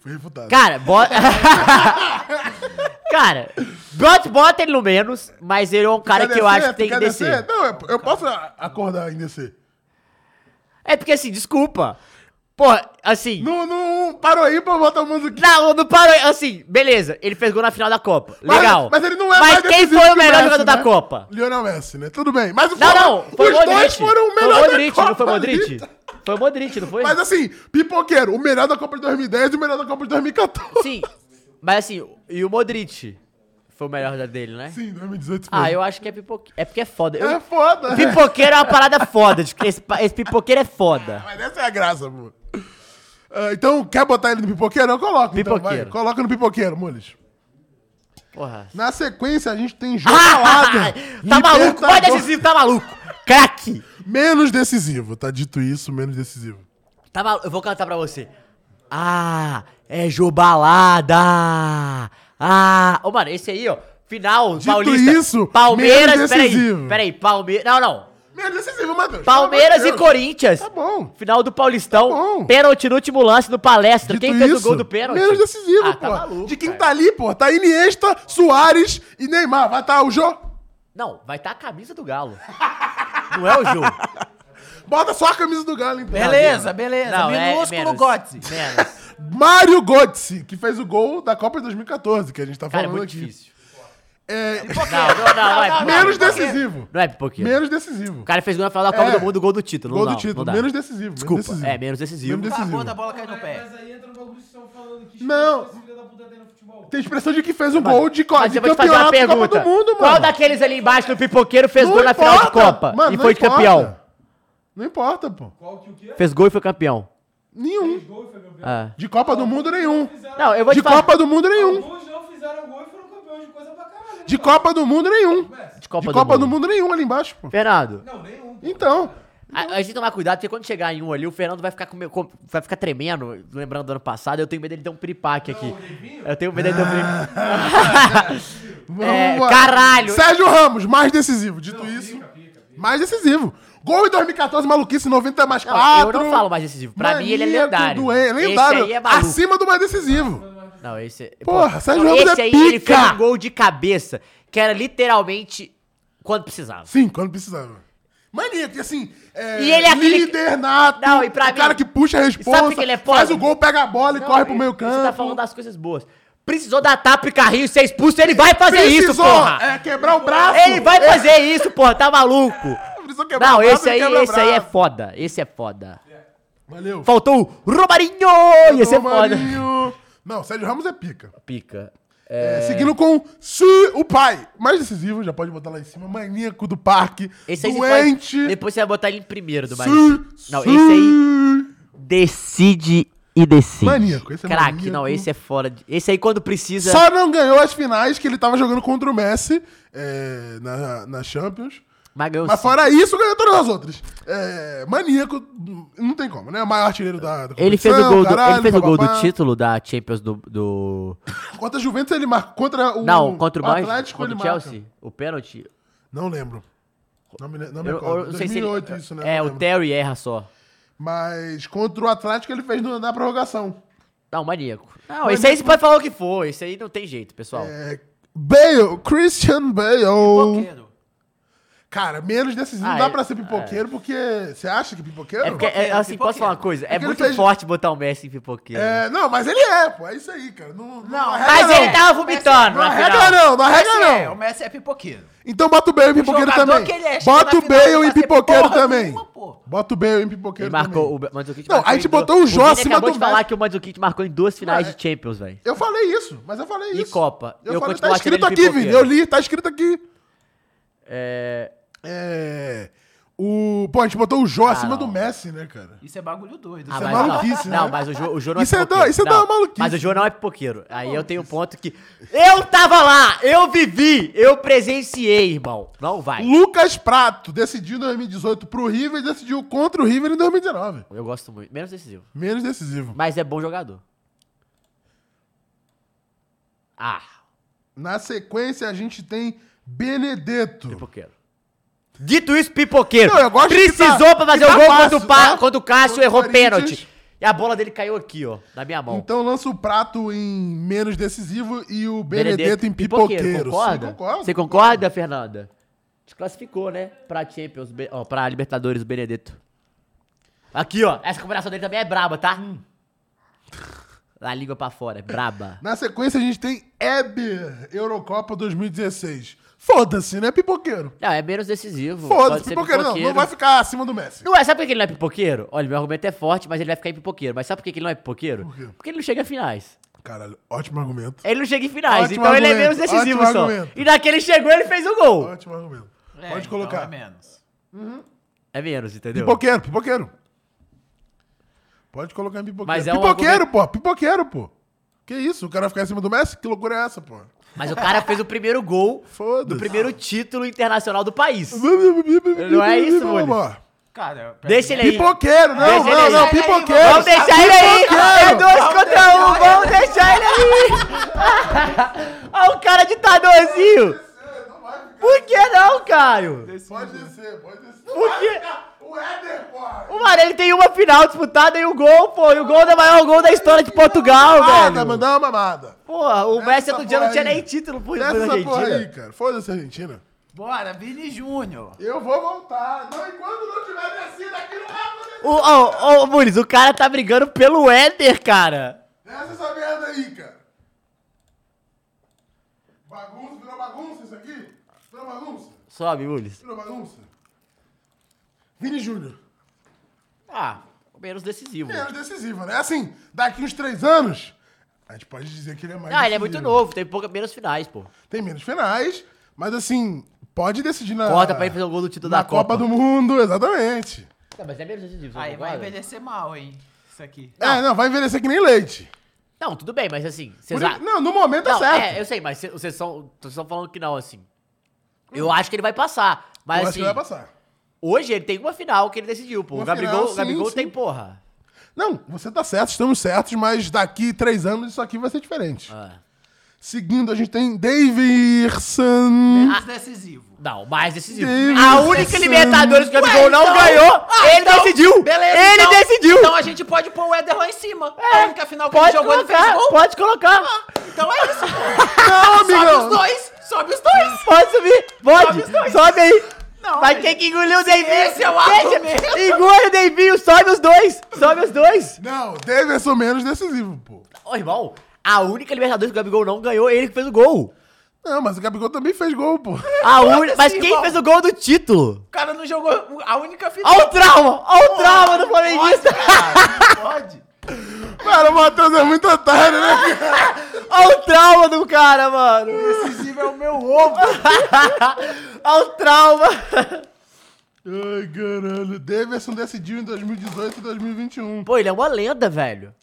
[SPEAKER 1] Fui refutado.
[SPEAKER 2] Cara, bota. cara, bota, bota ele no menos, mas ele é um cara
[SPEAKER 1] Quer
[SPEAKER 2] que eu
[SPEAKER 1] descer?
[SPEAKER 2] acho que tem que
[SPEAKER 1] Quer
[SPEAKER 2] descer.
[SPEAKER 1] Não, eu, eu posso a- acordar em descer.
[SPEAKER 2] É porque assim, desculpa. Porra, assim.
[SPEAKER 1] Não, não parou aí pra botar o Manzukic.
[SPEAKER 2] Não, não parou. Assim, beleza, ele fez gol na final da Copa.
[SPEAKER 1] Mas-
[SPEAKER 2] Legal.
[SPEAKER 1] Mas, ele não é
[SPEAKER 2] Mas
[SPEAKER 1] mais
[SPEAKER 2] quem
[SPEAKER 1] decisivo
[SPEAKER 2] foi o
[SPEAKER 1] que
[SPEAKER 2] melhor
[SPEAKER 1] Messi,
[SPEAKER 2] jogador da
[SPEAKER 1] né?
[SPEAKER 2] Copa?
[SPEAKER 1] Lionel Messi, né? Tudo bem. Mas o
[SPEAKER 2] Não,
[SPEAKER 1] Fora-
[SPEAKER 2] não. Foi o
[SPEAKER 1] os
[SPEAKER 2] Modric.
[SPEAKER 1] dois foram o
[SPEAKER 2] foi
[SPEAKER 1] melhor
[SPEAKER 2] o Modric,
[SPEAKER 1] da Copa.
[SPEAKER 2] não foi o Modric?
[SPEAKER 1] Lita.
[SPEAKER 2] Foi o Modric, não foi?
[SPEAKER 1] Mas assim, pipoqueiro, o melhor da Copa de 2010 e o melhor da Copa de 2014.
[SPEAKER 2] Sim. Mas assim, e o Modric? Foi o melhor jogador dele, né?
[SPEAKER 1] Sim, 2018 foi.
[SPEAKER 2] Ah, eu acho que é pipoqueiro. É porque é foda. Eu-
[SPEAKER 1] É foda.
[SPEAKER 2] Pipoqueiro é uma parada foda. tipo, Esse, pa- esse pipoqueiro é foda.
[SPEAKER 1] Mas essa é a graça, pô. Ah, então, quer botar ele no pipoqueiro? Eu coloco. então, vai.
[SPEAKER 2] Pipoqueiro.
[SPEAKER 1] Coloca no pipoqueiro, Mules.
[SPEAKER 2] Porra. Ah,
[SPEAKER 1] Na sequência, a gente tem jogo balada.
[SPEAKER 2] Tá maluco, mais decisivo, tá maluco. Craque.
[SPEAKER 1] Menos decisivo, tá dito isso, menos decisivo.
[SPEAKER 2] Tá maluco, eu vou cantar pra você. Ah, é Jobalada. Ah, ô mano, esse aí, ó, final,
[SPEAKER 1] Dito
[SPEAKER 2] Paulista.
[SPEAKER 1] isso, menos
[SPEAKER 2] Palmeiras, peraí,
[SPEAKER 1] decisivo.
[SPEAKER 2] peraí, Palmeiras, não, não.
[SPEAKER 1] Menos decisivo, Matheus. Pelo
[SPEAKER 2] Palmeiras e
[SPEAKER 1] amor de Deus.
[SPEAKER 2] Corinthians. Tá bom. Tá Final do Paulistão. pênalti no último lance do palestra.
[SPEAKER 1] Dito
[SPEAKER 2] Quem fez
[SPEAKER 1] isso,
[SPEAKER 2] o gol do pênalti?
[SPEAKER 1] Menos decisivo,
[SPEAKER 2] Ah,
[SPEAKER 1] pô.
[SPEAKER 2] tá maluco,
[SPEAKER 1] De quem
[SPEAKER 2] cara.
[SPEAKER 1] tá ali, pô. Tá Iniesta, Soares e Neymar. Vai tá o Jô.
[SPEAKER 2] Não, vai estar tá a camisa do Galo. não é o Jô.
[SPEAKER 1] Bota só a camisa do Galo, então.
[SPEAKER 8] Beleza, beleza.
[SPEAKER 2] Não, é
[SPEAKER 8] Minúsculo
[SPEAKER 2] menos.
[SPEAKER 8] Gotze.
[SPEAKER 2] Menos.
[SPEAKER 1] Mário Götze, que fez o gol da Copa de 2014, que a gente tá
[SPEAKER 2] Cara, é
[SPEAKER 1] falando
[SPEAKER 2] muito
[SPEAKER 1] aqui.
[SPEAKER 2] difícil.
[SPEAKER 1] É...
[SPEAKER 2] Não, não, não, vai, vai,
[SPEAKER 1] Menos
[SPEAKER 2] vai.
[SPEAKER 1] decisivo.
[SPEAKER 2] Não é pipoqueiro.
[SPEAKER 1] Menos decisivo.
[SPEAKER 2] O cara fez gol na final da Copa
[SPEAKER 1] É.
[SPEAKER 2] do Mundo, gol do título.
[SPEAKER 1] Gol
[SPEAKER 2] não,
[SPEAKER 1] do
[SPEAKER 2] dá,
[SPEAKER 1] título.
[SPEAKER 2] não dá.
[SPEAKER 1] menos decisivo. menos
[SPEAKER 2] Desculpa,
[SPEAKER 1] decisivo.
[SPEAKER 2] é, menos decisivo.
[SPEAKER 1] Menos decisivo.
[SPEAKER 8] Quando a bola cai no pé.
[SPEAKER 9] Mas aí entra no bagulho que vocês estão falando que
[SPEAKER 1] Não.
[SPEAKER 9] esse filho da puta tem no futebol.
[SPEAKER 1] Tem expressão de que fez um gol de, co-
[SPEAKER 2] Mas
[SPEAKER 1] de
[SPEAKER 2] eu vou te fazer uma
[SPEAKER 1] campeonato da Copa
[SPEAKER 2] pergunta.
[SPEAKER 1] do Mundo, mano.
[SPEAKER 2] Qual daqueles ali embaixo do pipoqueiro fez
[SPEAKER 1] Não
[SPEAKER 2] gol na final de
[SPEAKER 1] importa.
[SPEAKER 2] Copa?
[SPEAKER 1] Mano,
[SPEAKER 2] e
[SPEAKER 1] não
[SPEAKER 2] foi de
[SPEAKER 1] importa.
[SPEAKER 2] campeão.
[SPEAKER 1] Não importa, pô.
[SPEAKER 2] Fez gol e foi campeão.
[SPEAKER 1] Nenhum.
[SPEAKER 2] Ah.
[SPEAKER 1] De Copa do Mundo, nenhum.
[SPEAKER 2] Não, eu vou
[SPEAKER 1] De
[SPEAKER 2] te falar.
[SPEAKER 1] Copa do Mundo, nenhum.
[SPEAKER 9] Alguns não fizeram gol e foram campeões de coisa pra caralho. né?
[SPEAKER 1] De Copa do Mundo, nenhum.
[SPEAKER 2] De Copa,
[SPEAKER 1] De Copa do Mundo, nenhum ali embaixo, pô.
[SPEAKER 2] Fernando,
[SPEAKER 1] Então,
[SPEAKER 2] a, a gente tem que tomar cuidado, porque quando chegar em um ali, o Fernando vai ficar, com, meu- com- vai ficar tremendo, lembrando do ano passado. Eu tenho medo dele ter um piripaque
[SPEAKER 1] é
[SPEAKER 2] aqui. Eu tenho medo dele
[SPEAKER 1] Ah.
[SPEAKER 2] ter um piripaque. É,
[SPEAKER 1] Vamos lá.
[SPEAKER 2] caralho!
[SPEAKER 1] Sérgio Ramos, mais decisivo. Dito isso, mais decisivo. Gol em 2014, maluquice, 90 mais
[SPEAKER 2] Não,
[SPEAKER 1] 4.
[SPEAKER 2] eu não falo mais decisivo. Pra mim, ele é lendário.
[SPEAKER 1] Doente,
[SPEAKER 2] Esse
[SPEAKER 1] lendário.
[SPEAKER 2] aí é maluco.
[SPEAKER 1] Acima do mais decisivo.
[SPEAKER 2] Não, esse.
[SPEAKER 1] Porra,
[SPEAKER 2] pô,
[SPEAKER 1] Sérgio
[SPEAKER 2] não,
[SPEAKER 1] Ramos
[SPEAKER 2] Esse
[SPEAKER 1] é
[SPEAKER 2] aí, ele
[SPEAKER 1] pica.
[SPEAKER 2] fez um gol de cabeça, que era literalmente quando precisava.
[SPEAKER 1] Sim, quando precisava. Maníaco, e assim, é,
[SPEAKER 2] E ele é aquele-
[SPEAKER 1] líder nato,
[SPEAKER 2] Não, e pra
[SPEAKER 1] o
[SPEAKER 2] mim-
[SPEAKER 1] cara que puxa a
[SPEAKER 2] sabe
[SPEAKER 1] responsa,
[SPEAKER 2] que ele é foda?
[SPEAKER 1] faz o gol, pega a bola e
[SPEAKER 2] Não,
[SPEAKER 1] corre pro
[SPEAKER 2] ele-
[SPEAKER 1] meio
[SPEAKER 2] Você
[SPEAKER 1] campo.
[SPEAKER 2] tá falando das coisas boas. Precisou dar tapa e carrinho, ser expulso, ele vai fazer isso,
[SPEAKER 1] Precisou,
[SPEAKER 2] porra!
[SPEAKER 1] É, quebrar o braço. É,
[SPEAKER 2] Ele vai fazer isso, porra, tá maluco?
[SPEAKER 1] Precisou quebrar
[SPEAKER 2] Não,
[SPEAKER 1] o braço,
[SPEAKER 2] esse aí,
[SPEAKER 1] ele quebra o
[SPEAKER 2] esse aí é
[SPEAKER 1] braço.
[SPEAKER 2] foda. Esse é foda.
[SPEAKER 1] Valeu.
[SPEAKER 2] Faltou o Romarinho! Ia ser foda.
[SPEAKER 1] Romarinho. Não, Sérgio Ramos é pica.
[SPEAKER 2] Pica.
[SPEAKER 1] É, seguindo com Su, o pai. Mais decisivo, já pode botar lá em cima. Maníaco do parque.
[SPEAKER 2] Esse aí você
[SPEAKER 1] doente.
[SPEAKER 2] pode- Depois você vai botar ele em primeiro do mais.
[SPEAKER 1] Su-
[SPEAKER 2] Não,
[SPEAKER 1] su-
[SPEAKER 2] esse aí. Decide e decide.
[SPEAKER 1] Maníaco, esse é
[SPEAKER 2] Craque,
[SPEAKER 1] maníaco.
[SPEAKER 2] não, esse é fora. de- Esse aí quando precisa.
[SPEAKER 1] Só não ganhou as finais que ele tava jogando contra o Messi é, na, na Champions.
[SPEAKER 2] Mas ganhou
[SPEAKER 1] Mas
[SPEAKER 2] sim.
[SPEAKER 1] fora isso, ganhou todas as outras. É, maníaco, não tem como, né? O maior artilheiro da, da
[SPEAKER 2] Ele fez o
[SPEAKER 1] competição,
[SPEAKER 2] gol, do,
[SPEAKER 1] caralho,
[SPEAKER 2] ele fez o gol do
[SPEAKER 1] papapá.
[SPEAKER 2] título da Champions do. do-
[SPEAKER 1] Contra a Juventus ele marca. Contra o,
[SPEAKER 2] não, contra o,
[SPEAKER 1] o
[SPEAKER 2] Bayern,
[SPEAKER 1] Atlético
[SPEAKER 2] contra
[SPEAKER 1] ele
[SPEAKER 2] o
[SPEAKER 1] marca.
[SPEAKER 2] Chelsea. O pênalti.
[SPEAKER 1] Não lembro. Não me, le- não me
[SPEAKER 2] Eu, eu
[SPEAKER 1] recordo.
[SPEAKER 2] não sei se ele,
[SPEAKER 1] 2008 isso, né?
[SPEAKER 2] É,
[SPEAKER 1] Não
[SPEAKER 2] o
[SPEAKER 1] lembro.
[SPEAKER 2] Terry erra só.
[SPEAKER 1] Mas contra o Atlético ele fez no- na prorrogação.
[SPEAKER 2] Não, maníaco. Não, esse aí você pode falar o que for. Esse aí não tem jeito, pessoal.
[SPEAKER 1] É, Bale, Christian Bale.
[SPEAKER 8] Pipoqueiro.
[SPEAKER 1] Cara, menos decisivo
[SPEAKER 2] Ah,
[SPEAKER 1] não dá
[SPEAKER 2] é-
[SPEAKER 1] pra ser pipoqueiro, porque. Você acha que é pipoqueiro?
[SPEAKER 2] É porque, é, assim, posso falar uma coisa? É
[SPEAKER 1] Porque ele
[SPEAKER 2] muito
[SPEAKER 1] fez-
[SPEAKER 2] forte botar o Messi em pipoqueiro.
[SPEAKER 1] É, não, mas ele é, pô. É isso aí, cara. Não, não, arrega,
[SPEAKER 2] Mas
[SPEAKER 1] não.
[SPEAKER 2] ele tava vomitando
[SPEAKER 1] Não
[SPEAKER 2] na
[SPEAKER 1] arrega,
[SPEAKER 2] final.
[SPEAKER 1] não, não arrega,
[SPEAKER 8] Messi é,
[SPEAKER 1] não.
[SPEAKER 8] o Messi é pipoqueiro.
[SPEAKER 1] Então bota o Bale em pipoqueiro
[SPEAKER 8] jogador
[SPEAKER 1] também.
[SPEAKER 8] que ele é, chega
[SPEAKER 1] bota
[SPEAKER 8] na
[SPEAKER 1] o
[SPEAKER 8] final, não
[SPEAKER 1] Bale em
[SPEAKER 8] vai ser
[SPEAKER 1] pipoqueiro
[SPEAKER 8] porra
[SPEAKER 1] também.
[SPEAKER 8] nenhuma, porra.
[SPEAKER 1] Bota o Bale em
[SPEAKER 2] Ele
[SPEAKER 1] pipoqueiro
[SPEAKER 2] marcou
[SPEAKER 1] também.
[SPEAKER 2] o Mandzukic
[SPEAKER 1] Não,
[SPEAKER 2] marcou
[SPEAKER 1] a gente
[SPEAKER 2] em duas-
[SPEAKER 1] botou o Jô
[SPEAKER 2] Vini
[SPEAKER 1] acima
[SPEAKER 2] acabou
[SPEAKER 1] do
[SPEAKER 2] de falar
[SPEAKER 1] Messi.
[SPEAKER 2] que o Mandzukic marcou em duas finais
[SPEAKER 1] Ué,
[SPEAKER 2] de Champions, velho.
[SPEAKER 1] Eu falei isso, mas eu falei
[SPEAKER 2] E
[SPEAKER 1] isso.
[SPEAKER 2] Copa.
[SPEAKER 1] Eu,
[SPEAKER 2] Eu
[SPEAKER 1] falei,
[SPEAKER 2] continuo
[SPEAKER 1] tá
[SPEAKER 2] achando
[SPEAKER 1] escrito
[SPEAKER 2] ele
[SPEAKER 1] aqui, Vini.
[SPEAKER 2] pipoqueiro.
[SPEAKER 1] Eu li, tá escrito aqui.
[SPEAKER 2] É... Ah,
[SPEAKER 1] É. O. Pô, a gente botou o Jô acima
[SPEAKER 2] não.
[SPEAKER 1] do Messi, né, cara?
[SPEAKER 8] Isso é bagulho doido.
[SPEAKER 2] Ah,
[SPEAKER 1] Isso é
[SPEAKER 2] mas
[SPEAKER 1] maluquice,
[SPEAKER 2] não, não,
[SPEAKER 1] né?
[SPEAKER 2] mas o Jô, o Jô não
[SPEAKER 1] Isso é
[SPEAKER 2] é
[SPEAKER 1] da-
[SPEAKER 2] pipoqueiro.
[SPEAKER 1] isso é da
[SPEAKER 2] não,
[SPEAKER 1] maluquice.
[SPEAKER 2] Mas o Jô não é pipoqueiro. Aí eu tenho um ponto que... Eu tava lá! Eu vivi! Eu presenciei, irmão. Não vai.
[SPEAKER 1] Lucas Prato decidiu em 2018 pro River e decidiu contra o River em 2019.
[SPEAKER 2] Eu gosto muito. Menos decisivo.
[SPEAKER 1] Menos decisivo.
[SPEAKER 2] Mas é bom jogador. Ah,
[SPEAKER 1] Na sequência, a gente tem Benedetto.
[SPEAKER 2] pipoqueiro. Dito isso, pipoqueiro.
[SPEAKER 1] Não, eu gosto que
[SPEAKER 2] Precisou
[SPEAKER 1] tá-
[SPEAKER 2] pra
[SPEAKER 1] que
[SPEAKER 2] fazer o
[SPEAKER 1] tá
[SPEAKER 2] gol
[SPEAKER 1] fácil,
[SPEAKER 2] contra, o Pa-
[SPEAKER 1] tá?
[SPEAKER 2] contra o Cássio,
[SPEAKER 1] Contra o
[SPEAKER 2] errou
[SPEAKER 1] Corinthians.
[SPEAKER 2] pênalti. E a bola dele caiu aqui, ó, na minha mão.
[SPEAKER 1] Então lança o Prato em menos decisivo e o Benedetto, em pipoqueiro. Sim,
[SPEAKER 2] Concorda?
[SPEAKER 1] concordo.
[SPEAKER 2] Você concorda, Fernanda? Desclassificou, né? Pra Champions, Be- ó, pra Libertadores, o Benedetto. Aqui, ó. Essa combinação dele também é braba, tá? A língua pra fora, é braba.
[SPEAKER 1] Na sequência, a gente tem Eber, Eurocopa 2016. Foda-se, né? Pipoqueiro.
[SPEAKER 2] Não, é menos decisivo. pode
[SPEAKER 1] Foda-se,
[SPEAKER 2] ser
[SPEAKER 1] pipoqueiro, não. Não vai ficar acima do Messi.
[SPEAKER 2] Não é, sabe por que ele não é pipoqueiro? Olha, meu argumento é forte, mas ele vai ficar em pipoqueiro. Mas sabe por que que ele não é pipoqueiro?
[SPEAKER 1] Por quê?
[SPEAKER 2] Porque ele não chega a finais.
[SPEAKER 1] Caralho, ótimo argumento.
[SPEAKER 2] Ele não chega em finais,
[SPEAKER 1] Ótimo
[SPEAKER 2] então ele é menos
[SPEAKER 1] argumento,
[SPEAKER 2] decisivo
[SPEAKER 1] ótimo
[SPEAKER 2] só.
[SPEAKER 1] argumento.
[SPEAKER 2] E naquele chegou, ele fez o gol.
[SPEAKER 1] Ótimo argumento.
[SPEAKER 8] É,
[SPEAKER 1] Pode
[SPEAKER 8] então
[SPEAKER 1] colocar.
[SPEAKER 8] é menos.
[SPEAKER 2] É menos, entendeu?
[SPEAKER 1] Pipoqueiro, pipoqueiro. Pode colocar em pipoqueiro.
[SPEAKER 2] Mas é um
[SPEAKER 1] pipoqueiro,
[SPEAKER 2] argumento-
[SPEAKER 1] pô. Pipoqueiro, pô. Que isso? O cara ficar em cima do Messi? Que loucura é essa, pô?
[SPEAKER 2] Mas o cara fez o primeiro gol do primeiro título internacional do país.
[SPEAKER 1] Não
[SPEAKER 2] é isso,
[SPEAKER 1] Vamos,
[SPEAKER 2] Mules?
[SPEAKER 1] ó.
[SPEAKER 8] Cara,
[SPEAKER 2] Deixa ele aí.
[SPEAKER 1] Pipoqueiro, não,
[SPEAKER 2] Deixa
[SPEAKER 1] não,
[SPEAKER 2] ele
[SPEAKER 1] não,
[SPEAKER 2] aí.
[SPEAKER 1] pipoqueiro.
[SPEAKER 2] Vamos deixar ele aí.
[SPEAKER 1] Pipoqueiro.
[SPEAKER 2] É dois contra um, vamos deixar ele aí. Olha o cara ditadorzinho. Por que não, Caio?
[SPEAKER 1] Pode ser, pode ser.
[SPEAKER 2] Por quê?
[SPEAKER 1] O Éder, porra.
[SPEAKER 2] O Marelli tem uma final disputada e um gol, pô. E o gol é o maior gol da história de Portugal,
[SPEAKER 1] Mamada,
[SPEAKER 2] velho.
[SPEAKER 1] mandar uma mamada.
[SPEAKER 2] Porra, o Messi outro dia
[SPEAKER 1] tá porra
[SPEAKER 2] não tinha
[SPEAKER 1] aí.
[SPEAKER 2] nem título por
[SPEAKER 1] Dessa
[SPEAKER 2] Argentina.
[SPEAKER 1] porra aí, cara. Foda-se a Argentina.
[SPEAKER 8] Bora, Vini Júnior.
[SPEAKER 1] Eu vou voltar. Não, enquanto não tiver descido aqui no mapa,
[SPEAKER 2] Ô, ô, ô, Muniz, o cara tá brigando pelo Éder, cara.
[SPEAKER 1] desce essa merda aí, cara. Bagunça, virou bagunça isso aqui? Virou bagunça?
[SPEAKER 2] Sobe, Muniz.
[SPEAKER 1] Virou bagunça? Vini Júnior.
[SPEAKER 2] Ah, menos decisivo.
[SPEAKER 1] Menos decisivo, né? Assim, daqui uns três anos, a gente pode dizer que ele é mais
[SPEAKER 2] Ah, ele é
[SPEAKER 1] decisivo.
[SPEAKER 2] muito novo, tem pouca, menos finais, pô.
[SPEAKER 1] Tem menos finais, mas assim, pode decidir na...
[SPEAKER 2] Corta pra ele fazer o gol do título
[SPEAKER 1] Ah. na
[SPEAKER 2] da Copa.
[SPEAKER 1] Copa do Mundo, exatamente.
[SPEAKER 2] Não, mas é menos decisivo.
[SPEAKER 8] Aí
[SPEAKER 2] você
[SPEAKER 8] vai
[SPEAKER 2] concorda?
[SPEAKER 8] envelhecer mal, hein? Isso aqui.
[SPEAKER 1] É, não, vai envelhecer que nem leite.
[SPEAKER 2] Não, tudo bem, mas assim...
[SPEAKER 1] Por
[SPEAKER 2] Vocês a-
[SPEAKER 1] isso- Não, no momento é
[SPEAKER 2] Não,
[SPEAKER 1] certo.
[SPEAKER 2] é, eu sei, mas cê- vocês estão falando que não, assim. Eu acho que ele vai passar, mas
[SPEAKER 1] eu acho
[SPEAKER 2] assim...
[SPEAKER 1] que vai passar.
[SPEAKER 2] Hoje ele tem uma final que ele decidiu, pô.
[SPEAKER 1] Uma
[SPEAKER 2] o Gabigol,
[SPEAKER 1] final, sim,
[SPEAKER 2] o Gabigol
[SPEAKER 1] sim.
[SPEAKER 2] tem porra.
[SPEAKER 1] Não, você tá certo, estamos certos, mas daqui três anos isso aqui vai ser diferente.
[SPEAKER 2] É.
[SPEAKER 1] Seguindo, a gente tem
[SPEAKER 2] É.
[SPEAKER 1] Davidson.
[SPEAKER 8] Menos decisivo.
[SPEAKER 2] Não, mais decisivo.
[SPEAKER 1] Deus
[SPEAKER 2] a
[SPEAKER 1] do
[SPEAKER 2] única
[SPEAKER 1] céu.
[SPEAKER 2] Libertadores que o Gabigol
[SPEAKER 8] Ué,
[SPEAKER 2] não
[SPEAKER 8] então-
[SPEAKER 2] ganhou,
[SPEAKER 8] Ah,
[SPEAKER 2] ele
[SPEAKER 8] então-
[SPEAKER 2] decidiu.
[SPEAKER 8] Beleza,
[SPEAKER 2] ele
[SPEAKER 8] então-
[SPEAKER 2] decidiu.
[SPEAKER 8] Então a gente pode pôr o Éder lá em cima. É a única final que
[SPEAKER 2] pode
[SPEAKER 8] ele jogou ele fez
[SPEAKER 2] colocar,
[SPEAKER 8] gol.
[SPEAKER 2] pode colocar.
[SPEAKER 8] Então é isso.
[SPEAKER 1] Não,
[SPEAKER 8] sobe os
[SPEAKER 1] amigão!
[SPEAKER 8] dois. Sobe os dois.
[SPEAKER 2] Pode subir, pode.
[SPEAKER 8] Sobe os dois.
[SPEAKER 2] Sobe aí.
[SPEAKER 8] Não,
[SPEAKER 2] Vai
[SPEAKER 8] velho.
[SPEAKER 2] ter que engolir o
[SPEAKER 8] Se
[SPEAKER 2] Deivinho.
[SPEAKER 8] esse é o argumento.
[SPEAKER 2] Engole o Deivinho, sobe os dois. Sobe os dois.
[SPEAKER 1] Não, Davidson menos decisivo, pô.
[SPEAKER 2] Ô, irmão, a única Libertadores que o Gabigol não ganhou, ele que fez o gol.
[SPEAKER 1] Não, mas o Gabigol também fez gol, pô.
[SPEAKER 2] A única, mas
[SPEAKER 8] sim,
[SPEAKER 2] quem
[SPEAKER 8] irmão.
[SPEAKER 2] fez o gol do título?
[SPEAKER 8] O cara não jogou a única final.
[SPEAKER 2] Olha o trauma, olha o trauma do flamenguista.
[SPEAKER 8] Pode, pode.
[SPEAKER 1] Cara, o Matheus é muito otário, né? cara?
[SPEAKER 2] Olha o trauma do cara, mano.
[SPEAKER 8] Decisivo é o meu ovo.
[SPEAKER 2] Olha o trauma.
[SPEAKER 1] Ai, caralho. Davidson decidiu em 2018 e 2021.
[SPEAKER 2] Pô, ele é uma lenda, velho.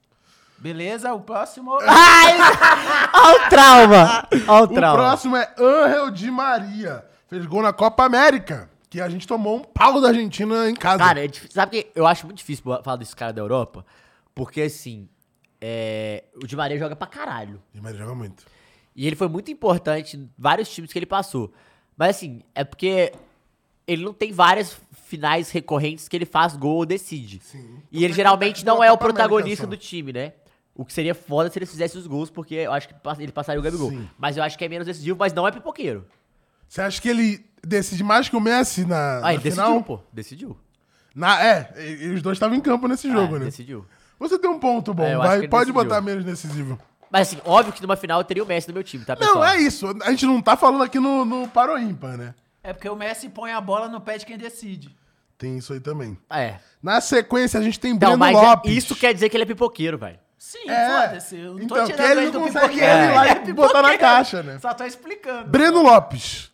[SPEAKER 8] Beleza, o próximo.
[SPEAKER 2] Ah. Olha o trauma. Olha o
[SPEAKER 1] O
[SPEAKER 2] trauma.
[SPEAKER 1] próximo é Angel Di Maria. Fez gol na Copa América, que a gente tomou um pau da Argentina em casa.
[SPEAKER 2] Cara, é difí- sabe que eu acho muito difícil falar desse cara da Europa? Porque, assim, é, o Di Maria joga pra caralho.
[SPEAKER 1] Di Maria joga muito.
[SPEAKER 2] E ele foi muito importante em vários times que ele passou. Mas, assim, é porque ele não tem várias finais recorrentes que ele faz gol ou decide.
[SPEAKER 1] Sim.
[SPEAKER 2] E ele
[SPEAKER 1] Mas
[SPEAKER 2] geralmente
[SPEAKER 1] ele tá-
[SPEAKER 2] não é o
[SPEAKER 1] Copa América
[SPEAKER 2] protagonista
[SPEAKER 1] só.
[SPEAKER 2] do time, né? O que seria foda se ele fizesse os gols, porque eu acho que pass- ele passaria o Gabigol.
[SPEAKER 1] Sim.
[SPEAKER 2] Mas eu acho que é menos decisivo, mas não é pipoqueiro.
[SPEAKER 1] Você acha que ele decide mais que o Messi na,
[SPEAKER 2] Ah,
[SPEAKER 1] É na
[SPEAKER 2] ele
[SPEAKER 1] final?
[SPEAKER 2] decidiu, pô. Decidiu.
[SPEAKER 1] Na, é, e, e os dois estavam em campo nesse jogo,
[SPEAKER 2] Ah,
[SPEAKER 1] né?
[SPEAKER 2] Decidiu.
[SPEAKER 1] Você tem um ponto bom,
[SPEAKER 2] É, eu acho que
[SPEAKER 1] vai,
[SPEAKER 2] ele
[SPEAKER 1] pode
[SPEAKER 2] decidiu.
[SPEAKER 1] botar menos decisivo.
[SPEAKER 2] Mas, assim, óbvio que numa final eu teria o Messi no meu time, tá, pessoal?
[SPEAKER 1] Não, é isso. A gente não tá falando aqui no, no Paroímpa, né?
[SPEAKER 8] É porque o Messi põe a bola no pé de quem decide.
[SPEAKER 1] Tem isso aí também.
[SPEAKER 2] É.
[SPEAKER 1] Na sequência, a gente tem Breno
[SPEAKER 2] Então, mas
[SPEAKER 1] Lopes.
[SPEAKER 2] isso quer dizer que ele é pipoqueiro, velho.
[SPEAKER 8] Sim,
[SPEAKER 1] É.
[SPEAKER 8] foda-se. Eu não tô
[SPEAKER 1] Então, que
[SPEAKER 8] tirando
[SPEAKER 1] ele não
[SPEAKER 8] ele do
[SPEAKER 1] consegue
[SPEAKER 8] pipoqueiro.
[SPEAKER 1] ele lá
[SPEAKER 8] Ele é
[SPEAKER 1] e botar na
[SPEAKER 8] pipoqueiro.
[SPEAKER 1] caixa, né?
[SPEAKER 8] Só tô explicando.
[SPEAKER 1] Breno Lopes.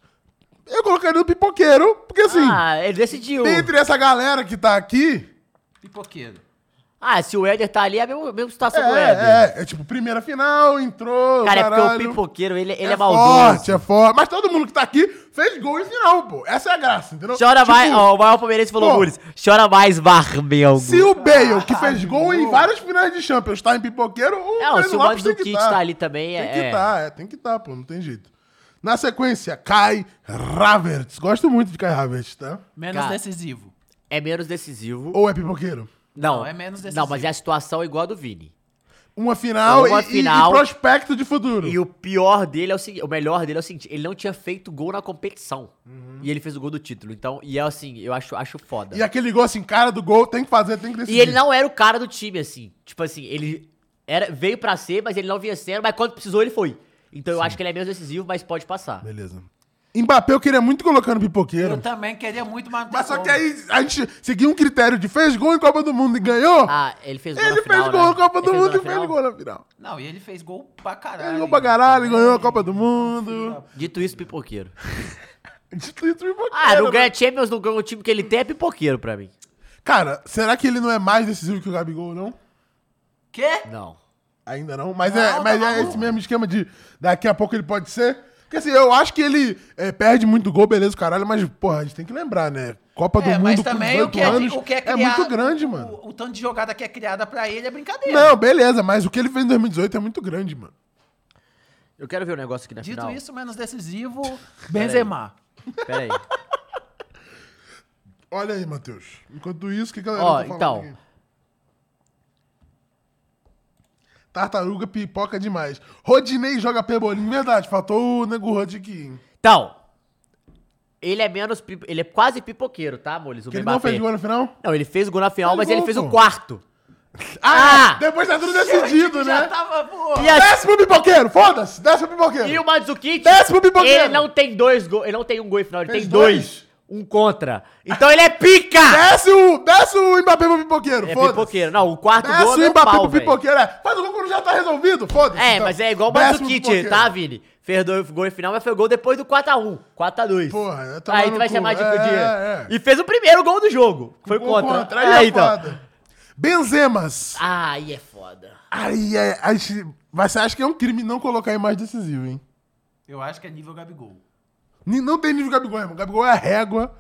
[SPEAKER 1] Eu colocaria no pipoqueiro, porque assim,
[SPEAKER 2] Ah, ele decidiu.
[SPEAKER 1] entre essa galera que tá aqui,
[SPEAKER 8] Pipoqueiro.
[SPEAKER 2] Ah, se o Éder tá ali, é a mesma, mesma situação do Éder.
[SPEAKER 1] é, é, é, tipo, primeira final, entrou,
[SPEAKER 2] Cara, é porque
[SPEAKER 1] caralho.
[SPEAKER 2] o pipoqueiro, ele, ele é,
[SPEAKER 1] forte,
[SPEAKER 2] maldoso.
[SPEAKER 1] é forte. Mas todo mundo que tá aqui fez gol em final, pô. Essa é a graça, entendeu?
[SPEAKER 2] Chora
[SPEAKER 1] Tipo,
[SPEAKER 2] mais, ó, o maior palmeirense falou,
[SPEAKER 1] pô.
[SPEAKER 2] Muris, chora mais, Barbengo.
[SPEAKER 1] Se o Bale,
[SPEAKER 2] Ah,
[SPEAKER 1] que fez gol em várias finais de Champions, tá em pipoqueiro, o
[SPEAKER 2] Não,
[SPEAKER 1] Breno
[SPEAKER 2] É, se o
[SPEAKER 1] Lopes
[SPEAKER 2] Mano
[SPEAKER 1] tem
[SPEAKER 2] do
[SPEAKER 1] que
[SPEAKER 2] Kit
[SPEAKER 1] tá.
[SPEAKER 2] tá ali
[SPEAKER 1] Tem
[SPEAKER 2] também, é...
[SPEAKER 1] que
[SPEAKER 2] é.
[SPEAKER 1] tá, é, tem que tá, pô, não tem jeito. Na sequência, Kai Havertz. Gosto muito de Kai Havertz, tá?
[SPEAKER 8] Menos
[SPEAKER 2] Cara.
[SPEAKER 8] decisivo.
[SPEAKER 2] É menos decisivo.
[SPEAKER 1] Ou é pipoqueiro?
[SPEAKER 2] Não,
[SPEAKER 8] Não, é menos
[SPEAKER 2] Não,
[SPEAKER 8] decisivo.
[SPEAKER 2] mas é a situação igual a do Vini.
[SPEAKER 1] Uma final,
[SPEAKER 2] Uma
[SPEAKER 1] e, e-
[SPEAKER 2] final.
[SPEAKER 1] e prospecto de futuro.
[SPEAKER 2] E o pior dele é o seguinte, o melhor dele é o seguinte, ele não tinha feito gol na competição. E ele fez o gol do título. Então, e é assim, eu acho, acho foda.
[SPEAKER 1] Uhum. E é aquele gol assim, cara do gol, tem que fazer, tem que decidir.
[SPEAKER 2] E ele não era o cara do time, assim. Tipo assim, ele era, veio pra ser, mas ele não vinha sendo, mas quando precisou, ele foi. Então eu acho que ele é menos decisivo, mas pode passar.
[SPEAKER 1] Beleza. Mbappé eu queria muito colocar no pipoqueiro.
[SPEAKER 8] Eu também queria muito matar.
[SPEAKER 1] Mas só que aí a gente seguiu um critério de fez gol em Copa do Mundo e ganhou.
[SPEAKER 2] Ah, ele fez gol
[SPEAKER 1] ele
[SPEAKER 2] na final,
[SPEAKER 1] fez gol
[SPEAKER 2] né?
[SPEAKER 1] na Copa
[SPEAKER 2] Ele
[SPEAKER 1] do
[SPEAKER 2] fez
[SPEAKER 1] Mundo e
[SPEAKER 2] na
[SPEAKER 1] fez
[SPEAKER 2] final.
[SPEAKER 1] gol na final.
[SPEAKER 8] Não, e ele fez gol pra caralho.
[SPEAKER 1] Fez gol pra caralho, ganhou a Copa do Mundo.
[SPEAKER 2] Dito isso, pipoqueiro.
[SPEAKER 1] Dito isso, pipoqueiro.
[SPEAKER 2] Ah, não
[SPEAKER 1] né?
[SPEAKER 2] ganha Champions, não ganha o time que ele tem, é pipoqueiro pra mim.
[SPEAKER 1] Cara, será que ele não é mais decisivo que o Gabigol, não?
[SPEAKER 8] Quê?
[SPEAKER 2] Não.
[SPEAKER 1] Ainda não. Mas, é,
[SPEAKER 8] tá
[SPEAKER 1] mas é esse mesmo esquema de daqui a pouco ele pode ser. Porque assim, eu acho que ele é, perde muito gol, beleza, caralho, mas, porra, a gente tem que lembrar, né? Copa do
[SPEAKER 8] É,
[SPEAKER 1] Mundo
[SPEAKER 8] mas
[SPEAKER 1] com
[SPEAKER 8] também
[SPEAKER 1] 18
[SPEAKER 8] o que é-
[SPEAKER 1] anos
[SPEAKER 8] o que é
[SPEAKER 1] é
[SPEAKER 8] criado-
[SPEAKER 1] muito grande, mano.
[SPEAKER 8] O, o tanto de jogada que é criada pra ele é brincadeira.
[SPEAKER 1] Não, beleza, mas o que ele fez em 2018 é muito grande, mano.
[SPEAKER 2] Eu quero ver o negócio aqui na
[SPEAKER 8] Dito
[SPEAKER 2] final.
[SPEAKER 8] isso, menos decisivo, Benzema.
[SPEAKER 2] Pera aí.
[SPEAKER 1] Olha aí, Matheus. Enquanto isso, o que a galera
[SPEAKER 2] Ó,
[SPEAKER 1] tá falando
[SPEAKER 2] então.
[SPEAKER 1] aqui? Tartaruga pipoca demais. Rodinei joga pebolim, verdade. Faltou o Nego Rod aqui. hein?
[SPEAKER 2] Então, ele é menos. pip- Ele é quase pipoqueiro, tá, Moles? O
[SPEAKER 1] Que ele não
[SPEAKER 2] Mbappé.
[SPEAKER 1] fez gol no final?
[SPEAKER 2] Não, ele fez o gol na final,
[SPEAKER 1] Fez
[SPEAKER 2] mas ele
[SPEAKER 1] gol,
[SPEAKER 2] fez
[SPEAKER 1] pô.
[SPEAKER 2] o quarto.
[SPEAKER 1] Ah! Depois tá tudo decidido, né?
[SPEAKER 8] tava, pô.
[SPEAKER 2] E a-
[SPEAKER 1] Décimo pipoqueiro, foda-se. Décimo pipoqueiro.
[SPEAKER 2] E o Mandzukic,
[SPEAKER 1] Décimo pipoqueiro.
[SPEAKER 2] ele não tem dois gols, ele não tem um gol em final, ele
[SPEAKER 1] Fez
[SPEAKER 2] tem dois. Um contra. Então ele é pica!
[SPEAKER 1] Desce o, desce o Mbappé pro pipoqueiro,
[SPEAKER 2] É
[SPEAKER 1] foda-se.
[SPEAKER 2] pipoqueiro. Não, o quarto gol
[SPEAKER 1] Desce
[SPEAKER 2] é
[SPEAKER 1] o
[SPEAKER 2] meu
[SPEAKER 1] Mbappé
[SPEAKER 2] pau,
[SPEAKER 1] pro
[SPEAKER 2] velho.
[SPEAKER 1] pipoqueiro. É. Faz o gol quando já tá resolvido, foda-se.
[SPEAKER 2] É,
[SPEAKER 1] então.
[SPEAKER 2] mas é igual o
[SPEAKER 1] Desce pro
[SPEAKER 2] Mandzukic,
[SPEAKER 1] pipoqueiro.
[SPEAKER 2] tá, Vini? Fez dois gol em final, mas foi o gol depois do 4x1. 4x2.
[SPEAKER 1] Porra, é tomar
[SPEAKER 2] Aí
[SPEAKER 1] no
[SPEAKER 2] tu vai
[SPEAKER 1] cu.
[SPEAKER 2] chamar de
[SPEAKER 1] É,
[SPEAKER 2] de-
[SPEAKER 1] é,
[SPEAKER 2] E fez o primeiro gol do jogo. que Foi
[SPEAKER 1] Gol
[SPEAKER 2] contra.
[SPEAKER 1] Aí é,
[SPEAKER 2] então.
[SPEAKER 1] foda. Benzemas.
[SPEAKER 2] Ah, aí é foda.
[SPEAKER 1] Aí é, a gente- mas você acha que é um crime não colocar em mais decisivo, hein?
[SPEAKER 8] Eu acho que é nível Gabigol.
[SPEAKER 1] Ni- Não tem nível Gabigol, irmão. Gabigol é a régua.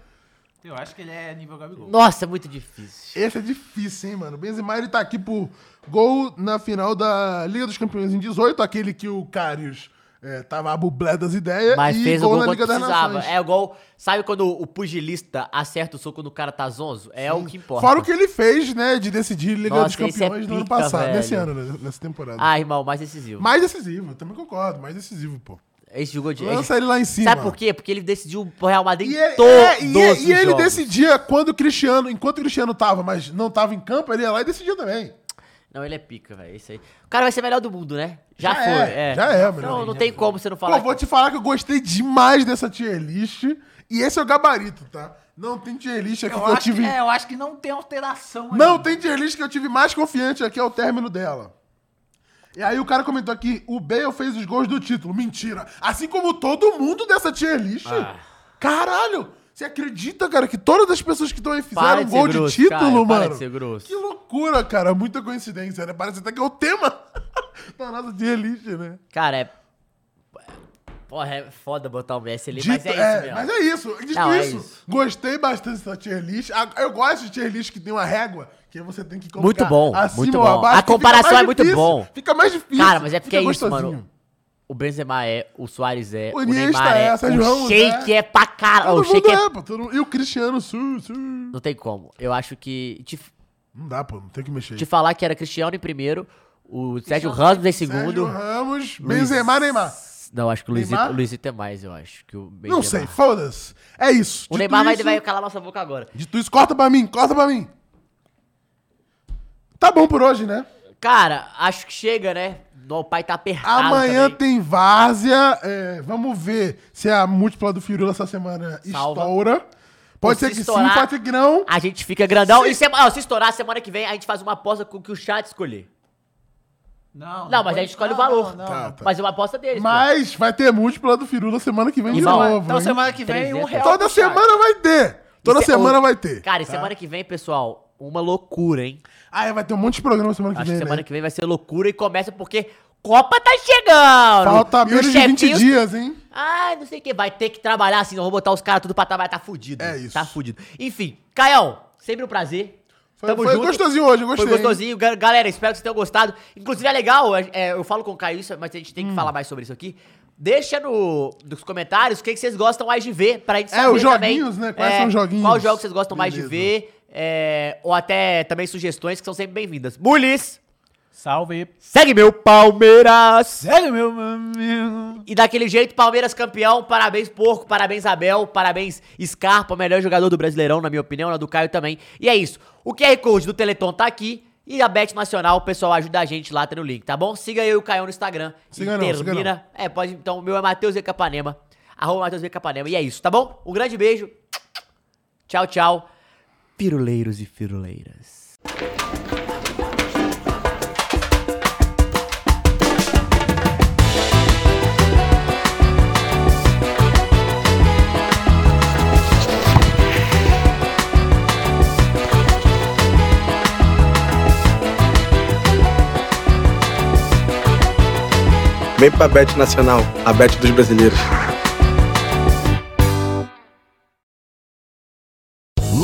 [SPEAKER 8] Eu acho que ele é nível Gabigol.
[SPEAKER 2] Nossa, é muito difícil.
[SPEAKER 1] Esse é difícil, hein, mano. O Benzema, ele tá aqui por gol na final da Liga dos Campeões em 18, aquele que o Karius é, tava a bublé das ideias.
[SPEAKER 2] Mas
[SPEAKER 1] e
[SPEAKER 2] fez o gol
[SPEAKER 1] na
[SPEAKER 2] quando
[SPEAKER 1] Liga das
[SPEAKER 2] precisava.
[SPEAKER 1] Nações.
[SPEAKER 2] É igual. Sabe quando o pugilista acerta o soco quando o cara tá zonzo? É o que importa.
[SPEAKER 1] Fora o que ele fez, né, de decidir Liga
[SPEAKER 2] Nossa,
[SPEAKER 1] dos
[SPEAKER 2] esse é
[SPEAKER 1] Campeões no ano
[SPEAKER 2] pica,
[SPEAKER 1] passado.
[SPEAKER 2] velho.
[SPEAKER 1] Nesse ano, né, nessa temporada.
[SPEAKER 2] Ah, irmão, mais decisivo.
[SPEAKER 1] mais decisivo, eu também concordo. Mais decisivo, pô.
[SPEAKER 2] Esse jogou de.
[SPEAKER 1] Lança ele lá em cima.
[SPEAKER 2] É, Sabe por quê? Porque ele decidiu o Real Madrid
[SPEAKER 1] E
[SPEAKER 2] em
[SPEAKER 1] ele,
[SPEAKER 2] todos
[SPEAKER 1] é, e,
[SPEAKER 2] os
[SPEAKER 1] e ele
[SPEAKER 2] jogos.
[SPEAKER 1] decidia quando o Cristiano, enquanto o Cristiano tava, mas não tava em campo, ele ia lá e decidia também.
[SPEAKER 2] Não, ele é pica, velho. Isso aí. O cara vai ser melhor do mundo, né? Já,
[SPEAKER 1] Já
[SPEAKER 2] foi.
[SPEAKER 1] é,
[SPEAKER 2] É,
[SPEAKER 1] já é, mano.
[SPEAKER 2] Não, não tem como você não
[SPEAKER 1] Pô,
[SPEAKER 2] falar.
[SPEAKER 1] vou te falar que eu gostei demais dessa tier list. E esse é o gabarito, tá? Não tem tier list aqui
[SPEAKER 8] Eu
[SPEAKER 1] que eu
[SPEAKER 8] acho,
[SPEAKER 1] tive.
[SPEAKER 8] que, é, eu acho que não tem alteração
[SPEAKER 2] um
[SPEAKER 1] Não
[SPEAKER 8] ainda.
[SPEAKER 1] tem tier list que eu tive mais confiante aqui ao término dela. E aí o cara comentou aqui, o Bale fez os gols do título. Mentira. Assim como todo mundo dessa tier list.
[SPEAKER 2] Ah.
[SPEAKER 1] Caralho! Você acredita, cara, que todas as pessoas que estão aí
[SPEAKER 2] Para
[SPEAKER 1] fizeram
[SPEAKER 2] de ser
[SPEAKER 1] um gol
[SPEAKER 2] grosso,
[SPEAKER 1] de título,
[SPEAKER 2] cara,
[SPEAKER 1] mano?
[SPEAKER 2] para de ser grosso.
[SPEAKER 1] Que loucura, cara. Muita coincidência, né? Parece até que é o tema da nossa tier list, né?
[SPEAKER 2] Cara, é. Porra, é foda botar o Messi ali, mas
[SPEAKER 1] Dito-
[SPEAKER 2] é isso
[SPEAKER 1] é,
[SPEAKER 2] mesmo.
[SPEAKER 1] mas é isso. Dito
[SPEAKER 2] Não, é
[SPEAKER 1] isso,
[SPEAKER 2] isso.
[SPEAKER 1] gostei bastante dessa tier list. A- Eu gosto de tier list que tem uma régua que você tem que colocar
[SPEAKER 2] Muito bom,
[SPEAKER 1] acima
[SPEAKER 2] muito
[SPEAKER 1] ou
[SPEAKER 2] bom.
[SPEAKER 1] abaixo,
[SPEAKER 2] A
[SPEAKER 1] que fica
[SPEAKER 2] comparação
[SPEAKER 1] mais
[SPEAKER 2] é muito
[SPEAKER 1] difícil,
[SPEAKER 2] bom.
[SPEAKER 1] Fica mais difícil.
[SPEAKER 2] Cara, mas é porque é
[SPEAKER 1] fica
[SPEAKER 2] isso, mano.
[SPEAKER 1] gostosinho.
[SPEAKER 2] O Benzema é, o Soares é, o,
[SPEAKER 1] O Iniesta
[SPEAKER 2] Neymar é,
[SPEAKER 1] é, Sérgio
[SPEAKER 2] o
[SPEAKER 1] Ramos
[SPEAKER 2] Sheik é, pra caralho. O
[SPEAKER 1] Todo mundo
[SPEAKER 2] Sheik é...
[SPEAKER 1] é, pô, todo mundo- E o Cristiano, su, su.
[SPEAKER 2] Não tem como. Eu acho que... Te,
[SPEAKER 1] Não dá, pô. Não tem que mexer.
[SPEAKER 2] te falar que era Cristiano em primeiro, o Sérgio Ramos em segundo...
[SPEAKER 1] Sérgio Ramos,
[SPEAKER 2] Luiz-
[SPEAKER 1] Benzema, Neymar.
[SPEAKER 2] Não, acho que o Luizito,
[SPEAKER 1] Neymar?
[SPEAKER 2] o Luizito é mais, eu acho. Que o
[SPEAKER 1] Não
[SPEAKER 2] Benzema.
[SPEAKER 1] sei, foda-se. É isso.
[SPEAKER 2] O Neymar vai,
[SPEAKER 1] isso,
[SPEAKER 2] vai calar nossa boca agora.
[SPEAKER 1] Dito isso, corta pra mim, corta pra mim. Tá bom por hoje, né?
[SPEAKER 2] Cara, acho que chega, né? O pai tá apertado
[SPEAKER 1] Amanhã
[SPEAKER 2] também.
[SPEAKER 1] tem várzea. é, vamos ver se a múltipla do Firula essa semana
[SPEAKER 2] Salva.
[SPEAKER 1] estoura. Pode
[SPEAKER 2] Ou
[SPEAKER 1] ser
[SPEAKER 2] se
[SPEAKER 1] que
[SPEAKER 2] estourar,
[SPEAKER 1] sim, pode ser que não.
[SPEAKER 2] A gente fica grandão. E se, ah, se estourar, semana que vem a gente faz uma aposta com o que o chat escolher.
[SPEAKER 8] Não,
[SPEAKER 1] Ah,
[SPEAKER 2] Não, mas a gente escolhe o valor.
[SPEAKER 8] Não, não,
[SPEAKER 1] Tá,
[SPEAKER 8] não.
[SPEAKER 1] tá.
[SPEAKER 2] Mas é uma aposta deles.
[SPEAKER 1] Mas vai ter múltipla do Firula semana que vem de
[SPEAKER 2] Irmão,
[SPEAKER 1] novo.
[SPEAKER 8] Então
[SPEAKER 1] hein?
[SPEAKER 8] semana que vem, um
[SPEAKER 2] 300.
[SPEAKER 8] real.
[SPEAKER 1] Toda
[SPEAKER 8] pro chat.
[SPEAKER 1] semana vai ter. Toda
[SPEAKER 2] Isso é-
[SPEAKER 1] semana
[SPEAKER 2] ô,
[SPEAKER 1] vai ter.
[SPEAKER 2] Cara, e semana que vem, pessoal, uma loucura, hein?
[SPEAKER 1] Ah, vai ter um monte de programa semana que
[SPEAKER 2] Acho
[SPEAKER 1] vem,
[SPEAKER 2] que semana
[SPEAKER 1] né?
[SPEAKER 2] que vem vai ser loucura e começa porque Copa tá chegando!
[SPEAKER 1] Falta
[SPEAKER 2] E os
[SPEAKER 1] menos de 20
[SPEAKER 2] chefinhos-
[SPEAKER 1] dias, hein?
[SPEAKER 2] Ai, não sei o que. Vai ter que trabalhar assim, não vou botar os caras tudo pra trabalhar, tá fudido.
[SPEAKER 1] É isso.
[SPEAKER 2] Tá fudido. Enfim, Caião, sempre um prazer.
[SPEAKER 1] Foi- foi gostosinho hoje, eu gostei,
[SPEAKER 2] Foi gostosinho. Ga- Galera, espero que vocês tenham gostado. Inclusive é legal, é- é, eu falo com o Caio isso, mas a gente
[SPEAKER 1] Hum.
[SPEAKER 2] tem que falar mais sobre isso aqui. Deixa no, nos comentários o que, que vocês gostam mais de ver, pra gente
[SPEAKER 1] É,
[SPEAKER 2] saber
[SPEAKER 1] os
[SPEAKER 2] também. é,
[SPEAKER 1] joguinhos, né? Quais são os joguinhos?
[SPEAKER 2] Qual jogo vocês gostam mais de
[SPEAKER 1] Beleza.
[SPEAKER 2] ver, é, ou até também sugestões que são sempre bem-vindas. Mulis,
[SPEAKER 8] Salve.
[SPEAKER 2] segue meu Palmeiras!
[SPEAKER 8] Sério, meu amigo.
[SPEAKER 2] E daquele jeito, Palmeiras campeão, parabéns Porco, parabéns Abel, parabéns Scarpa, melhor jogador do Brasileirão, na minha opinião, na do Caio também. E é isso. O QR Code do Teleton tá aqui e a Bet Nacional, o pessoal ajuda a gente lá, tá no link, tá bom? Siga eu e o Caio no Instagram.
[SPEAKER 1] Siga
[SPEAKER 2] e
[SPEAKER 1] não, siga
[SPEAKER 2] É, pode então, o meu é Matheus V. Capanema, arroba Matheus V. Capanema. E é isso, tá bom? Um grande beijo. Tchau, tchau. Piruleiros e firuleiras.
[SPEAKER 10] Vem pra Bet Nacional, a Bet dos brasileiros.